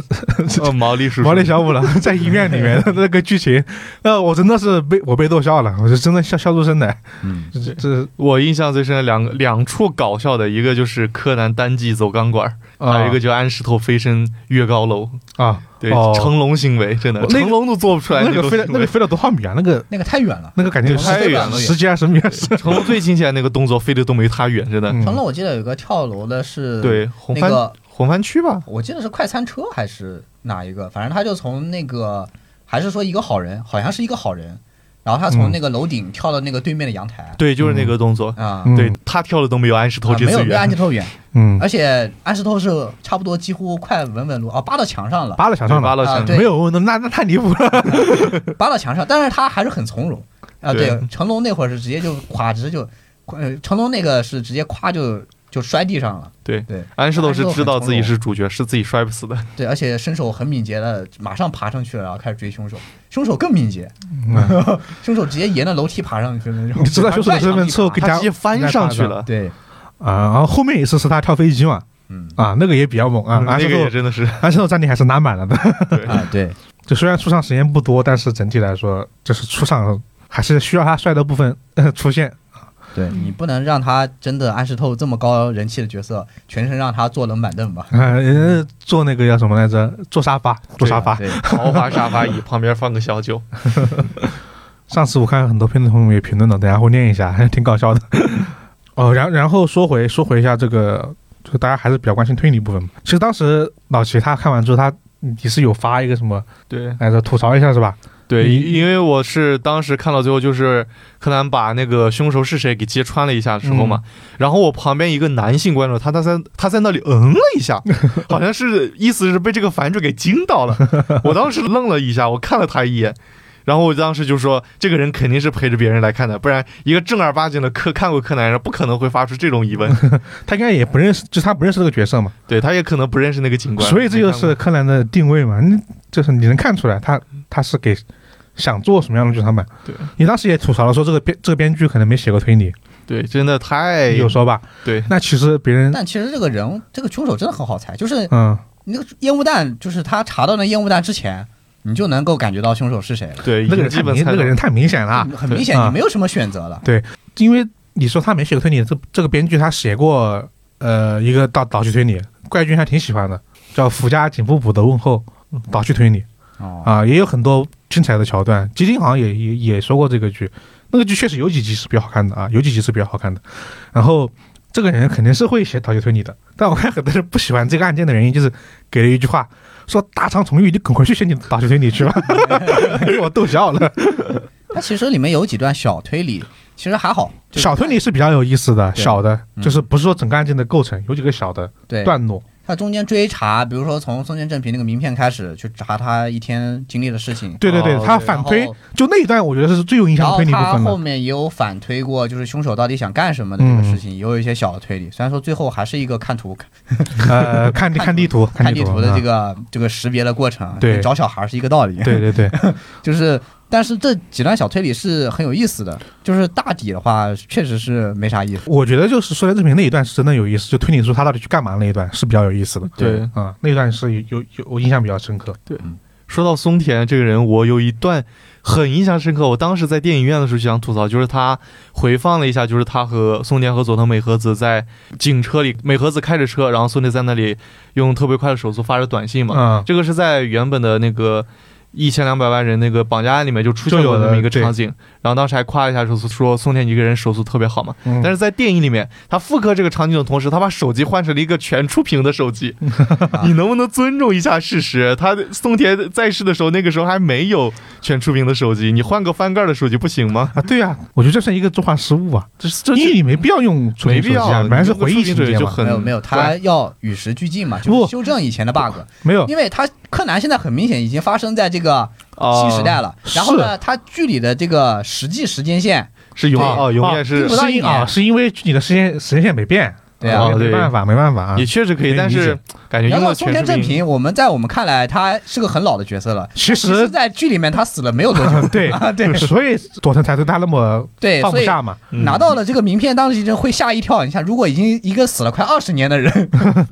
A: *laughs*
B: 哦，毛利叔叔，
A: 毛利小五郎 *laughs* 在医院里
B: *laughs*
A: 面的那个剧情，呃，我真的是被我被逗笑了，我是真的笑笑出声来。
F: 嗯，
A: 这这
B: 我印象最深的两个两处搞笑的，一个就是柯南单骑走钢管，还有
A: 啊
B: 一个就安石头飞身越高楼，
A: 啊，
B: 对，
A: 哦
B: 成龙行为真的，
A: 那个
B: 成龙都做不出来
A: 那
B: 种
A: 个飞了
B: 行
A: 那
B: 为
A: 个。飞了多少米啊？那个
C: 那个太远了。
A: 那个感觉
B: 太远了
A: 十十几二十米。是
B: 成龙最近起来那个动作飞的都没他远，真的。
A: 嗯
C: 成龙我记得有个跳楼的是，
B: 对，红
C: 嗯那
B: 番、
C: 个
B: 红番区吧，
C: 我记得是快餐车还是哪一个，反正他就从那个还是说一个好人，好像是一个好人，然后他从
A: 嗯
C: 那个楼顶跳到那个对面的阳台
B: 对，就是那个动作。
C: 啊。
A: 嗯
B: 对他跳的都没有安石头
C: 啊
B: 这
C: 没
B: 次
C: 有没有
B: 远，
C: 安石头远，
A: 嗯，
C: 而且安石头是差不多几乎快稳稳落啊，扒到墙上了，
A: 扒了墙上
B: 扒
A: 了，
B: 到
C: 啊
B: 墙上
C: 对
A: 没有那那那太离谱了。
C: 扒到墙上，但是他还是很从容啊。
B: 对
C: 对，成龙那会儿是直接就垮，直接就，呃，成龙那个是直接咵就就摔地上了，
B: 安石头是
C: 安石头
B: 知道
C: 很
B: 自己是主角，是自己摔不死的。
C: 对，而且身手很敏捷的，马上爬上去了，然后开始追凶手，凶手更敏捷，
A: 嗯
C: *laughs* 凶手直接沿着楼梯爬上去了，
A: 你知道凶手的身份之后，给
C: 给
B: 他
A: 他
B: 直接翻上去了，
C: 对，
A: 啊。然后后面一次是他跳飞机嘛，
C: 嗯
A: 啊，那个也比较猛啊
B: 嗯。
A: 安
B: 那
A: 室
B: 个也
A: 透，
B: 真的是，
A: 安室透战力还是拉满了的。 *laughs*
B: *laughs* 对，
C: 啊对，
A: 就虽然出场时间不多，但是整体来说，就是出场还是需要他帅的部分、呃出现。
C: 对你不能让他真的安石透这么高人气的角色，全程让他坐冷板凳吧。
A: 啊、人家坐那个叫什么来着？坐沙发，坐沙发。
C: 对，啊
B: 豪华沙发椅旁边放个小酒，
A: 上次我看很多评论朋友也评论了，等下会念一下，还挺搞笑的。哦，然然后说回说回一下这个，就是大家还是比较关心推理部分嘛。其实当时老齐他看完之后，他你是有发一个什么
B: 对，
A: 来着吐槽一下是吧？
B: 对，
A: 你
B: 因因为我是当时看到最后，就是柯南把那个凶手是谁给揭穿了一下的时候
A: 嗯
B: 嘛，然后我旁边一个男性观众，他他在他在那里嗯了
A: *laughs*
B: 一下，好像是意思是被这个反转给惊到了。我当时愣了一下，我看了他一眼，然后我当时就说，这个人肯定是陪着别人来看的，不然一个正儿八经的柯看过柯南人不可能会发出这种疑
A: *laughs*
B: 问。
A: 他应该也不认识，就是他不认识这个角色嘛，
B: 对他也可能不认识那个警官，
A: 所以这
B: 没
A: 就
B: 看过
A: 是柯南的定位嘛，你就是你能看出来他他是给想做什么样的剧场版。
B: 对，
A: 你当时也吐槽了说这个编这个编剧可能没写过推理，
B: 对，真的太
A: 有说吧？
B: 哎对
A: 那其实别人
C: 但其实这个人，这个凶手真的很好猜， *laughs* 就是
A: 嗯
C: 你那个烟雾弹，就是他查到那烟雾弹之前，你就能够感觉到凶手是谁了。
B: 对，
A: 那个
B: 已
A: 人太
B: 经基本
A: 明那
B: 猜到嗯
A: 个人太明显了啊，
C: 很明显
A: 啊
C: 你没有什么选择了。
A: 因为你说他没写过推理，这这个编剧他写过呃一个倒倒叙推理，怪君还挺喜欢的，叫福家井布补的问候倒叙推理
C: 哦，
A: 啊，也有很多精彩的桥段。吉丁好像也也也说过这个剧，那个剧确实有几集是比较好看的啊，有几集是比较好看的。然后这个人肯定是会写倒叙推理的，但我看很多人不喜欢这个案件的原因就是给了一句话。说大长重遇，你滚回去写你的倒叙推理
B: *laughs*
A: 去吧，给我逗笑了。
C: 他其实里面有几段小推理，其实还好。就是
A: 小推理是比较有意思的，
C: 对
A: 小的
C: 嗯
A: 就是不是说整个案件的构成，有几个小的
C: 对，
A: 段落。
C: 他中间追查，比如说从松间正平那个名片开始去查他一天经历的事情，
A: 对对对
B: 哦，
A: 他
B: 对
A: 反
C: 然后
A: 推，就那一段我觉得是最有影
C: 然
A: 响
C: 后
A: 推理部
C: 他
A: 分
C: 后
A: 了。
C: 面也有反推过，就是凶手到底想干什么的这个
A: 嗯
C: 事情，也有一些小的推理。虽然说最后还是一个看图
A: 呃，看看地图，
C: 看地图的这
A: 个，
C: 个、这个识别的过程，
A: 对
C: 跟找小孩是一个道理。
A: 啊对，对 *laughs* 对，
C: *laughs* 就是但是这几段小推理是很有意思的，就是大抵的话确实是没啥意思。
A: 我觉得就是说正平那一段是真的有意思，就推理出他到底去干嘛那一段是比较有意思的。
B: 对。
A: 啊、那一段是有有有我印象比较深刻。
B: 说到松田这个人，我有一段很印象深刻。我当时在电影院的时候就想吐槽，就是他回放了一下，就是他和松田和佐藤美和子在警车里，美和子开着车，然后松田在那里用特别快的手速发着短信嘛。
A: 嗯，
B: 这个是在原本的那个一千两百万人那个绑架案里面就出现
A: 就有
B: 过
A: 的
B: 的那么一个
A: 对
B: 场景，然后当时还夸了一下手速，说松田一个人手速特别好嘛。
A: 嗯
B: 但是在电影里面，他复刻这个场景的同时，他把手机换成了一个全触屏的
A: *laughs*
B: 手机。你能不能尊重一下事实？他松田在世的时候，那个时候还没有全触屏的手机，你换个翻盖的手机不行吗？
A: 啊，对啊，我觉得这是一个作画失误啊，
B: 这这
A: 因为你没必要用触
B: 没
A: 屏手
B: 必
A: 机啊，
B: 要，
A: 本来是回忆
B: 你
A: 情
B: 这个
A: 节
B: 触屏手机就
A: 嘛，
B: 很
C: 没有没有，他
B: 对
C: 要与时俱进嘛，
A: 嗯
C: 就
A: 不
C: 是修正以前的 bug，
A: 没有
C: *laughs* 因为他柯南现在很明显已经发生在这个
B: 啊
C: 新时代了，
A: 哦是
C: 然后呢，他剧里的这个实际时间线
B: 是永
A: 啊
B: 哦，永远
A: 啊
B: 是
C: 不到
A: 是
C: 一
A: 因
C: 年
A: 啊，是因为你的时间时间线没变，
C: 对啊
B: 哦
A: 没办法，没办法啊
B: 也。确实可
A: 可
B: 以，
A: 以
B: 但
A: 理解
B: 是感觉
C: 你
B: 用
C: 要
B: 到
C: 到松
B: 全
C: 田
B: 是
C: 正
B: 兵，
C: 平，我们在我们看来他是个很老的角色了，
A: 其
C: 其实，
A: 实
C: 在剧里面他死了没有多
A: *laughs*
C: 久，
A: 对
C: 啊 *laughs* 对
A: 所以佐藤才对他那么
C: 对，
A: 放不
C: 所以
A: 下嘛。
B: 嗯
C: 拿到了这个名片，当时就会吓一跳。你想，如果已经一个死了快二十年
A: *laughs*
C: 的人，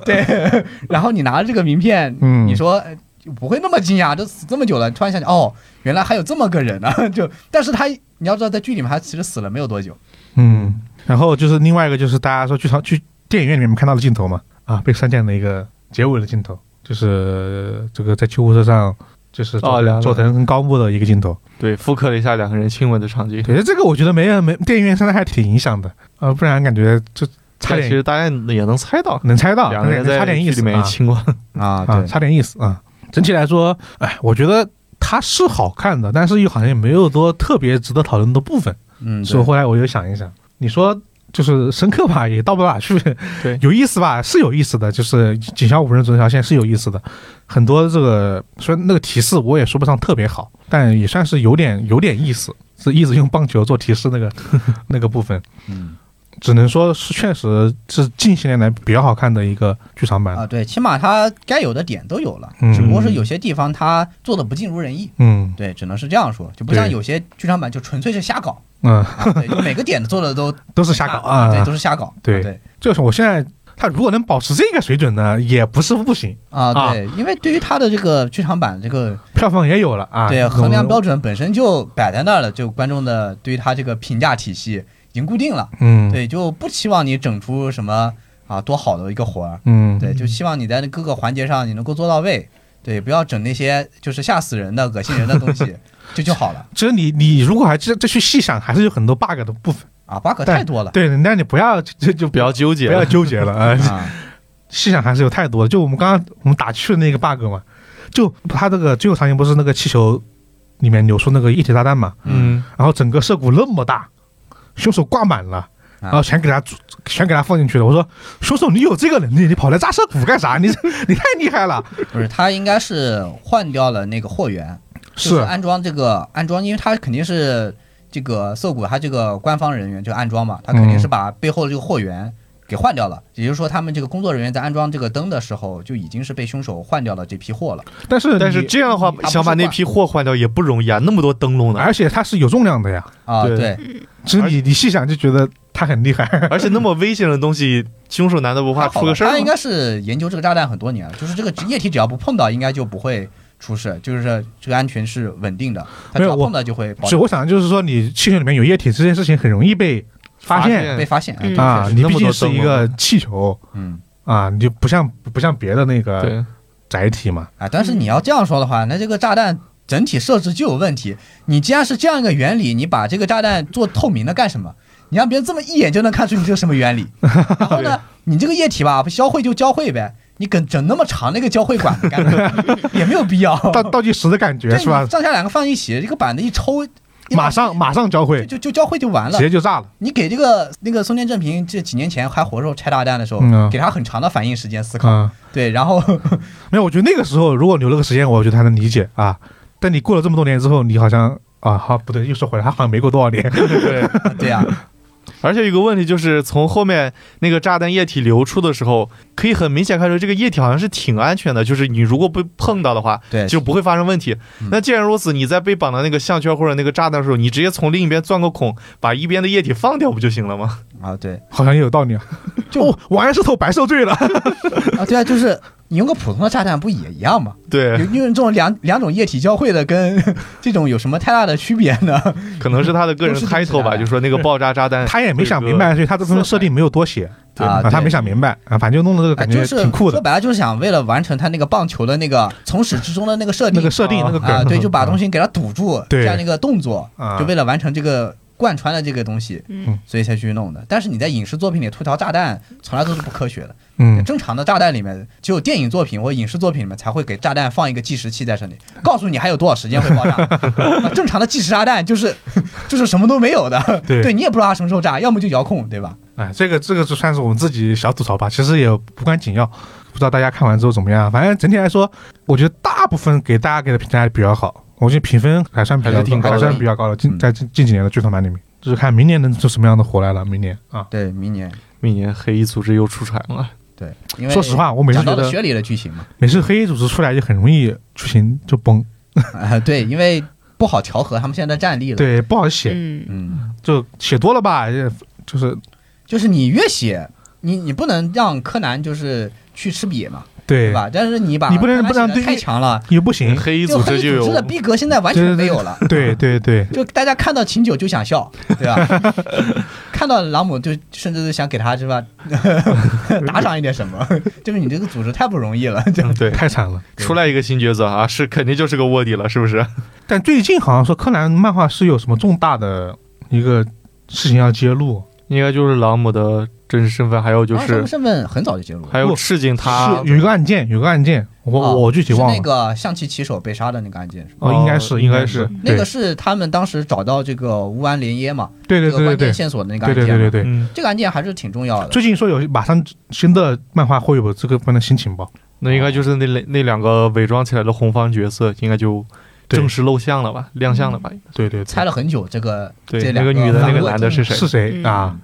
C: 对，然后你拿着这个名片，
A: 嗯
C: 你说呃不会那么惊讶，都死这么久了，突然想起哦，原来还有这么个人呢、啊 *laughs* 就，但是他你要知道，在剧里面他其实死了没有多久，
A: 嗯，然后就是另外一个就是大家说剧场去电影院里面看到的镜头嘛，啊，被删减的一个结尾的镜头，就是这个在救护车上，就是佐
B: 哦了解
A: 佐藤跟高木的一个镜头。
B: 对复刻了一下两个人亲吻的场景。
A: 对，这个我觉得没人没电影院现在还挺影响的，呃，不然感觉就差
B: 但其
A: 点
B: 实大家也能猜到，
A: 能猜到，
B: 两个人
A: 但是
B: 在
A: 差点意
B: 剧里
A: 思
B: 面
A: 啊 *laughs*
B: 亲过。
C: 啊
A: 啊，差点意思啊。整体来说，哎，我觉得它是好看的，但是又好像也没有多特别值得讨论的部分。
C: 嗯，
A: 所以
C: 对
A: 后来我又想一想，你说就是深刻吧，也到不了哪去；
B: 对
A: *laughs* 有意思吧，是有意思的，就是警校五人总条线是有意思的。很多这个虽然那个提示我也说不上特别好，但也算是有点有点意思，是一直用棒球做提示
C: *laughs*
A: 那个那个部分，
C: 嗯
A: 只能说是确实是近些年来比较好看的一个剧场版。
C: 啊，对，起码他该有的点都有了，
A: 嗯
C: 只不过是有些地方他做的不尽如人意。
A: 嗯
C: 对，只能是这样说，就不像
A: 对
C: 有些剧场版就纯粹是瞎搞，
A: 嗯， *laughs*
C: 啊、对，就每个点做的都
A: 都是瞎搞啊。
C: 对，都是瞎搞，
A: 对
C: 啊对
A: 就是我现在他如果能保持这个水准呢，也不是不行， *laughs*
C: 啊，对，因为对于他的这个剧场版这个
A: 票房也有了啊。
C: 对衡量标
A: 准，
C: 准本身就摆在那儿了，就观众的对于他这个评价体系已经固定了，
A: 嗯，，
C: 对，就不期望你整出什么啊多好的一个活儿，
A: 嗯，
C: 对，就希望你在各个环节上你能够做到位，对，不要整那些就是吓死人的、恶心人的
A: *laughs*
C: 东西，这就好了
A: 其实你你如果还再再去细想，还是有很多 bug 的部分。
C: 啊，bug
A: 但
C: 太
A: *laughs*
C: 多了
A: 对，那你不要就就
B: 不要纠结
A: 不要
B: 了，
A: 纠结了啊、呃
C: *laughs* 啊，
A: 细想还是有太多的。就我们刚刚我们打趣的那个 bug 嘛，就他这个最后场景不是那个气球里面流出那个液体炸弹嘛，
B: 嗯，
A: 然后整个涉谷那么大，凶手挂满了。然后全给他全给他放进去了。我说凶手，你有这个能力，你跑来炸涉谷干啥？你 *laughs* 你太厉害了。
C: 不是，他应该是换掉了那个货源，就是安装这个安装，因为他肯定是这个涩谷他这个官方人员就安装嘛，他肯定
A: 嗯
C: 是把背后的这个货源给换掉了，也就是说他们这个工作人员在安装这个灯的时候就已经是被凶手换掉了这批货了。
A: 但是
B: 但是
A: 你
B: 这样的话
C: 你，他
B: 想把
C: 不
B: 那
C: 是换
B: 批货换掉也不容易啊，那么多灯笼呢，
A: 而且它是有重量的呀，
C: 啊，
B: 对
C: 对，
A: 其实你你细想就觉得他很厉
B: *laughs*
A: 害。
B: 而且那么危险的东西，凶手难道不怕
C: 还好
B: 出个
C: 吧
B: 事儿
C: 他应
B: 吗？
C: 该是研究这个炸弹很多年了，就是这个液体只要不碰到，应该就不会出事，就是这个安全是稳定的，他只
A: 没有
C: 要
A: 我
C: 碰到就会保
A: 所以我想就是说，你气球里面有液体这件事情很容易被发现
C: 被发现。哎
D: 嗯
A: 啊，
B: 确实
A: 你
B: 那么
A: 毕
B: 多
A: 竟是一
B: 灯笼
A: 个气球
C: 嗯
A: 啊，你就不像不像别的那个
B: 对，
A: 载体嘛。
C: 啊，但是你要这样说的话，那这个炸弹整体设置就有问题。你既然是这样一个原理，你把这个炸弹做透明的干什么？你让别人这么一眼就能看出你这个什么
A: *laughs*
C: 原理。然后呢，你这个液体吧，不销毁就交汇呗，你整整那么长那个交汇管子干嘛？ *laughs* 也没有必要。
A: 倒倒计时的感觉
C: 哦对，
A: 是吧
C: 你？上下两个放一起，这个板子一抽，一
A: 马上马上交
C: 就
A: 汇，
C: 就就交汇就完
A: 直
C: 了。
A: 接就炸了。
C: 你给这个那个松田正平这几年前还活着时候拆炸弹的时候，
A: 嗯啊
C: 给他很长的反应时间思考。
A: 啊，
C: 对，然后 *laughs*
A: 没有，我觉得那个时候如果留了个时间，我觉得还能理解啊。但你过了这么多年之后，你好像啊，好不对，又说回来，他好像没过多少年。
C: *laughs*
B: 对， *laughs*
C: 对啊呀、
B: 而且有个问题就是，从后面那个炸弹液体流出的时候，可以很明显看出这个液体好像是挺安全的，就是你如果被碰到的话，
A: *laughs*
C: 对，
B: 就不会发生问题
C: 嗯。
B: 那既然如此，你在被绑到那个项圈或者那个炸弹的时候，你直接从另一边钻个孔，把一边的液体放掉不就行了吗？ *laughs*
C: 啊对。
A: 好像也有道理啊。就、哦、我还是头白受罪
C: *laughs*
A: 了。
C: 啊，对啊，就是你用个普通的炸弹不也一样吗？有
B: 对，
C: 用这种两两种液体交汇的，跟 *laughs* 这种有什么太大的区别呢？
B: 可能是他的个人
C: 都是这个
B: title
C: 炸
B: 吧，
C: 弹
B: 就说那个爆炸炸弹，
A: 他也没想明白，所以他这份设定没有多写
C: 对
A: 啊，
C: 对
A: 他没想明白啊，反正弄了这个
C: 啊
A: 感
C: 就
A: 觉
C: 是
A: 挺酷
C: 说
A: 的，
C: 白了就是想为了完成他那个棒球的那个从始至终的那个设定
A: 那个设定
B: 啊
A: 那个梗
C: 啊，对，就把东西给它堵住，
A: 对
C: 这样的一个动作，
A: 啊，
C: 就为了完成这个贯穿的这个东西，
D: 嗯
C: 所以才去弄的。但是你在影视作品里吐槽炸弹，从来都是不科学的。
A: 嗯
C: 正常的炸弹里面，只有电影作品或影视作品里面才会给炸弹放一个计时器在这里，告诉你还有多少时间会爆炸。啊正常的计时炸弹就是就是什么都没有的，
A: 对
C: 你也不知道它什么时候炸，要么就遥控，对吧？
A: 哎，这个这个就算是我们自己小吐槽吧，其实也不关紧要。不知道大家看完之后怎么样，反正整体来说，我觉得大部分给大家给的评价还比较好，我觉得评分还算比较
B: 还是挺高的
A: 还算比较高的。近
C: 嗯
A: 在近近几年的剧场版里面，就是看明年能做什么样的火来了。明年啊，
C: 对，明年
B: 明年黑衣组织又出船了。
C: 对，
E: 因为
A: 说实话，我每次
E: 讲到
A: 觉
E: 了
A: 得
E: 学理的剧情
C: *laughs*
E: 嘛，
A: 每次黑衣组织出来就很容易剧情就崩，
E: 啊、对，因为不好调和他们现在的战力了。
A: 对，不好写，
D: 嗯，
E: 嗯，
A: 就写多了吧，也就是
E: 就是你越写，你你不能让柯南就是去吃瘪嘛，
A: 对
E: 对，吧？但是你把
A: 你不能
E: 柯南
A: 不能
E: 写得
A: 对
E: 太强了，
A: 也不行，
B: 黑衣
E: 就
B: 组
E: 黑
B: 织就
E: 组织的
B: 有
E: 逼格现在完全没有了。
A: 对对对，
E: 就大家看到琴酒就想笑，对吧？ *laughs* 看到朗姆就甚至是想给他是吧， *laughs* 打赏一点什么？ *laughs* 就是你这个组织太不容易了， *laughs* 就
B: 对
A: 太惨了。
B: 出来一个新角色啊，是肯定就是个卧底了，是不是？
A: 但最近好像说柯南漫画是有什么重大的一个事情要揭露，
B: 应该就是朗姆的真实身份，还有就
C: 啊
E: 然后他
B: 是
E: 们身份很早就揭露了。
B: 还有赤井他
A: 是有一个案件，有一个案件，我、
E: 哦
A: 我具体
E: 是
A: 忘
E: 那
A: 了，
E: 个象棋棋手被杀的那个案件是吧？
A: 哦，应该是
B: 哦
A: 应
B: 应
A: 该
B: 该
A: 是
B: 是
E: 那
A: 对
E: 个是他们当时找到这个乌安林耶嘛，
A: 对对
E: 这个
A: 对对
E: 关
A: 对
E: 键线索的那个案
A: 对
E: 件
A: 对
E: 嘛。
A: 对对对。
B: 嗯，
E: 这个案件还是挺重要的。
A: 最近说有马上新的漫画会有这个方面的新情报，
B: 那应该就是那那两个伪装起来的红方角色，应该就
A: 对
B: 正式露相了吧，亮相了吧？应该
A: 对对
E: 猜
A: 对，
E: 了很久，这个这
B: 对，那
E: 两
B: 个女的，
E: 反
B: 那个
E: 问
B: 男的是谁？
A: 是谁
D: 嗯
A: 啊？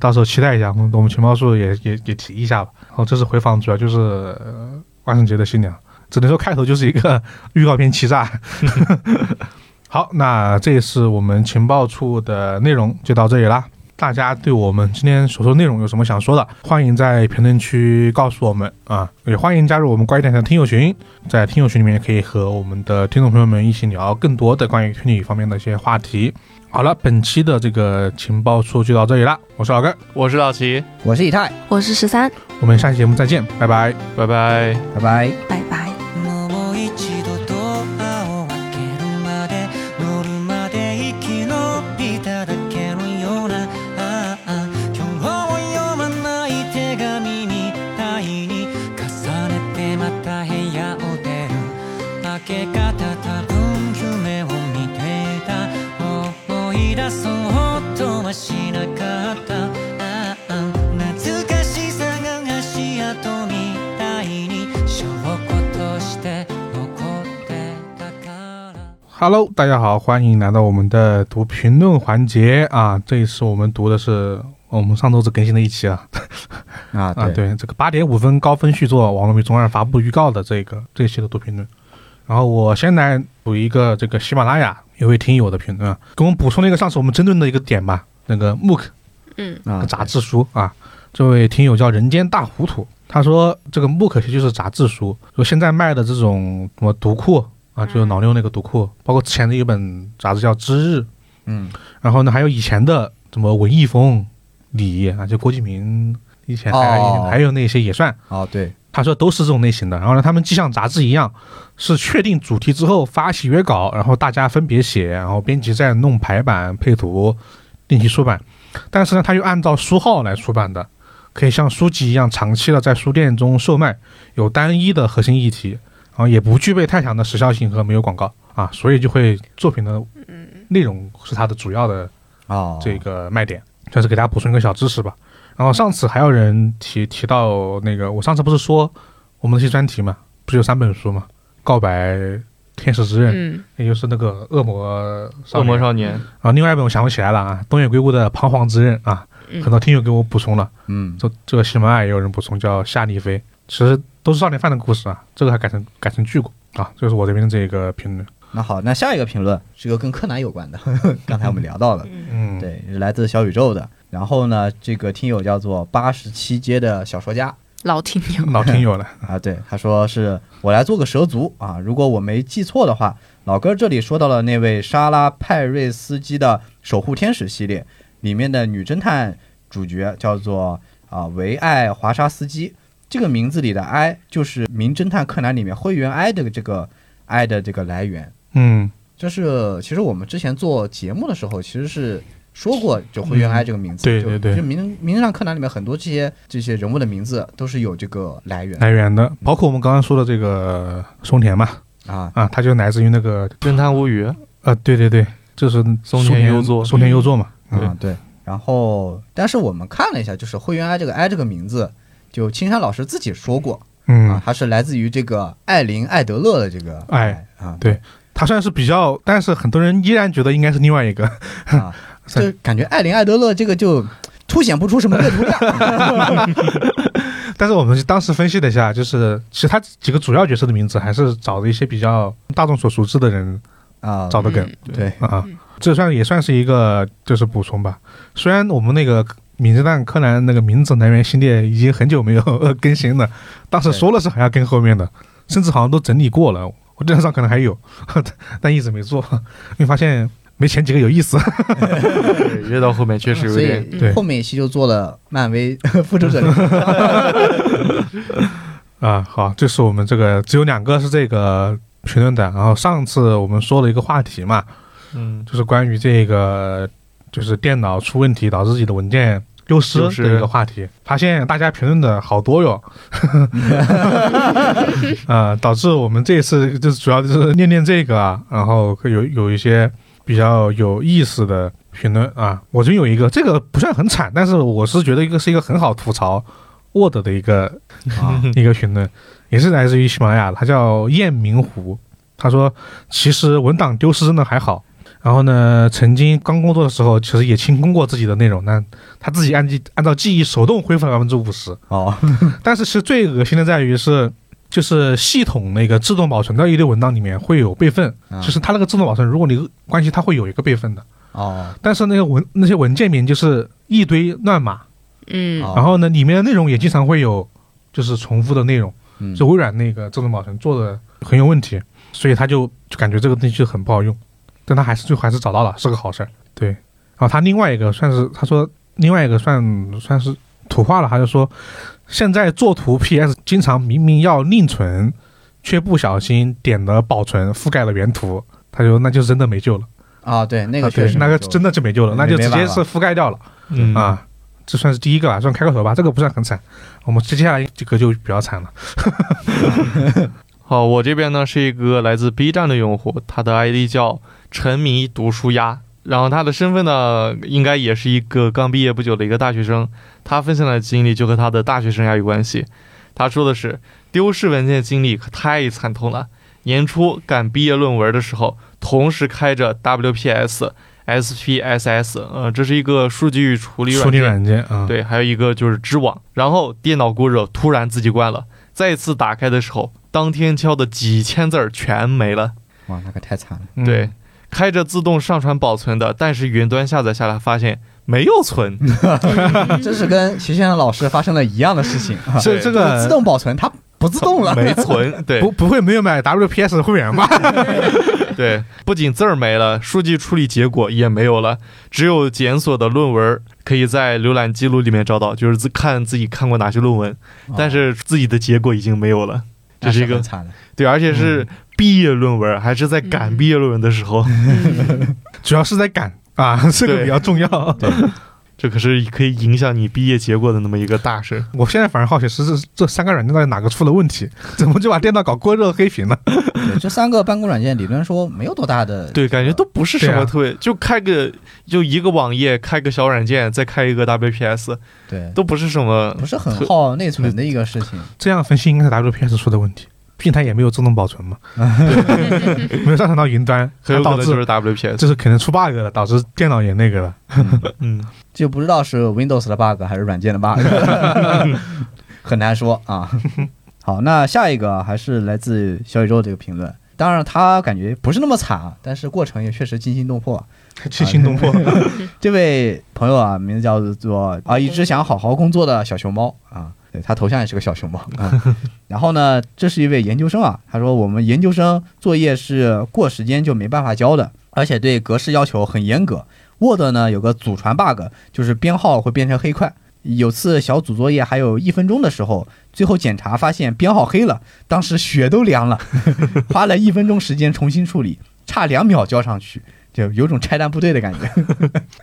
A: 到时候期待一下，我们我们情报处也也也提一下吧。然后这次回访主要就是呃万圣节的新娘，只能说开头就是一个预告片欺诈。 *laughs* 好，那这是我们情报处的内容就到这里啦。大家对我们今天所说的内容有什么想说的，欢迎在评论区告诉我们啊，也欢迎加入我们关于电台的听友群，在听友群里面也可以和我们的听众朋友们一起聊更多的关于推理方面的一些话题。好了，本期的这个情报处就到这里啦，我是老根，
B: 我是老齐，
E: 我是以太，
D: 我是十三，
A: 我们下期节目再见，拜拜。
B: 拜拜。
E: 拜拜。
D: 拜拜。
G: もう一度ドアを開けるまで乗るまで生き延びただけのようなああ今日を読まない手紙みたいに重ねてまた部屋を出る明け方多分夢を見ていた思い出そうとはしなかったああ懐かしさが足跡みたいに証拠として残ってたから
A: Hello，大家好，欢迎来到我们的读评论环节啊！这一次我们读的是哦我们上周只更新了一期啊
C: 啊
A: 啊，，对，这个八点五分高分续作《网络迷踪二》发布预告的这个这一期的读评论。然后我先来读一个这个喜马拉雅一位听友的评论，啊，给我们补充了一个上次我们争论的一个点吧，那个 Mook
D: 嗯，
C: 啊
A: 杂志书啊。这位听友叫人间大糊涂，他说这个 MOOC 其实就是杂志书，就现在卖的这种什么读库啊，就是老六那个读库，包括之前的一本杂志叫《知日》，
C: 嗯，
A: 然后呢还有以前的什么文艺风、李啊，就郭敬明以前还、
C: 哦
A: 还有那些也算，
C: 哦对，
A: 他说都是这种类型的。然后呢，他们既像杂志一样，是确定主题之后发起约稿，然后大家分别写，然后编辑再弄排版、配图、定期出版。但是呢，他又按照书号来出版的，可以像书籍一样长期的在书店中售卖，有单一的核心议题，然后也不具备太强的时效性和没有广告啊，所以就会作品的内容是它的主要的
C: 哦
A: 这个卖点，算是给大家补充一个小知识吧。然后上次还有人提提到那个，我上次不是说我们那些专题嘛，不是有三本书嘛，《告白》《天使之刃》
D: 嗯，
A: 也就是那个恶魔少
B: 恶
A: 年
B: 魔少年，
A: 啊，另外一本我想不起来了啊，东野圭吾的《彷徨之刃》啊，
D: 嗯
A: 很多听友给我补充了，
C: 嗯
A: 这这个喜马拉雅也有人补充叫夏丽菲，其实都是少年犯的故事啊，这个还改成改成剧过啊，这是我这边的这个评论，
C: 那好，那下一个评论是个跟柯南有关的， *laughs* 刚才我们聊到了，
A: 嗯，
C: 对，是来自小宇宙的。然后呢，这个听友叫做八十七街的小说家
D: 老听友，
A: 老听友了，
C: 啊，对，他说是我来做个蛇族啊，如果我没记错的话，老哥这里说到了那位莎拉派瑞斯基的《守护天使》系列里面的女侦探主角叫做啊维艾华沙斯基，这个名字里的 I 就是《名侦探柯南》里面灰原哀的这个 I 的这个来源。
A: 嗯，
C: 就是其实我们之前做节目的时候，其实是说过就灰原哀这个名字，
A: 嗯对
C: 就
A: 对对
C: 就名名侦探柯南里面很多这些这些人物的名字都是有这个来源
A: 来源的，包括我们刚刚说的这个松田嘛，
C: 啊，
A: 啊，它就来自于那个
B: 侦探无语，
A: 呃，对对对，就是
B: 松田优作嗯
A: 松田优作嘛，
B: 对
C: 啊对。然后，但是我们看了一下，就是灰原哀这个哀这个名字，就青山老师自己说过
A: 嗯
C: 啊，，它是来自于这个艾琳艾德勒的这个
A: 哎
C: 啊，
A: 对他算是比较，但是很多人依然觉得应该是另外一个，
C: 啊，就感觉艾琳艾德勒这个就凸显不出什么阅读量。
A: 但是我们当时分析了一下，就是其他几个主要角色的名字还是找了一些比较大众所熟知的人
H: 啊，
A: 找的梗
D: 嗯
H: 对，
A: 啊，这算也算是一个就是补充吧。虽然我们那个《名侦探柯南》那个名字来源系列已经很久没有更新了，当时说了是还要跟后面的，甚至好像都整理过了，我电脑上可能还有，但一直没做，因为发现没前几个有意思。
B: 对越到后面确实有
C: 所
B: 点
C: 以
A: 对
C: 后面一期就做了漫威 *laughs* 复仇者联盟，
A: 啊，好，这是我们这个只有两个是这个评论的。然后上次我们说了一个话题嘛， *laughs*
B: 嗯，
A: 就是关于这个就是电脑出问题导致自己的文件丢失
B: 丢失
A: 的一个话题，发现大家评论的好多
B: *laughs*
A: 哟，啊，导致我们这次就是主要就是念念这个啊，然后有有一些比较有意思的评论啊，我这边有一个，这个不算很惨，但是我是觉得一个是一个很好吐槽 Word 的一个啊 *laughs* 一个评论，也是来自于喜马拉雅的，他叫雁明湖，他说其实文档丢失真的还好。然后呢，曾经刚工作的时候，其实也清空过自己的内容，但他自己按记按照记忆手动恢复了百分之五十。
H: 哦，
A: 但是其实最恶心的在于是，就是系统那个自动保存到一堆文档里面会有备份，
C: 啊
A: 就是它那个自动保存，如果你关机，它会有一个备份的。
H: 哦，
A: 但是那个文那些文件名就是一堆乱码，
D: 嗯
H: 哦
A: 然后呢，里面的内容也经常会有就是重复的内容，
H: 嗯
A: 就微软那个自动保存做的很有问题，所以他就就感觉这个东西就很不好用，但他还是最后还是找到了，是个好事儿。对，然后他另外一个算是他说另外一个算算是土话了，他就说现在做图 PS 经常明明要另存，却不小心点了保存覆盖了原图，他就那就真的没救了，
C: 啊，对，那
A: 那
C: 个确实
A: 那个
C: 没错
A: 真的就没救了，那就直接是覆盖掉了。
B: 嗯
A: 啊，这算是第一个吧，算开个头吧，这个不算很惨。我们接下来这个就比较惨了。
B: 好，我这边呢是一个来自 B 站的用户，他的 ID 叫沉迷读书鸭，然后他的身份呢应该也是一个刚毕业不久的一个大学生，他分享的经历就和他的大学生涯有关系。他说的是丢失文件经历可太惨痛了，年初赶毕业论文的时候，同时开着 WPS、SPSS，呃，这是一个数据处理软
A: 处理
B: 件。
A: 软件啊，，
B: 对，还有一个就是知网，然后电脑过热，突然自己关了，再一次打开的时候，当天敲的几千字儿全没了。
H: 哇，那个太惨了，
A: 嗯
B: 对，开着自动上传保存的，但是云端下载下来发现没有存，
C: 这是跟齐先生老师发生了一样的事情，啊
A: 这这个
C: 自动保存它不自动了，
B: 没存。对
A: 不不会没有买 WPS 的会员
B: *laughs*
A: 吧？
B: 对，不仅字儿没了，数据处理结果也没有了，只有检索的论文可以在浏览记录里面找到，就是自看自己看过哪些论文，但是自己的结果已经没有了。这
C: 啊那
B: 是一
C: 很
B: 个
C: 惨的，
B: 对，而且是毕业论文，还是在赶
D: 嗯
B: 毕业论文的时候，
A: 主要是在赶啊， *laughs* 这个
B: 对
A: 比较重要。 *laughs*
B: 这可是可以影响你毕业结果的那么一个大事。
A: 我现在反而好奇是这这三个软件到底哪个出了问题， *laughs* 怎么就把电脑搞过热黑屏了？ *laughs*
C: 对这三个办公软件理论说没有多大的，
B: 对，感觉都不是什
A: 对
B: 么
A: 啊
B: 特别，就开个就一个网页，开个小软件，再开一个 WPS，
C: 对，
B: 都不是什么
C: 不是很
B: 特
C: 耗内存的一个事情。
A: 这样分析应该是 WPS 出的问题，毕竟它也没有自动保存
B: *laughs*
A: 嘛，没有上传到云端，
B: 很有可
A: 导
B: 能就
A: 致
B: 是 WPS。
A: 就是可能出 bug 了，导致电脑也那个了。
B: 嗯，
C: 就不知道是 Windows 的 bug 还是软件的 bug，很难说啊。好，那下一个还是来自小宇宙这个评论，当然他感觉不是那么惨，啊，但是过程也确实惊心动魄啊。
A: 惊心动魄，
B: 啊
C: 这位朋友啊，名字叫做啊，一只想好好工作的小熊猫啊，对他头像也是个小熊猫啊。然后呢，这是一位研究生啊，他说我们研究生作业是过时间就没办法交的，而且对格式要求很严格。Word 呢有个祖传 bug，就是编号会变成黑块。有次小组作业还有一分钟的时候，最后检查发现编号黑了，当时血都凉了，花了一分钟时间重新处理，差两秒交上去，就有种拆弹部队的感觉。
A: *laughs*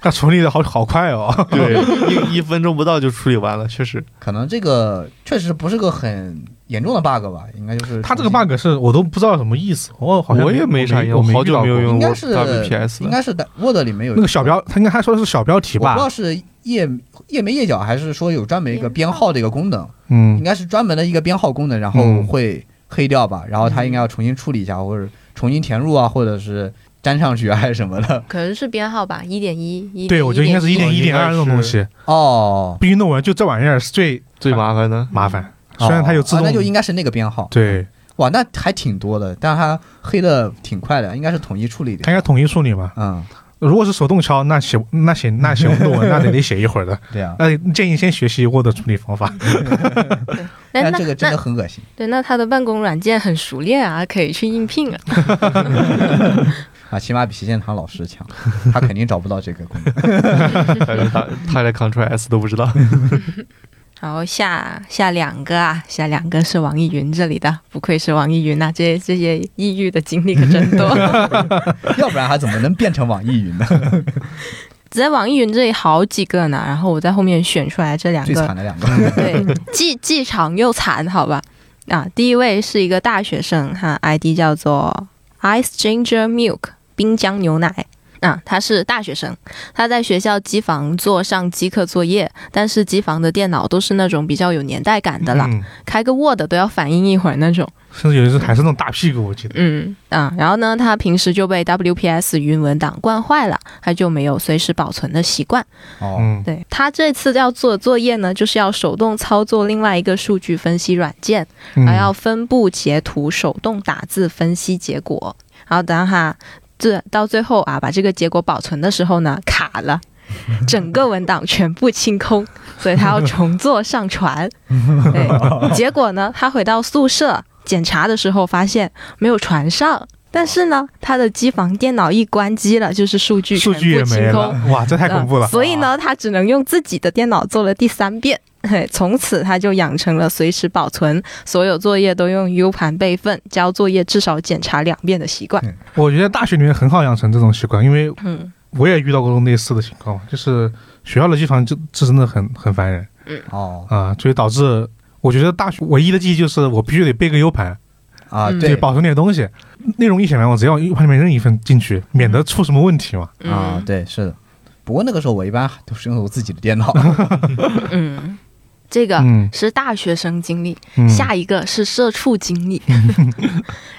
A: 它处理的好好快哦。
B: *laughs* 对，一一分钟不到就处理完了，确实。
C: 可能这个确实不是个很严重的 bug 吧，应该就是
A: 他这个 bug 是我都不知道什么意思，我好像
B: 我也没啥用
A: 我
B: 好久
A: 遇到
B: 没有
A: 过
B: 用
C: 应该
B: 过
C: 是
B: WPS
C: 应该是在 Word 里面有
A: 那个小标，他应该还说的是小标题
C: 我不知道
A: 吧？
C: 是页页没页脚，还是说有专门一个编号的一个功能，应
A: 嗯，
C: 该是专门的一个编号功能，然后
A: 嗯
C: 会黑掉吧，然后它应该要重新处理一下，或者重新填入啊，或者是粘上去还是什么
A: *laughs*
C: 的。
D: 可能是编号吧，一点一，
A: 对，我觉得应该是一点一、
B: 应
A: 点
B: 该
A: 二那种东西，
C: 哦，
A: 必须弄完，就这玩意儿是最
B: 最麻烦的。
A: 麻烦。虽然它有自
C: 哦
A: 动，
C: 那就应该是那个编号。
A: 对，
C: 哇，那还挺多的，但它黑的挺快的，应该是统一处理
A: 它
C: 的。
A: 应该统一处理嘛。
C: 嗯，
A: 如果是手动敲，那写那写那写论
C: *laughs*
A: 文，那得得写一会儿的。
C: 对啊，
A: 那建议先学习 Word 处理方法。
D: 那
C: 但
D: 那
C: 这个真
D: 那
C: 的很恶心
D: 对，那他的办公软件很熟练啊，可以去应聘啊。
C: 啊，起码比齐建堂老师强，他肯定找不到这个工作。
B: 他 *laughs* 他他连 Ctrl S 都不知道。
D: *laughs* 然后下下两个啊，下两个是王一云这里的，不愧是王一云呐、这些这些抑郁的经历可真 *laughs* 多。
C: 要不然他怎么能变成网易云呢？
D: 只在网易云这里好几个呢，然后我在后面选出来这两
C: 最
D: 个
C: 惨的两个，
D: 对，既既长又惨，好吧？啊，第一位是一个大学生，哈，ID 叫做 Ice Ginger Milk 冰浆牛奶。啊，他是大学生，他在学校机房做上机课作业，但是机房的电脑都是那种比较有年代感的啦，
A: 嗯，
D: 开个 Word 都要反应一会儿那种。
A: 甚至有一次还是那种大屁股，我记得。
D: 嗯啊，然后呢，他平时就被 WPS 云文档惯坏了，他就没有随时保存的习惯。
C: 哦，
A: 嗯，
D: 对他这次要做的作业呢，就是要手动操作另外一个数据分析软件，
A: 嗯
D: 还要分布截图，手动打字分析结果。然后等哈，这到最后啊，把这个结果保存的时候呢，卡
A: *laughs*
D: 了。整个文档全部清空，所以他要重做
A: *laughs*
D: 上传。对，结果呢，他回到宿舍检查的时候发现没有传上，但是呢，他的机房电脑一关机了，就是数据
A: 数
D: 全部
A: 据也没
D: 清空
A: 了。，哇，这太恐怖了
D: 嗯。所以呢，他只能用自己的电脑做了第三遍。嘿，从此他就养成了随时保存所有作业都用 U 盘备份，交作业至少检查两遍的习惯。
A: 我觉得大学里面很好养成这种习惯，因为
D: 嗯，
A: 我也遇到过类似的情况，就是学校的机房就这真的很很烦人
C: 哦
A: 啊，所以导致我觉得大学唯一的记忆就是我必须得备个 U 盘，
C: 啊，
D: 嗯
A: 对，
C: 对
A: 保存点东西，内容一写完，我只要 U 盘里面扔一份进去，免得出什么问题嘛。
D: 嗯
C: 啊，，对，是的。不过那个时候我一般都是用我自己的电
A: *laughs*
C: 脑。
D: 嗯，这个
A: 嗯
D: 是大学生经历，
A: 嗯，
D: 下一个是社畜经历。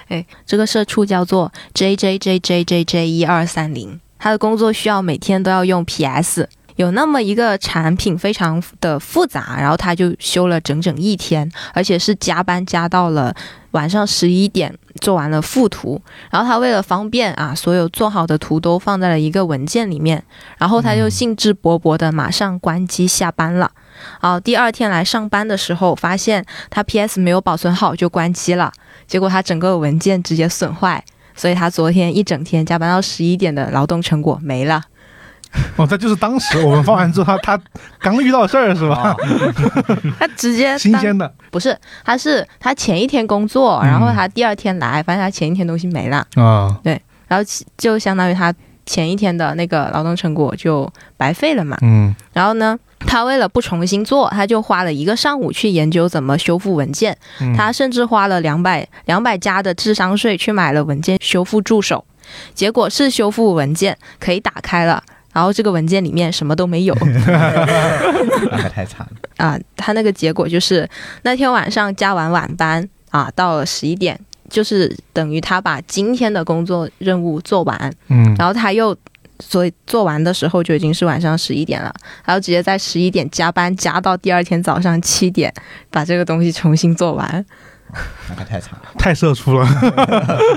D: 哎，这个社畜叫做 J J J J J J 一二三零，他的工作需要每天都要用 PS。有那么一个产品非常的复杂，然后他就修了整整一天，而且是加班加到了晚上十一点，做完了附图。然后他为了方便啊，所有做好的图都放在了一个文件里面，然后他就兴致勃勃的马上关机下班了。啊，第二天来上班的时候，发现他 PS 没有保存好就关机了，结果他整个文件直接损坏，所以他昨天一整天加班到十一点的劳动成果没了。
A: 哦，这就是当时我们发完之后，他他刚遇到事儿是吧？
D: 他直接
A: 嗯新
D: 当
A: 鲜的
D: 不是，他是他前一天工作，
A: 嗯
D: 然后他第二天来，发现他前一天东西没了，
A: 啊，
D: 然后其就相当于他前一天的那个劳动成果就白费了嘛。
A: 嗯
D: 然后呢，他为了不重新做，他就花了一个上午去研究怎么修复文件。
A: 嗯
D: 他甚至花了两百两百加的智商税去买了文件修复助手，结果是修复文件可以打开了，然后这个文件里面什么都没有
C: 那可太惨了。
D: 啊。他那个结果就是那天晚上加完晚班啊，到了十一点，就是等于他把今天的工作任务做完，
A: 嗯，
D: 然后他又。所以做完的时候就已经是晚上十一点了，然后直接在十一点加班加到第二天早上七点，把这个东西重新做完。
C: 那可太惨了，
A: 太社畜了，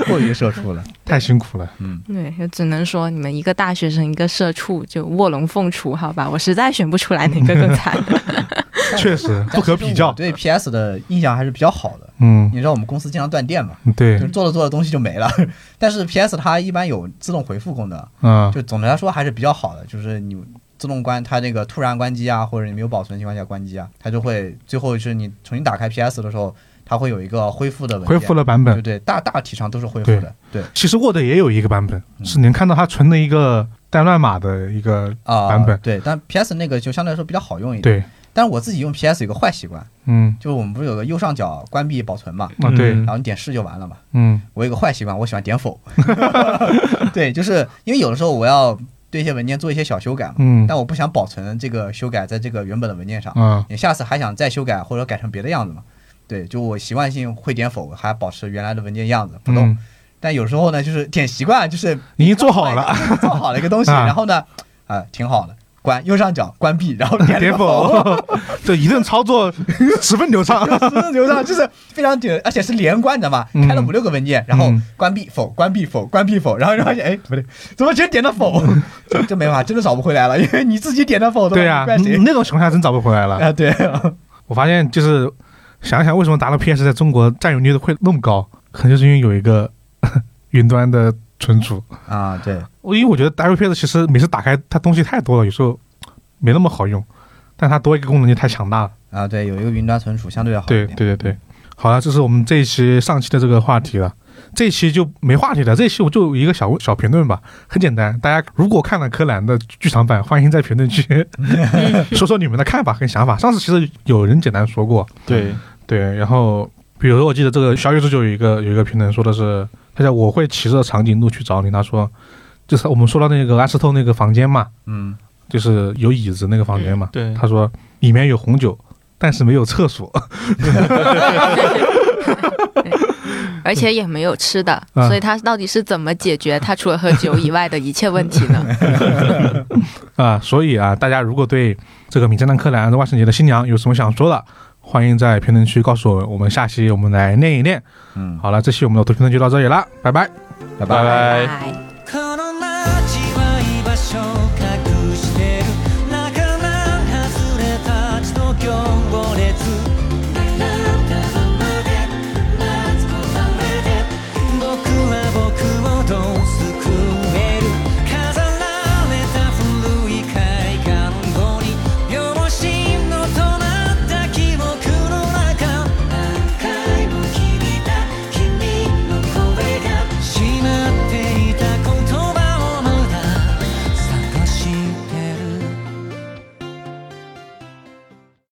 C: 过于社畜了。
A: 太辛苦了。
D: 对，就只能说你们一个大学生，一个社畜，就卧龙凤雏，好吧？我实在选不出来哪个更惨。
A: *laughs*
D: *laughs*
A: 确实
C: 但
A: 不可
C: 其实
A: 比
C: 我
A: 较。
C: 对 PS 的印象还是比较好的。
A: 嗯，
C: 你知道我们公司经常断电嘛，
A: 对
C: 就是，做着做着东西就没了。 *laughs* 但是 PS 它一般有自动回复功能，
A: 啊，
C: 就总的来说还是比较好的。就是你自动关它那个突然关机啊，或者你没有保存情况下关机啊，它就会最后就是你重新打开 PS 的时候，它会有一个恢复的文件。
A: 恢复了版
C: 对
A: 本。
C: 对，大大体上都是恢复的。对
A: 其实 Word 也有一个版本，
C: 嗯
A: 是能看到它存的一个带乱码的一个
C: 啊，
A: 版本
C: 对，但 PS 那个就相对来说比较好用一点。
A: 对，
C: 但是我自己用 PS 有个坏习惯，
A: 嗯，
C: 就是我们不是有个右上角关闭保存嘛，
A: 啊对
B: 嗯，
C: 然后你点是就完了嘛。
A: 嗯
C: 我有个坏习惯，我喜欢点
A: *laughs*
C: 否。对，就是因为有的时候我要对一些文件做一些小修改嘛，
A: 嗯
C: 但我不想保存这个修改在这个原本的文件上，
A: 啊，
C: 你下次还想再修改或者改成别的样子嘛？对，就我习惯性会点否，还保持原来的文件样子不动。
A: 嗯
C: 但有时候呢，就是挺习惯，就是哎
A: 已经做好了， *laughs*
C: 做好了一个东西，
A: 啊
C: 然后呢，啊、挺好的，关右上角关闭，然后点
A: 点
C: 否，
A: 否， *laughs* 这一顿操作十分流畅。
C: *laughs* 流畅就是非常简，而且是连贯的嘛，
A: 嗯
C: 开了五六个文件，然后
A: 嗯
C: 关闭否，关闭否，关闭否，然后就发现哎不对，怎么全点的否？
A: 嗯
C: *laughs* 这这没办法，真的找不回来了，因为你自己点的否，
A: *laughs* 对 *laughs* 啊嗯
C: 呀、
A: 呀、
C: 怪
A: 你
C: 谁
A: 你？那种情况下真找不回来了。
C: *laughs* 啊，对，
A: 我发现就是想想为什么达到 PS 在中国占有率会那么高，可能就是因为有一个 *laughs* 云端的存储。
C: 啊，对，
A: 我因为我觉得 WPS 其实每次打开它东西太多了，有时候没那么好用，但它多一个功能就太强大了。
C: 啊，对，有一个云端存储相对要好
A: 对
C: 一点。
A: 对对对，好了，这是我们这一期上期的这个话题了。这一期就没话题了，这一期我就有一个小小评论吧，很简单。大家如果看了柯南的剧场版，欢迎在评论区说说你们的看法跟想法。上次其实有人简单说过，
B: 对，
A: 对，然后比如说我记得这个小宇宙就有一个有一个评论说的是，他叫我会骑着长颈鹿去找你。他说，就是我们说到那个阿斯透那个房间嘛，
C: 嗯，
A: 就是有椅子那个房间嘛，
B: 嗯对
A: 他说里面有红酒，但是没有厕所。
D: 而且也没有吃的，
A: 啊
D: 所以他到底是怎么解决他除了喝酒以外的一切问题呢？
A: 啊，所以啊，大家如果对这个《名侦探柯南：万圣节的新娘》有什么想说的，欢迎在评论区告诉我，我们下期我们来念一念。
C: 嗯
A: 好了，这期我们的读评论就到这里了，拜拜。
C: 拜拜
B: 拜拜。
D: 拜。